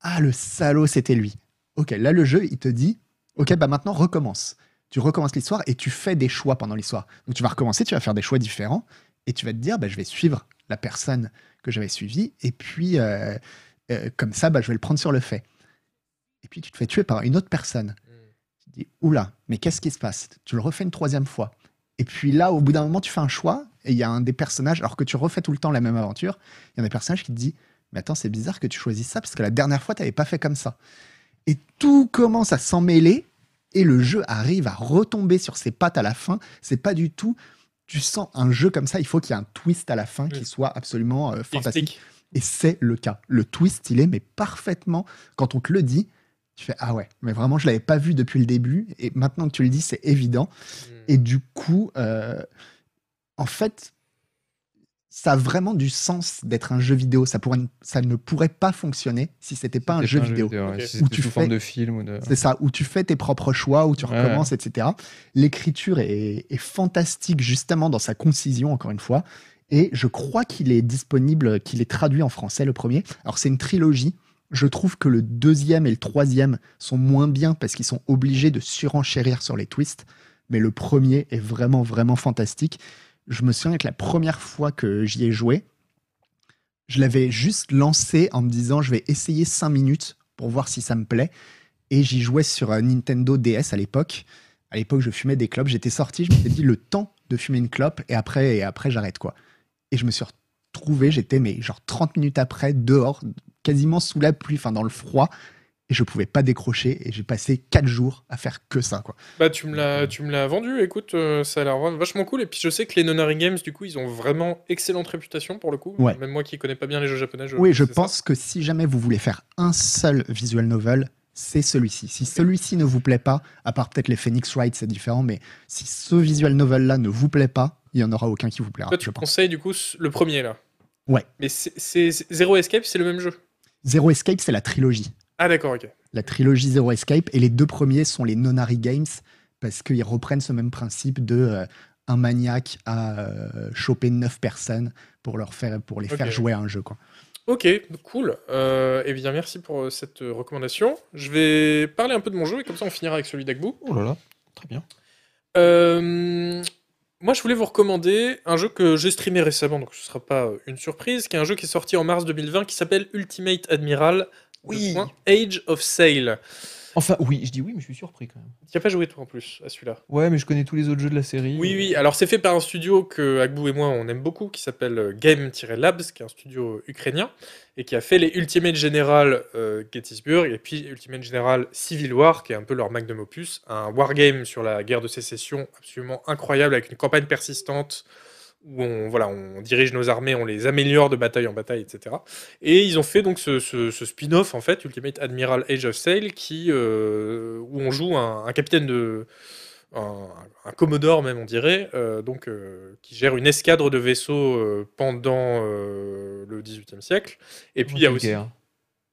C: ah le salaud c'était lui. Ok, là le jeu il te dit ok bah maintenant recommence. Tu recommences l'histoire et tu fais des choix pendant l'histoire. Donc tu vas recommencer, tu vas faire des choix différents et tu vas te dire bah je vais suivre la personne que j'avais suivi. Et puis, euh, euh, comme ça, bah, je vais le prendre sur le fait. Et puis, tu te fais tuer par une autre personne. Tu te dis, oula, mais qu'est-ce qui se passe Tu le refais une troisième fois. Et puis là, au bout d'un moment, tu fais un choix. Et il y a un des personnages, alors que tu refais tout le temps la même aventure, il y a un des personnages qui te dit, mais attends, c'est bizarre que tu choisisses ça, parce que la dernière fois, tu n'avais pas fait comme ça. Et tout commence à s'emmêler. Et le jeu arrive à retomber sur ses pattes à la fin. C'est pas du tout. Tu sens un jeu comme ça, il faut qu'il y ait un twist à la fin qui
A: Oui.
C: soit absolument euh, fantastique.
A: Mmh. Explique.
C: Et c'est le cas. Le twist, il est mais parfaitement. Quand on te le dit, tu fais ah ouais, mais vraiment je l'avais pas vu depuis le début. Et maintenant que tu le dis, c'est évident.
A: Mm.
C: Et du coup, euh, en fait, ça a vraiment du sens d'être un jeu vidéo. Ça, pourrait, ça ne pourrait pas fonctionner si c'était pas un jeu vidéo.
B: ouais.
A: Ok.
B: Si
C: Où
B: euh, c'était
C: tu
B: sous
C: fais-
B: forme de film ou de.
C: C'est ça, où tu fais tes propres choix, où tu
B: Ouais.
C: recommences, etc. L'écriture est, est fantastique, justement, dans sa concision, encore une fois. Et je crois qu'il est disponible, qu'il est traduit en français, le premier. Alors, c'est une trilogie. Je trouve que le deuxième et le troisième sont moins bien parce qu'ils sont obligés de surenchérir sur les twists. Mais le premier est vraiment, vraiment fantastique. Je me souviens que la première fois que j'y ai joué, je l'avais juste lancé en me disant je vais essayer 5 minutes pour voir si ça me plaît. Et j'y jouais sur un Nintendo DS à l'époque. À l'époque, je fumais des clopes. J'étais sorti, je m'étais dit le temps de fumer une clope et après, et après j'arrête quoi. Et je me suis retrouvé, j'étais mais genre 30 minutes après, dehors, quasiment sous la pluie, enfin dans le froid. Et je pouvais pas décrocher et j'ai passé 4 jours à faire que ça quoi.
A: Bah, tu me l'as, tu me l'as vendu. Écoute, euh, ça a l'air vraiment vachement cool. Et puis, je sais que les Nonary Games, du coup, ils ont vraiment excellente réputation pour le coup.
C: Ouais.
A: Même moi qui connais pas bien les jeux japonais. je-
C: Oui, je
A: Euh, c'est ça.
C: pense que si jamais vous voulez faire un seul visual novel, c'est celui-ci. Si celui-ci ne vous plaît pas, à part peut-être les Phoenix Wright, c'est différent, mais si ce visual novel-là ne vous plaît pas, il n'y en aura aucun qui vous plaira,
A: Toi,
C: je
A: tu
C: pense.
A: conseilles du coup ce- le premier là.
C: Ouais.
A: Mais c'est- c'est c'est- Zero Escape, c'est le même jeu.
C: Zero Escape, c'est la trilogie.
A: Ah d'accord, ok.
C: La trilogie Zero Escape, et les deux premiers sont les Nonary Games, parce qu'ils reprennent ce même principe de euh, un maniaque à euh, choper neuf personnes pour, leur faire, pour les
A: Ok.
C: faire jouer à un jeu. Quoi.
A: Ok, cool. Euh, eh bien, merci pour euh, cette euh, recommandation. Je vais parler un peu de mon jeu et comme ça on finira avec celui d'Agbou.
B: Oh là là, très bien.
A: Euh, moi, je voulais vous recommander un jeu que j'ai streamé récemment, donc ce ne sera pas euh, une surprise, qui est un jeu qui est sorti en mars 2020 qui s'appelle Ultimate Admiral.
B: Oui.
A: point, Age of Sail.
B: Enfin oui, je dis oui, mais je suis surpris quand même.
A: Tu n'as pas joué toi en plus à celui-là.
B: Ouais, mais je connais tous les autres jeux de la série.
A: Oui, oui. Alors, c'est fait par un studio que Agbou et moi, on aime beaucoup, qui s'appelle euh, Game-Labs, qui est un studio euh, ukrainien, et qui a fait les Ultimate General euh, Gettysburg, et puis Ultimate General Civil War, qui est un peu leur magnum opus, un wargame sur la guerre de sécession absolument incroyable, avec une campagne persistante, où on, voilà, on dirige nos armées, on les améliore de bataille en bataille, etc. Et ils ont fait donc ce, ce- ce spin-off, en fait, Ultimate Admiral Age of Sail, qui, euh, où on joue un- un capitaine de un, un commodore même on dirait, euh, donc euh, qui gère une escadre de vaisseaux euh, pendant euh, le XVIIIe siècle. Et puis il y a aussi
B: Guerre.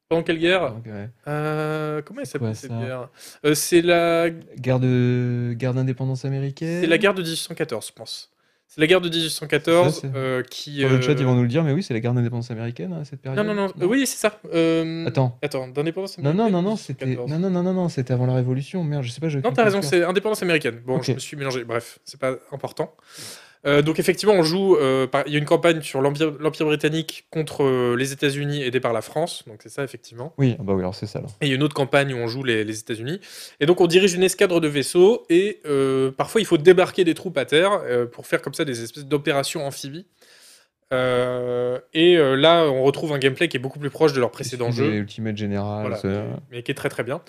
A: pendant quelle guerre
B: Donc, ouais.
A: Euh, Comment elle
B: C'est
A: s'appelle
B: quoi,
A: cette
B: ça
A: guerre Euh, C'est la
B: Guerre de guerre d'indépendance américaine.
A: c'est la guerre de 1814, je pense. C'est la guerre de 1814
B: C'est ça, c'est-
A: euh, qui.
B: Dans le chat,
A: euh,
B: ils vont nous le dire, mais oui, c'est la guerre d'indépendance américaine hein, à cette
A: Non
B: période.
A: non non. euh, Oui c'est ça. Euh,
B: Attends.
A: Attends d'indépendance.
B: Non, non, non, non,
A: américaine,
B: c'était
A: 1814.
B: non, non, non, non, non, c'était avant la Révolution. Merde, je sais pas. j'ai
A: Non,
B: aucune
A: t'as raison,
B: culture.
A: c'est indépendance américaine. Bon, je
B: Ok.
A: me suis mélangé, bref, c'est pas important. Euh, donc, effectivement, on joue. euh, par- Il y a une campagne sur l'Empire l'Empire britannique contre euh, les États-Unis aidée par la France, donc c'est ça, effectivement.
B: Oui, ah bah oui, alors c'est ça. alors.
A: Et il y a une autre campagne où on joue les, les États-Unis. Et donc, on dirige une escadre de vaisseaux. Et euh, parfois, il faut débarquer des troupes à terre euh, pour faire comme ça des espèces d'opérations amphibies. Euh, et euh, là, on retrouve un gameplay qui est beaucoup plus proche de leur précédent
B: Suivez
A: jeu.
B: Ultimate General.
A: Voilà,
B: c'est-
A: mais- mais qui est très très bien.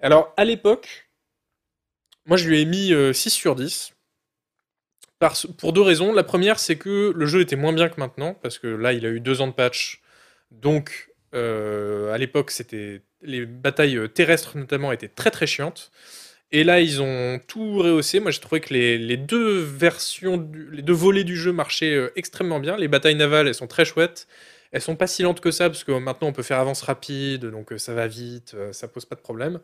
A: Alors à l'époque, moi je lui ai mis euh, 6 sur 10. parce- pour deux raisons. La première, c'est que le jeu était moins bien que maintenant, parce que là, il a eu deux ans de patch. Donc, euh, à l'époque, c'était les batailles terrestres, notamment, étaient très très chiantes. Et là, ils ont tout rehaussé. Moi, j'ai trouvé que les, les deux versions, du- les deux volets du jeu marchaient euh, extrêmement bien. Les batailles navales, elles sont très chouettes. Elles sont pas si lentes que ça, parce que maintenant, on peut faire avance rapide, donc euh, ça va vite, euh, ça pose pas de problème.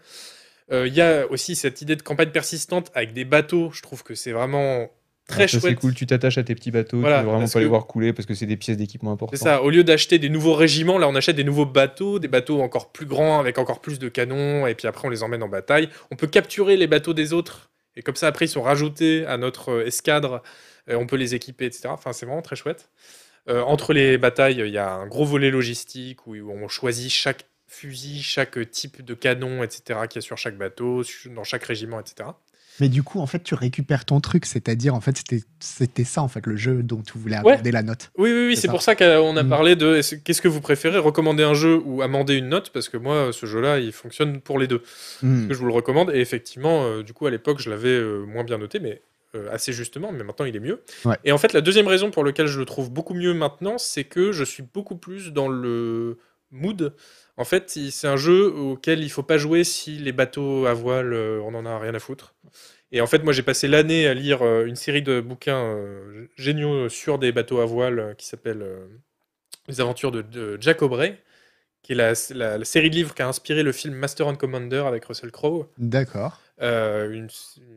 A: Euh, Il y a aussi cette idée de campagne persistante avec des bateaux. Je trouve que c'est vraiment très
B: Ah, ça, C'est
A: chouette.
B: cool, tu t'attaches à tes petits bateaux,
A: Voilà,
B: tu veux vraiment
A: parce
B: pas les
A: que-
B: voir couler parce que c'est des pièces d'équipement importantes.
A: C'est ça, au lieu d'acheter des nouveaux régiments, là on achète des nouveaux bateaux, des bateaux encore plus grands, avec encore plus de canons, et puis après on les emmène en bataille. On peut capturer les bateaux des autres, et comme ça après ils sont rajoutés à notre euh, escadre, et on peut les équiper, etc. Enfin c'est vraiment très chouette. Euh, entre les batailles, il y a un gros volet logistique où on choisit chaque fusil, chaque type de canon, etc. qu'il y a sur chaque bateau, su- dans chaque régiment, etc.
D: Mais du coup, en fait, tu récupères ton truc, c'est-à-dire, en fait, c'était- c'était ça, en fait, le jeu dont tu voulais
A: Ouais.
D: aborder la note.
A: Oui, oui, oui,
D: C'est
A: c'est
D: ça.
A: pour ça qu'on a
D: Mm.
A: parlé de est-ce- qu'est-ce que vous préférez, recommander un jeu ou amender une note, parce que moi, ce jeu-là, il fonctionne pour les deux.
D: Hmm.
A: que je vous le recommande. Et effectivement, euh, du coup, à l'époque, je l'avais euh, moins bien noté, mais euh, assez justement, mais maintenant, il est mieux.
D: Ouais.
A: Et en fait, la deuxième raison pour laquelle je le trouve beaucoup mieux maintenant, c'est que je suis beaucoup plus dans le mood. En fait, il- c'est un jeu auquel il faut pas jouer si les bateaux à voile, euh, on en a rien à foutre. Et en fait, moi, j'ai passé l'année à lire euh, une série de bouquins euh, géniaux sur des bateaux à voile euh, qui s'appelle euh, Les aventures de, de Jack Aubrey, qui est la, la- la série de livres qui a inspiré le film Master and Commander avec Russell Crowe.
D: D'accord.
A: Euh, une,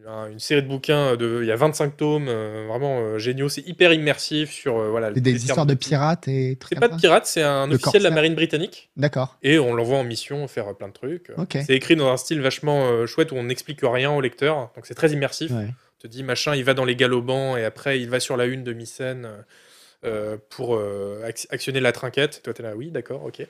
A: un- une série de bouquins, euh, de, il y a 25 tomes, euh, vraiment euh, géniaux. C'est hyper immersif sur. euh, voilà,
D: Et Des,
A: les
D: histoires
A: termes-
D: de pirates et trucs
A: C'est pas
D: comme
A: de
D: ça
A: pirates, c'est un
D: De
A: officiel de la
D: corsaires.
A: marine britannique.
D: D'accord.
A: Et on l'envoie en mission faire euh, plein de trucs.
D: Ok.
A: C'est écrit dans un style vachement euh, chouette où on n'explique rien au lecteur. Donc c'est très immersif.
D: Ouais.
A: On te dit, machin, il va dans les galobans et après il va sur la une de Mycène euh, pour euh, ac- actionner la trinquette. Toi, t'es là, oui, d'accord, ok.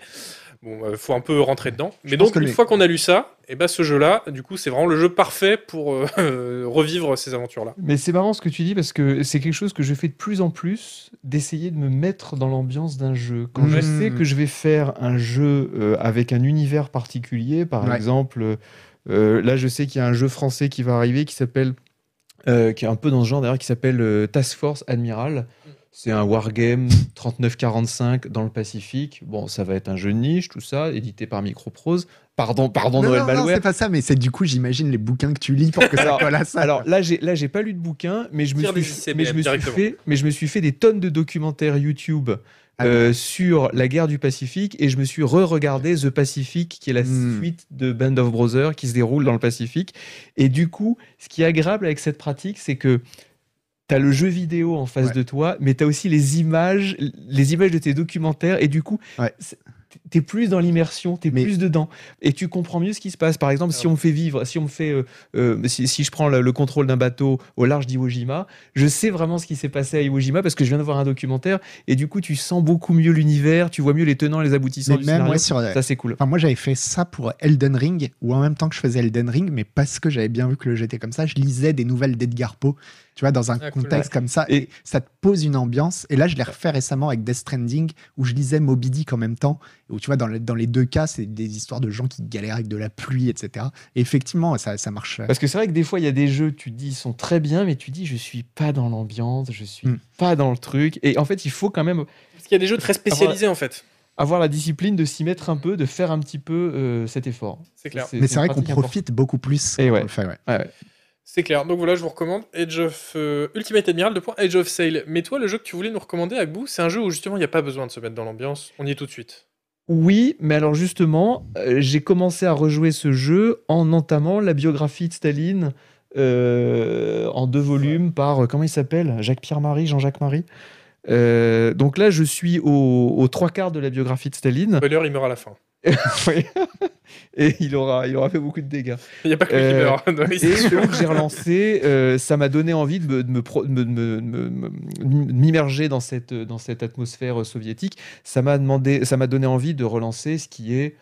A: Bon, euh, faut un peu rentrer dedans. Mais
D: pense
A: donc,
D: que
A: une
D: les-
A: fois qu'on a lu ça, et ben ce jeu-là, du coup, c'est vraiment le jeu parfait pour euh, revivre ces aventures-là.
B: Mais c'est marrant ce que tu dis parce que c'est quelque chose que je fais de plus en plus d'essayer de me mettre dans l'ambiance d'un jeu. Quand je
D: Mhm.
B: sais que je vais faire un jeu euh, avec un univers particulier, par
D: Ouais.
B: exemple, euh, là je sais qu'il y a un jeu français qui va arriver qui s'appelle, euh, qui est un peu dans ce genre d'ailleurs, qui s'appelle euh, Task Force Admiral. C'est un wargame 39-45 dans le Pacifique. Bon, ça va être un jeu de niche, tout ça, édité par Microprose. Pardon, pardon
D: non,
B: Noël
D: non, non,
B: Malware.
D: c'est pas ça, mais c'est du coup, j'imagine les bouquins que tu lis pour que ça
B: Alors-
D: colle à ça.
B: Alors là, j'ai là j'ai pas lu de bouquin, mais je me
A: Tire
B: suis,
A: des ICBM
B: mais je me suis
A: directement.
B: fait mais je me suis fait des tonnes de documentaires YouTube
D: Ah oui.
B: euh, sur la guerre du Pacifique et je me suis re-regardé The Pacific, qui est la
D: Hmm.
B: suite de Band of Brothers qui se déroule dans le Pacifique. Et du coup, ce qui est agréable avec cette pratique, c'est que T'as le jeu vidéo en face
D: Ouais.
B: de toi, mais t'as aussi les images, les images de tes documentaires, et du coup,
D: Ouais.
B: c'est- t'es plus dans l'immersion, t'es
D: Mais- Ah.
B: plus dedans, et tu comprends mieux ce qui se passe. Par exemple, si on me fait vivre, si on me fait, euh, euh, si, si je prends le, le contrôle d'un bateau au large d'Iwo Jima, je sais vraiment ce qui s'est passé à Iwo Jima parce que je viens de voir un documentaire, et du coup, tu sens beaucoup mieux l'univers, tu vois mieux les tenants, et les aboutissants
D: Mais
B: du
D: même,
B: scénario.
D: ouais, sur, euh,
B: Ça, c'est cool.
D: Enfin, moi, j'avais fait ça pour Elden Ring, ou en même temps que je faisais Elden Ring, mais parce que j'avais bien vu que le jeu était comme ça, je lisais des nouvelles d'Edgar Poe, tu vois, dans un
A: Ah, cool,
D: contexte comme ça, et ça te pose une ambiance. Et là, je l'ai refait récemment avec Death Stranding, où je lisais Moby Dick en même temps, où tu vois, dans, le- dans les deux cas, c'est des histoires de gens qui galèrent avec de la pluie, etc. Et effectivement, ça, ça marche.
B: Parce que c'est vrai que des fois, il y a des jeux, tu te dis, ils sont très bien, mais tu te dis, je suis pas dans l'ambiance, je suis
D: Hmm.
B: pas dans le truc. Et en fait, il faut quand même
A: Parce qu'il y a des jeux très spécialisés en fait.
B: avoir la discipline de s'y mettre un peu, de faire un petit peu euh, cet effort.
A: Hmm. C'est clair.
D: Mais c'est
B: une
D: vrai qu'on
B: pratique hein,
D: profite beaucoup plus.
B: Et
D: quand on
B: ouais.
D: le fait, ouais.
B: importante. Ouais, ouais.
A: C'est clair. Donc voilà, je vous recommande Edge of euh, Ultimate Admiral de point Edge of Sail. Mais toi, le jeu que tu voulais nous recommander, Agbou, c'est un jeu où justement il n'y a pas besoin de se mettre dans l'ambiance. On y est tout de suite.
B: Oui, mais alors justement, euh, j'ai commencé à rejouer ce jeu en entamant la biographie de Staline euh, en deux volumes par, euh, comment il s'appelle Jacques-Pierre Marie, Jean-Jacques Marie. Euh, donc là, je suis aux aux trois quarts de la biographie de Staline.
A: Spoiler, il meurt à la fin.
B: Oui. Et il aura, il aura fait beaucoup de dégâts.
A: Il n'y a pas que lui qui
B: Euh,
A: meurt. dans les
B: Et
A: sessions.
B: celui que j'ai relancé, euh, ça m'a donné envie de me- de me pro- de me- de me- de me- de m'immerger dans cette, dans cette atmosphère euh, soviétique. Ça m'a demandé, ça m'a donné envie de relancer ce qui est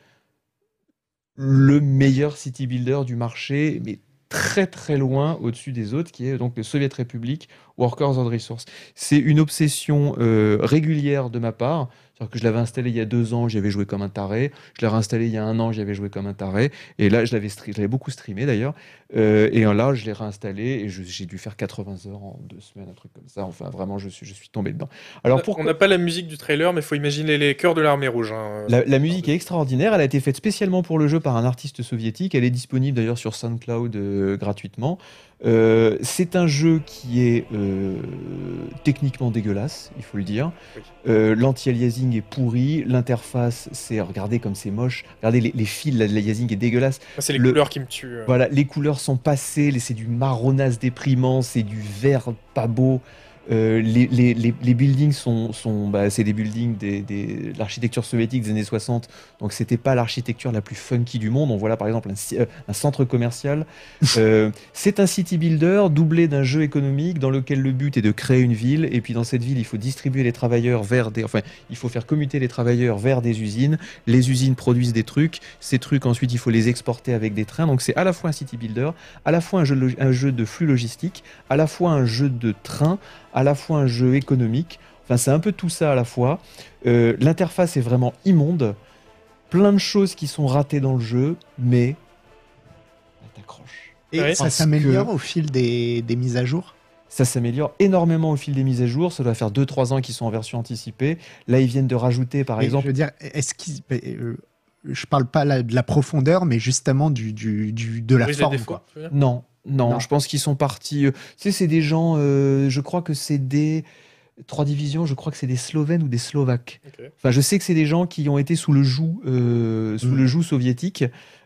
B: le meilleur city builder du marché, mais très très loin au-dessus des autres, qui est donc le Soviet Republic Workers and Resources. C'est une obsession euh, régulière de ma part. C'est-à-dire que je l'avais installé il y a deux ans, j'y avais joué comme un taré. Je l'ai réinstallé il y a un an, j'y avais joué comme un taré. Et là, je l'avais stre- je l'avais beaucoup streamé d'ailleurs. Euh, et là, je l'ai réinstallé et je- j'ai dû faire 80 heures en deux semaines, un truc comme ça. Enfin, vraiment, je suis, je suis tombé dedans. Alors,
A: On
B: pourquoi
A: n'a pas la musique du trailer, mais faut imaginer les chœurs de l'armée rouge. hein.
B: la, la musique est extraordinaire. Elle a été faite spécialement pour le jeu par un artiste soviétique. Elle est disponible d'ailleurs sur SoundCloud euh, gratuitement. Euh, c'est un jeu qui est euh, techniquement dégueulasse, il faut le dire.
A: Oui.
B: Euh, L'anti-aliasing est pourri. L'interface, c'est regardez comme c'est moche. Regardez les, les fils, la- l'aliasing est dégueulasse.
A: Ah, C'est les
B: le-
A: couleurs qui me tuent. euh.
B: Voilà, les couleurs sont passées, les- c'est du marronasse déprimant, c'est du vert pas beau. Euh, les, les- les- les buildings sont, sont bah, c'est des buildings des, des- de l'architecture soviétique des années 60, donc c'était pas l'architecture la plus funky du monde. On voit là par exemple un, ci- euh, un centre commercial. Euh, c'est un city builder doublé d'un jeu économique dans lequel le but est de créer une ville, et puis dans cette ville il faut distribuer les travailleurs vers des, enfin il faut faire commuter les travailleurs vers des usines. Les usines produisent des trucs, ces trucs ensuite il faut les exporter avec des trains. Donc c'est à la fois un city builder, à la fois un jeu, de log- un jeu de flux logistique, à la fois un jeu de train, à la fois un jeu économique. Enfin c'est un peu tout ça à la fois. Euh, L'interface est vraiment immonde, plein de choses qui sont ratées dans le jeu, mais elle t'accroche.
C: Et
A: Ouais.
C: ça
B: Parce
C: s'améliore
B: que-
C: au fil des, des mises à jour.
B: Ça s'améliore énormément au fil des mises à jour. Ça doit faire 2-3 ans qu'ils sont en version anticipée. Là, ils viennent de rajouter, par
C: Mais
B: exemple,
C: Je veux dire, est-ce qu'ils. euh, je parle pas là de la profondeur, mais justement du, du, du- de la
A: Oui, les
C: forme.
A: défauts,
C: Quoi.
A: tu veux dire
B: Non, non,
C: Non.
B: je pense qu'ils sont partis. euh, Tu sais, c'est des gens, euh, je crois que c'est des. Trois divisions, je crois que c'est des Slovènes ou des Slovaques.
A: Ok.
B: Enfin, je sais que c'est des gens qui ont été sous le joug, euh, sous
C: Mm.
B: le joug soviétique.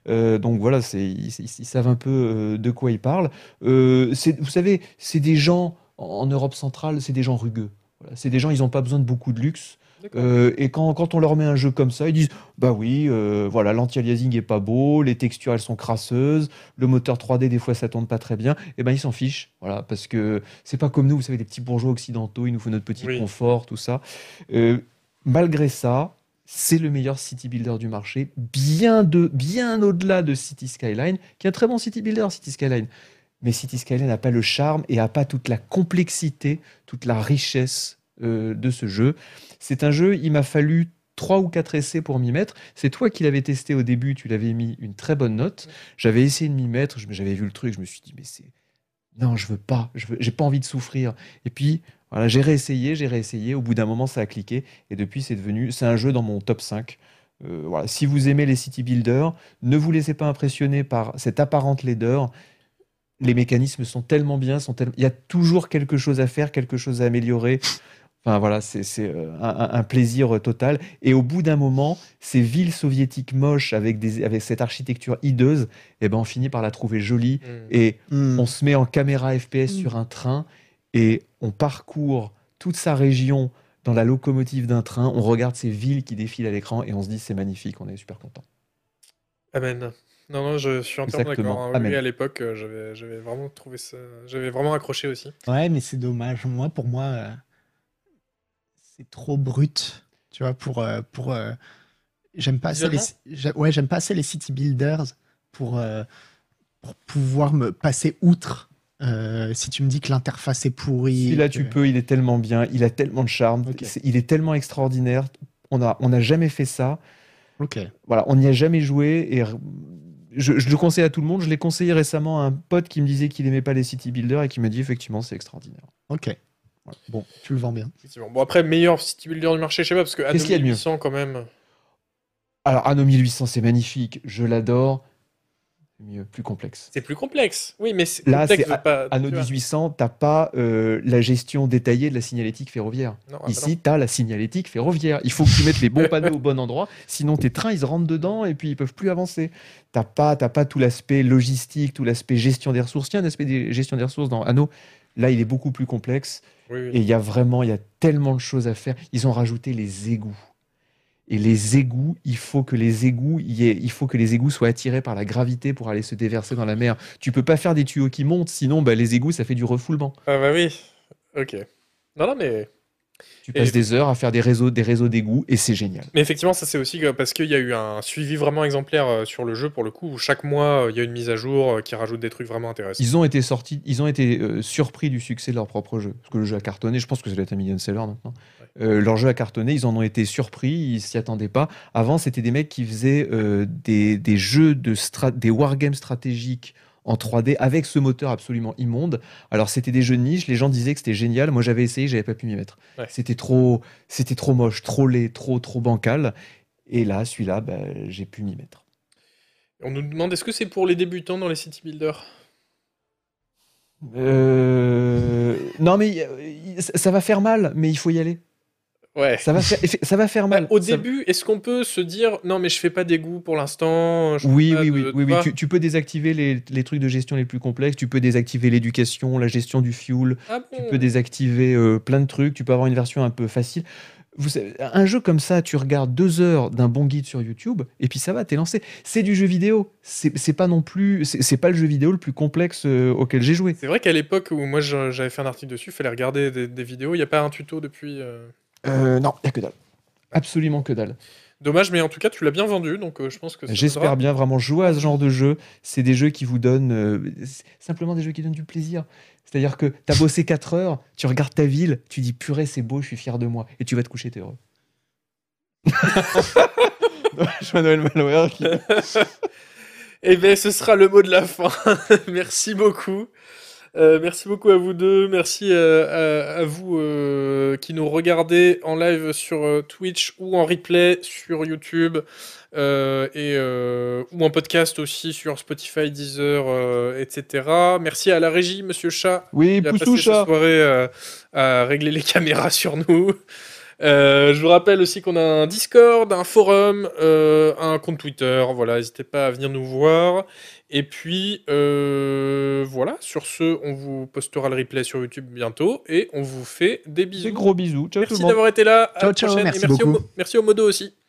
B: Euh, donc voilà, c'est- ils, ils- ils savent un peu euh, de quoi ils parlent. Euh, c'est- vous savez, c'est des gens en, en Europe centrale, c'est des gens rugueux. Voilà, c'est des gens, ils n'ont pas besoin de beaucoup de luxe.
A: D'accord.
B: Euh, et quand, quand on leur met un jeu comme ça, ils disent Bah oui, euh, voilà, l'anti-aliasing est pas beau, les textures elles sont crasseuses, le moteur 3D des fois ça tourne pas très bien. Et ben ils s'en fichent, voilà, parce que c'est pas comme nous, vous savez, les petits bourgeois occidentaux, il nous faut notre petit
A: Oui.
B: confort, tout ça. Euh, malgré ça, c'est le meilleur city builder du marché, bien, de, bien au-delà de City Skyline, qui est un très bon city builder, City Skyline. Mais City Skyline n'a pas le charme et n'a pas toute la complexité, toute la richesse euh, de ce jeu. C'est un jeu, il m'a fallu trois ou quatre essais pour m'y mettre. C'est toi qui l'avais testé au début, tu l'avais mis une très bonne note. J'avais essayé de m'y mettre, je- j'avais vu le truc, je me suis dit, mais c'est. Non, je veux pas, je veux- j'ai pas envie de souffrir. Et puis, voilà, j'ai réessayé, j'ai réessayé. Au bout d'un moment, ça a cliqué. Et depuis, c'est devenu. C'est un jeu dans mon top 5. Euh, voilà. Si vous aimez les city builders, ne vous laissez pas impressionner par cette apparente laideur. Les mécanismes sont tellement bien, sont tellement- il y a toujours quelque chose à faire, quelque chose à améliorer. Enfin voilà, c'est c'est, euh, un, un- un plaisir euh, total. Et au bout d'un moment, ces villes soviétiques moches avec, des, avec cette architecture hideuse, eh ben, on finit par la trouver jolie.
A: Hmm.
B: Et
C: Hmm.
B: on se met en caméra FPS sur un train et on parcourt toute sa région dans la locomotive d'un train. On regarde ces villes qui défilent à l'écran et on se dit c'est magnifique, on est super content.
A: Amen. Non, non, je suis entièrement
B: Exactement.
A: d'accord. hein. Oui,
B: Amen.
A: oui, à l'époque, euh, j'avais, j'avais vraiment trouvé ça. J'avais vraiment accroché aussi.
C: Ouais, mais c'est dommage. Moi, pour moi, euh, c'est trop brut. Tu vois, pour. euh, pour euh, j'aime pas assez les,
A: Visuellement
C: j'a- ouais, j'aime pas assez les city builders pour, euh, pour pouvoir me passer outre. Euh, si tu me dis que l'interface est pourrie.
B: Si là
C: que-
B: tu peux, il est tellement bien, il a tellement de charme,
C: Ok.
B: c'est- il est tellement extraordinaire. On n'a on n'a jamais fait ça.
C: Ok.
B: Voilà, on n'y a jamais joué et r- je, je le conseille à tout le monde. Je l'ai conseillé récemment à un pote qui me disait qu'il aimait pas les city builders et qui m'a dit effectivement c'est extraordinaire.
C: Ok.
B: Voilà.
C: Bon, tu le vends bien.
A: Effectivement. Bon, après, meilleur city builder du marché, je sais pas, parce que
B: Qu'est-ce qu'il y a de mieux
A: 800 quand même.
B: Alors Anno 1800 c'est magnifique, je l'adore. Mieux, plus complexe.
A: C'est plus complexe. Oui, mais c'est
B: Là,
A: complexe
B: c'est
A: de pas.
B: Anno
A: tu vois.
B: 1800, t'as pas euh, la gestion détaillée de la signalétique ferroviaire.
A: Non, ah bah
B: Ici, t'as la signalétique ferroviaire. Il faut que tu mettes les bons panneaux au bon endroit, sinon tes trains, ils se rentrent dedans et puis ils peuvent plus avancer. T'as pas, t'as pas tout l'aspect logistique, tout l'aspect gestion des ressources. Il y a un aspect des gestion des ressources dans Anno. Là, il est beaucoup plus complexe
A: non. Oui, oui.
B: et il y a vraiment, il y a tellement de choses à faire. Ils ont rajouté les égouts. Et les égouts, il faut que les égouts, il y ait- il faut que les égouts soient attirés par la gravité pour aller se déverser dans la mer. Tu peux pas faire des tuyaux qui montent, sinon bah, les égouts, ça fait du refoulement.
A: Ah bah oui. Ok. Non, non, mais.
B: Tu passes
A: Et-
B: des heures à faire des réseaux, des réseaux d'égouts, et c'est génial.
A: Mais effectivement, ça c'est aussi euh, parce qu'il y a eu un suivi vraiment exemplaire euh, sur le jeu pour le coup, où chaque mois euh, il y a une mise à jour euh, qui rajoute des trucs vraiment intéressants.
B: Ils ont été sortis, ils ont été euh, surpris du succès de leur propre jeu, parce que le jeu a cartonné. Je pense que ça doit être un million seller maintenant.
A: Ouais.
B: euh, leur jeu a cartonné, ils en ont été surpris, ils s'y attendaient pas. Avant, c'était des mecs qui faisaient euh, des, des jeux de stra- des wargames stratégiques en 3D avec ce moteur absolument immonde. Alors c'était des jeux de niche, les gens disaient que c'était génial, moi j'avais essayé, j'avais pas pu m'y mettre.
A: Ouais.
B: C'était trop c'était trop moche, trop laid, trop trop bancal. Et là, celui-là, bah, j'ai pu m'y mettre.
A: On nous demande est-ce que c'est pour les débutants dans les city builders
B: Euh, Non mais euh, il- ça va faire mal, mais il faut y aller.
A: Ouais.
B: Ça va faire, ça va faire mal.
A: Bah, Au
B: Ça-
A: début, est-ce qu'on peut se dire non mais je fais pas des goûts pour l'instant je fais
B: Oui,
A: pas
B: oui,
A: de-
B: oui,
A: de-
B: oui, oui.
A: pas-
B: Tu, tu peux désactiver les, les trucs de gestion les plus complexes, tu peux désactiver l'éducation, la gestion du fuel,
A: Ah
B: tu
A: bon
B: peux désactiver euh, plein de trucs, tu peux avoir une version un peu facile. Vous savez, un jeu comme ça, tu regardes deux heures d'un bon guide sur YouTube, et puis ça va, t'es lancé. C'est du jeu vidéo, c'est c'est pas non plus, c'est c'est pas le jeu vidéo le plus complexe euh, auquel j'ai joué.
A: C'est vrai qu'à l'époque où moi je- j'avais fait un article dessus, il fallait regarder des, des vidéos, il n'y a pas un tuto depuis. euh.
B: Euh, non, y a que dalle. Absolument que dalle.
A: Dommage, mais en tout cas tu l'as bien vendu, donc euh, je pense que ça vaudra.
B: J'espère bien vraiment jouer à ce genre de jeu. C'est des jeux qui vous donnent euh, c'est simplement des jeux qui donnent du plaisir. C'est-à-dire que t'as bossé 4 heures, tu regardes ta ville, tu dis purée, c'est beau, je suis fier de moi, et tu vas te coucher, t'es heureux. je vois Noël Malware qui-
A: Eh bien, ce sera le mot de la fin. merci beaucoup. Euh, merci beaucoup à vous deux. Merci euh, à, à vous euh, qui nous regardez en live sur euh, Twitch ou en replay sur YouTube euh, et, euh, ou en podcast aussi sur Spotify, Deezer, euh, etc. Merci à la régie, Monsieur Chat,
B: Oui,
A: il a
B: poussou
A: passé sa
B: chat.
A: soirée euh, à régler les caméras sur nous. Euh, je vous rappelle aussi qu'on a un Discord, un forum, euh, un compte Twitter. Voilà, n'hésitez pas à venir nous voir. Et puis, euh, voilà, sur ce, on vous postera le replay sur YouTube bientôt et on vous fait des bisous.
B: Des gros bisous. Ciao tout
A: merci
B: le monde.
A: d'avoir été là. À
C: Ciao,
A: la
C: ciao,
A: prochaine. Et
C: merci
A: au
C: beaucoup.
A: mo- merci au modo aussi.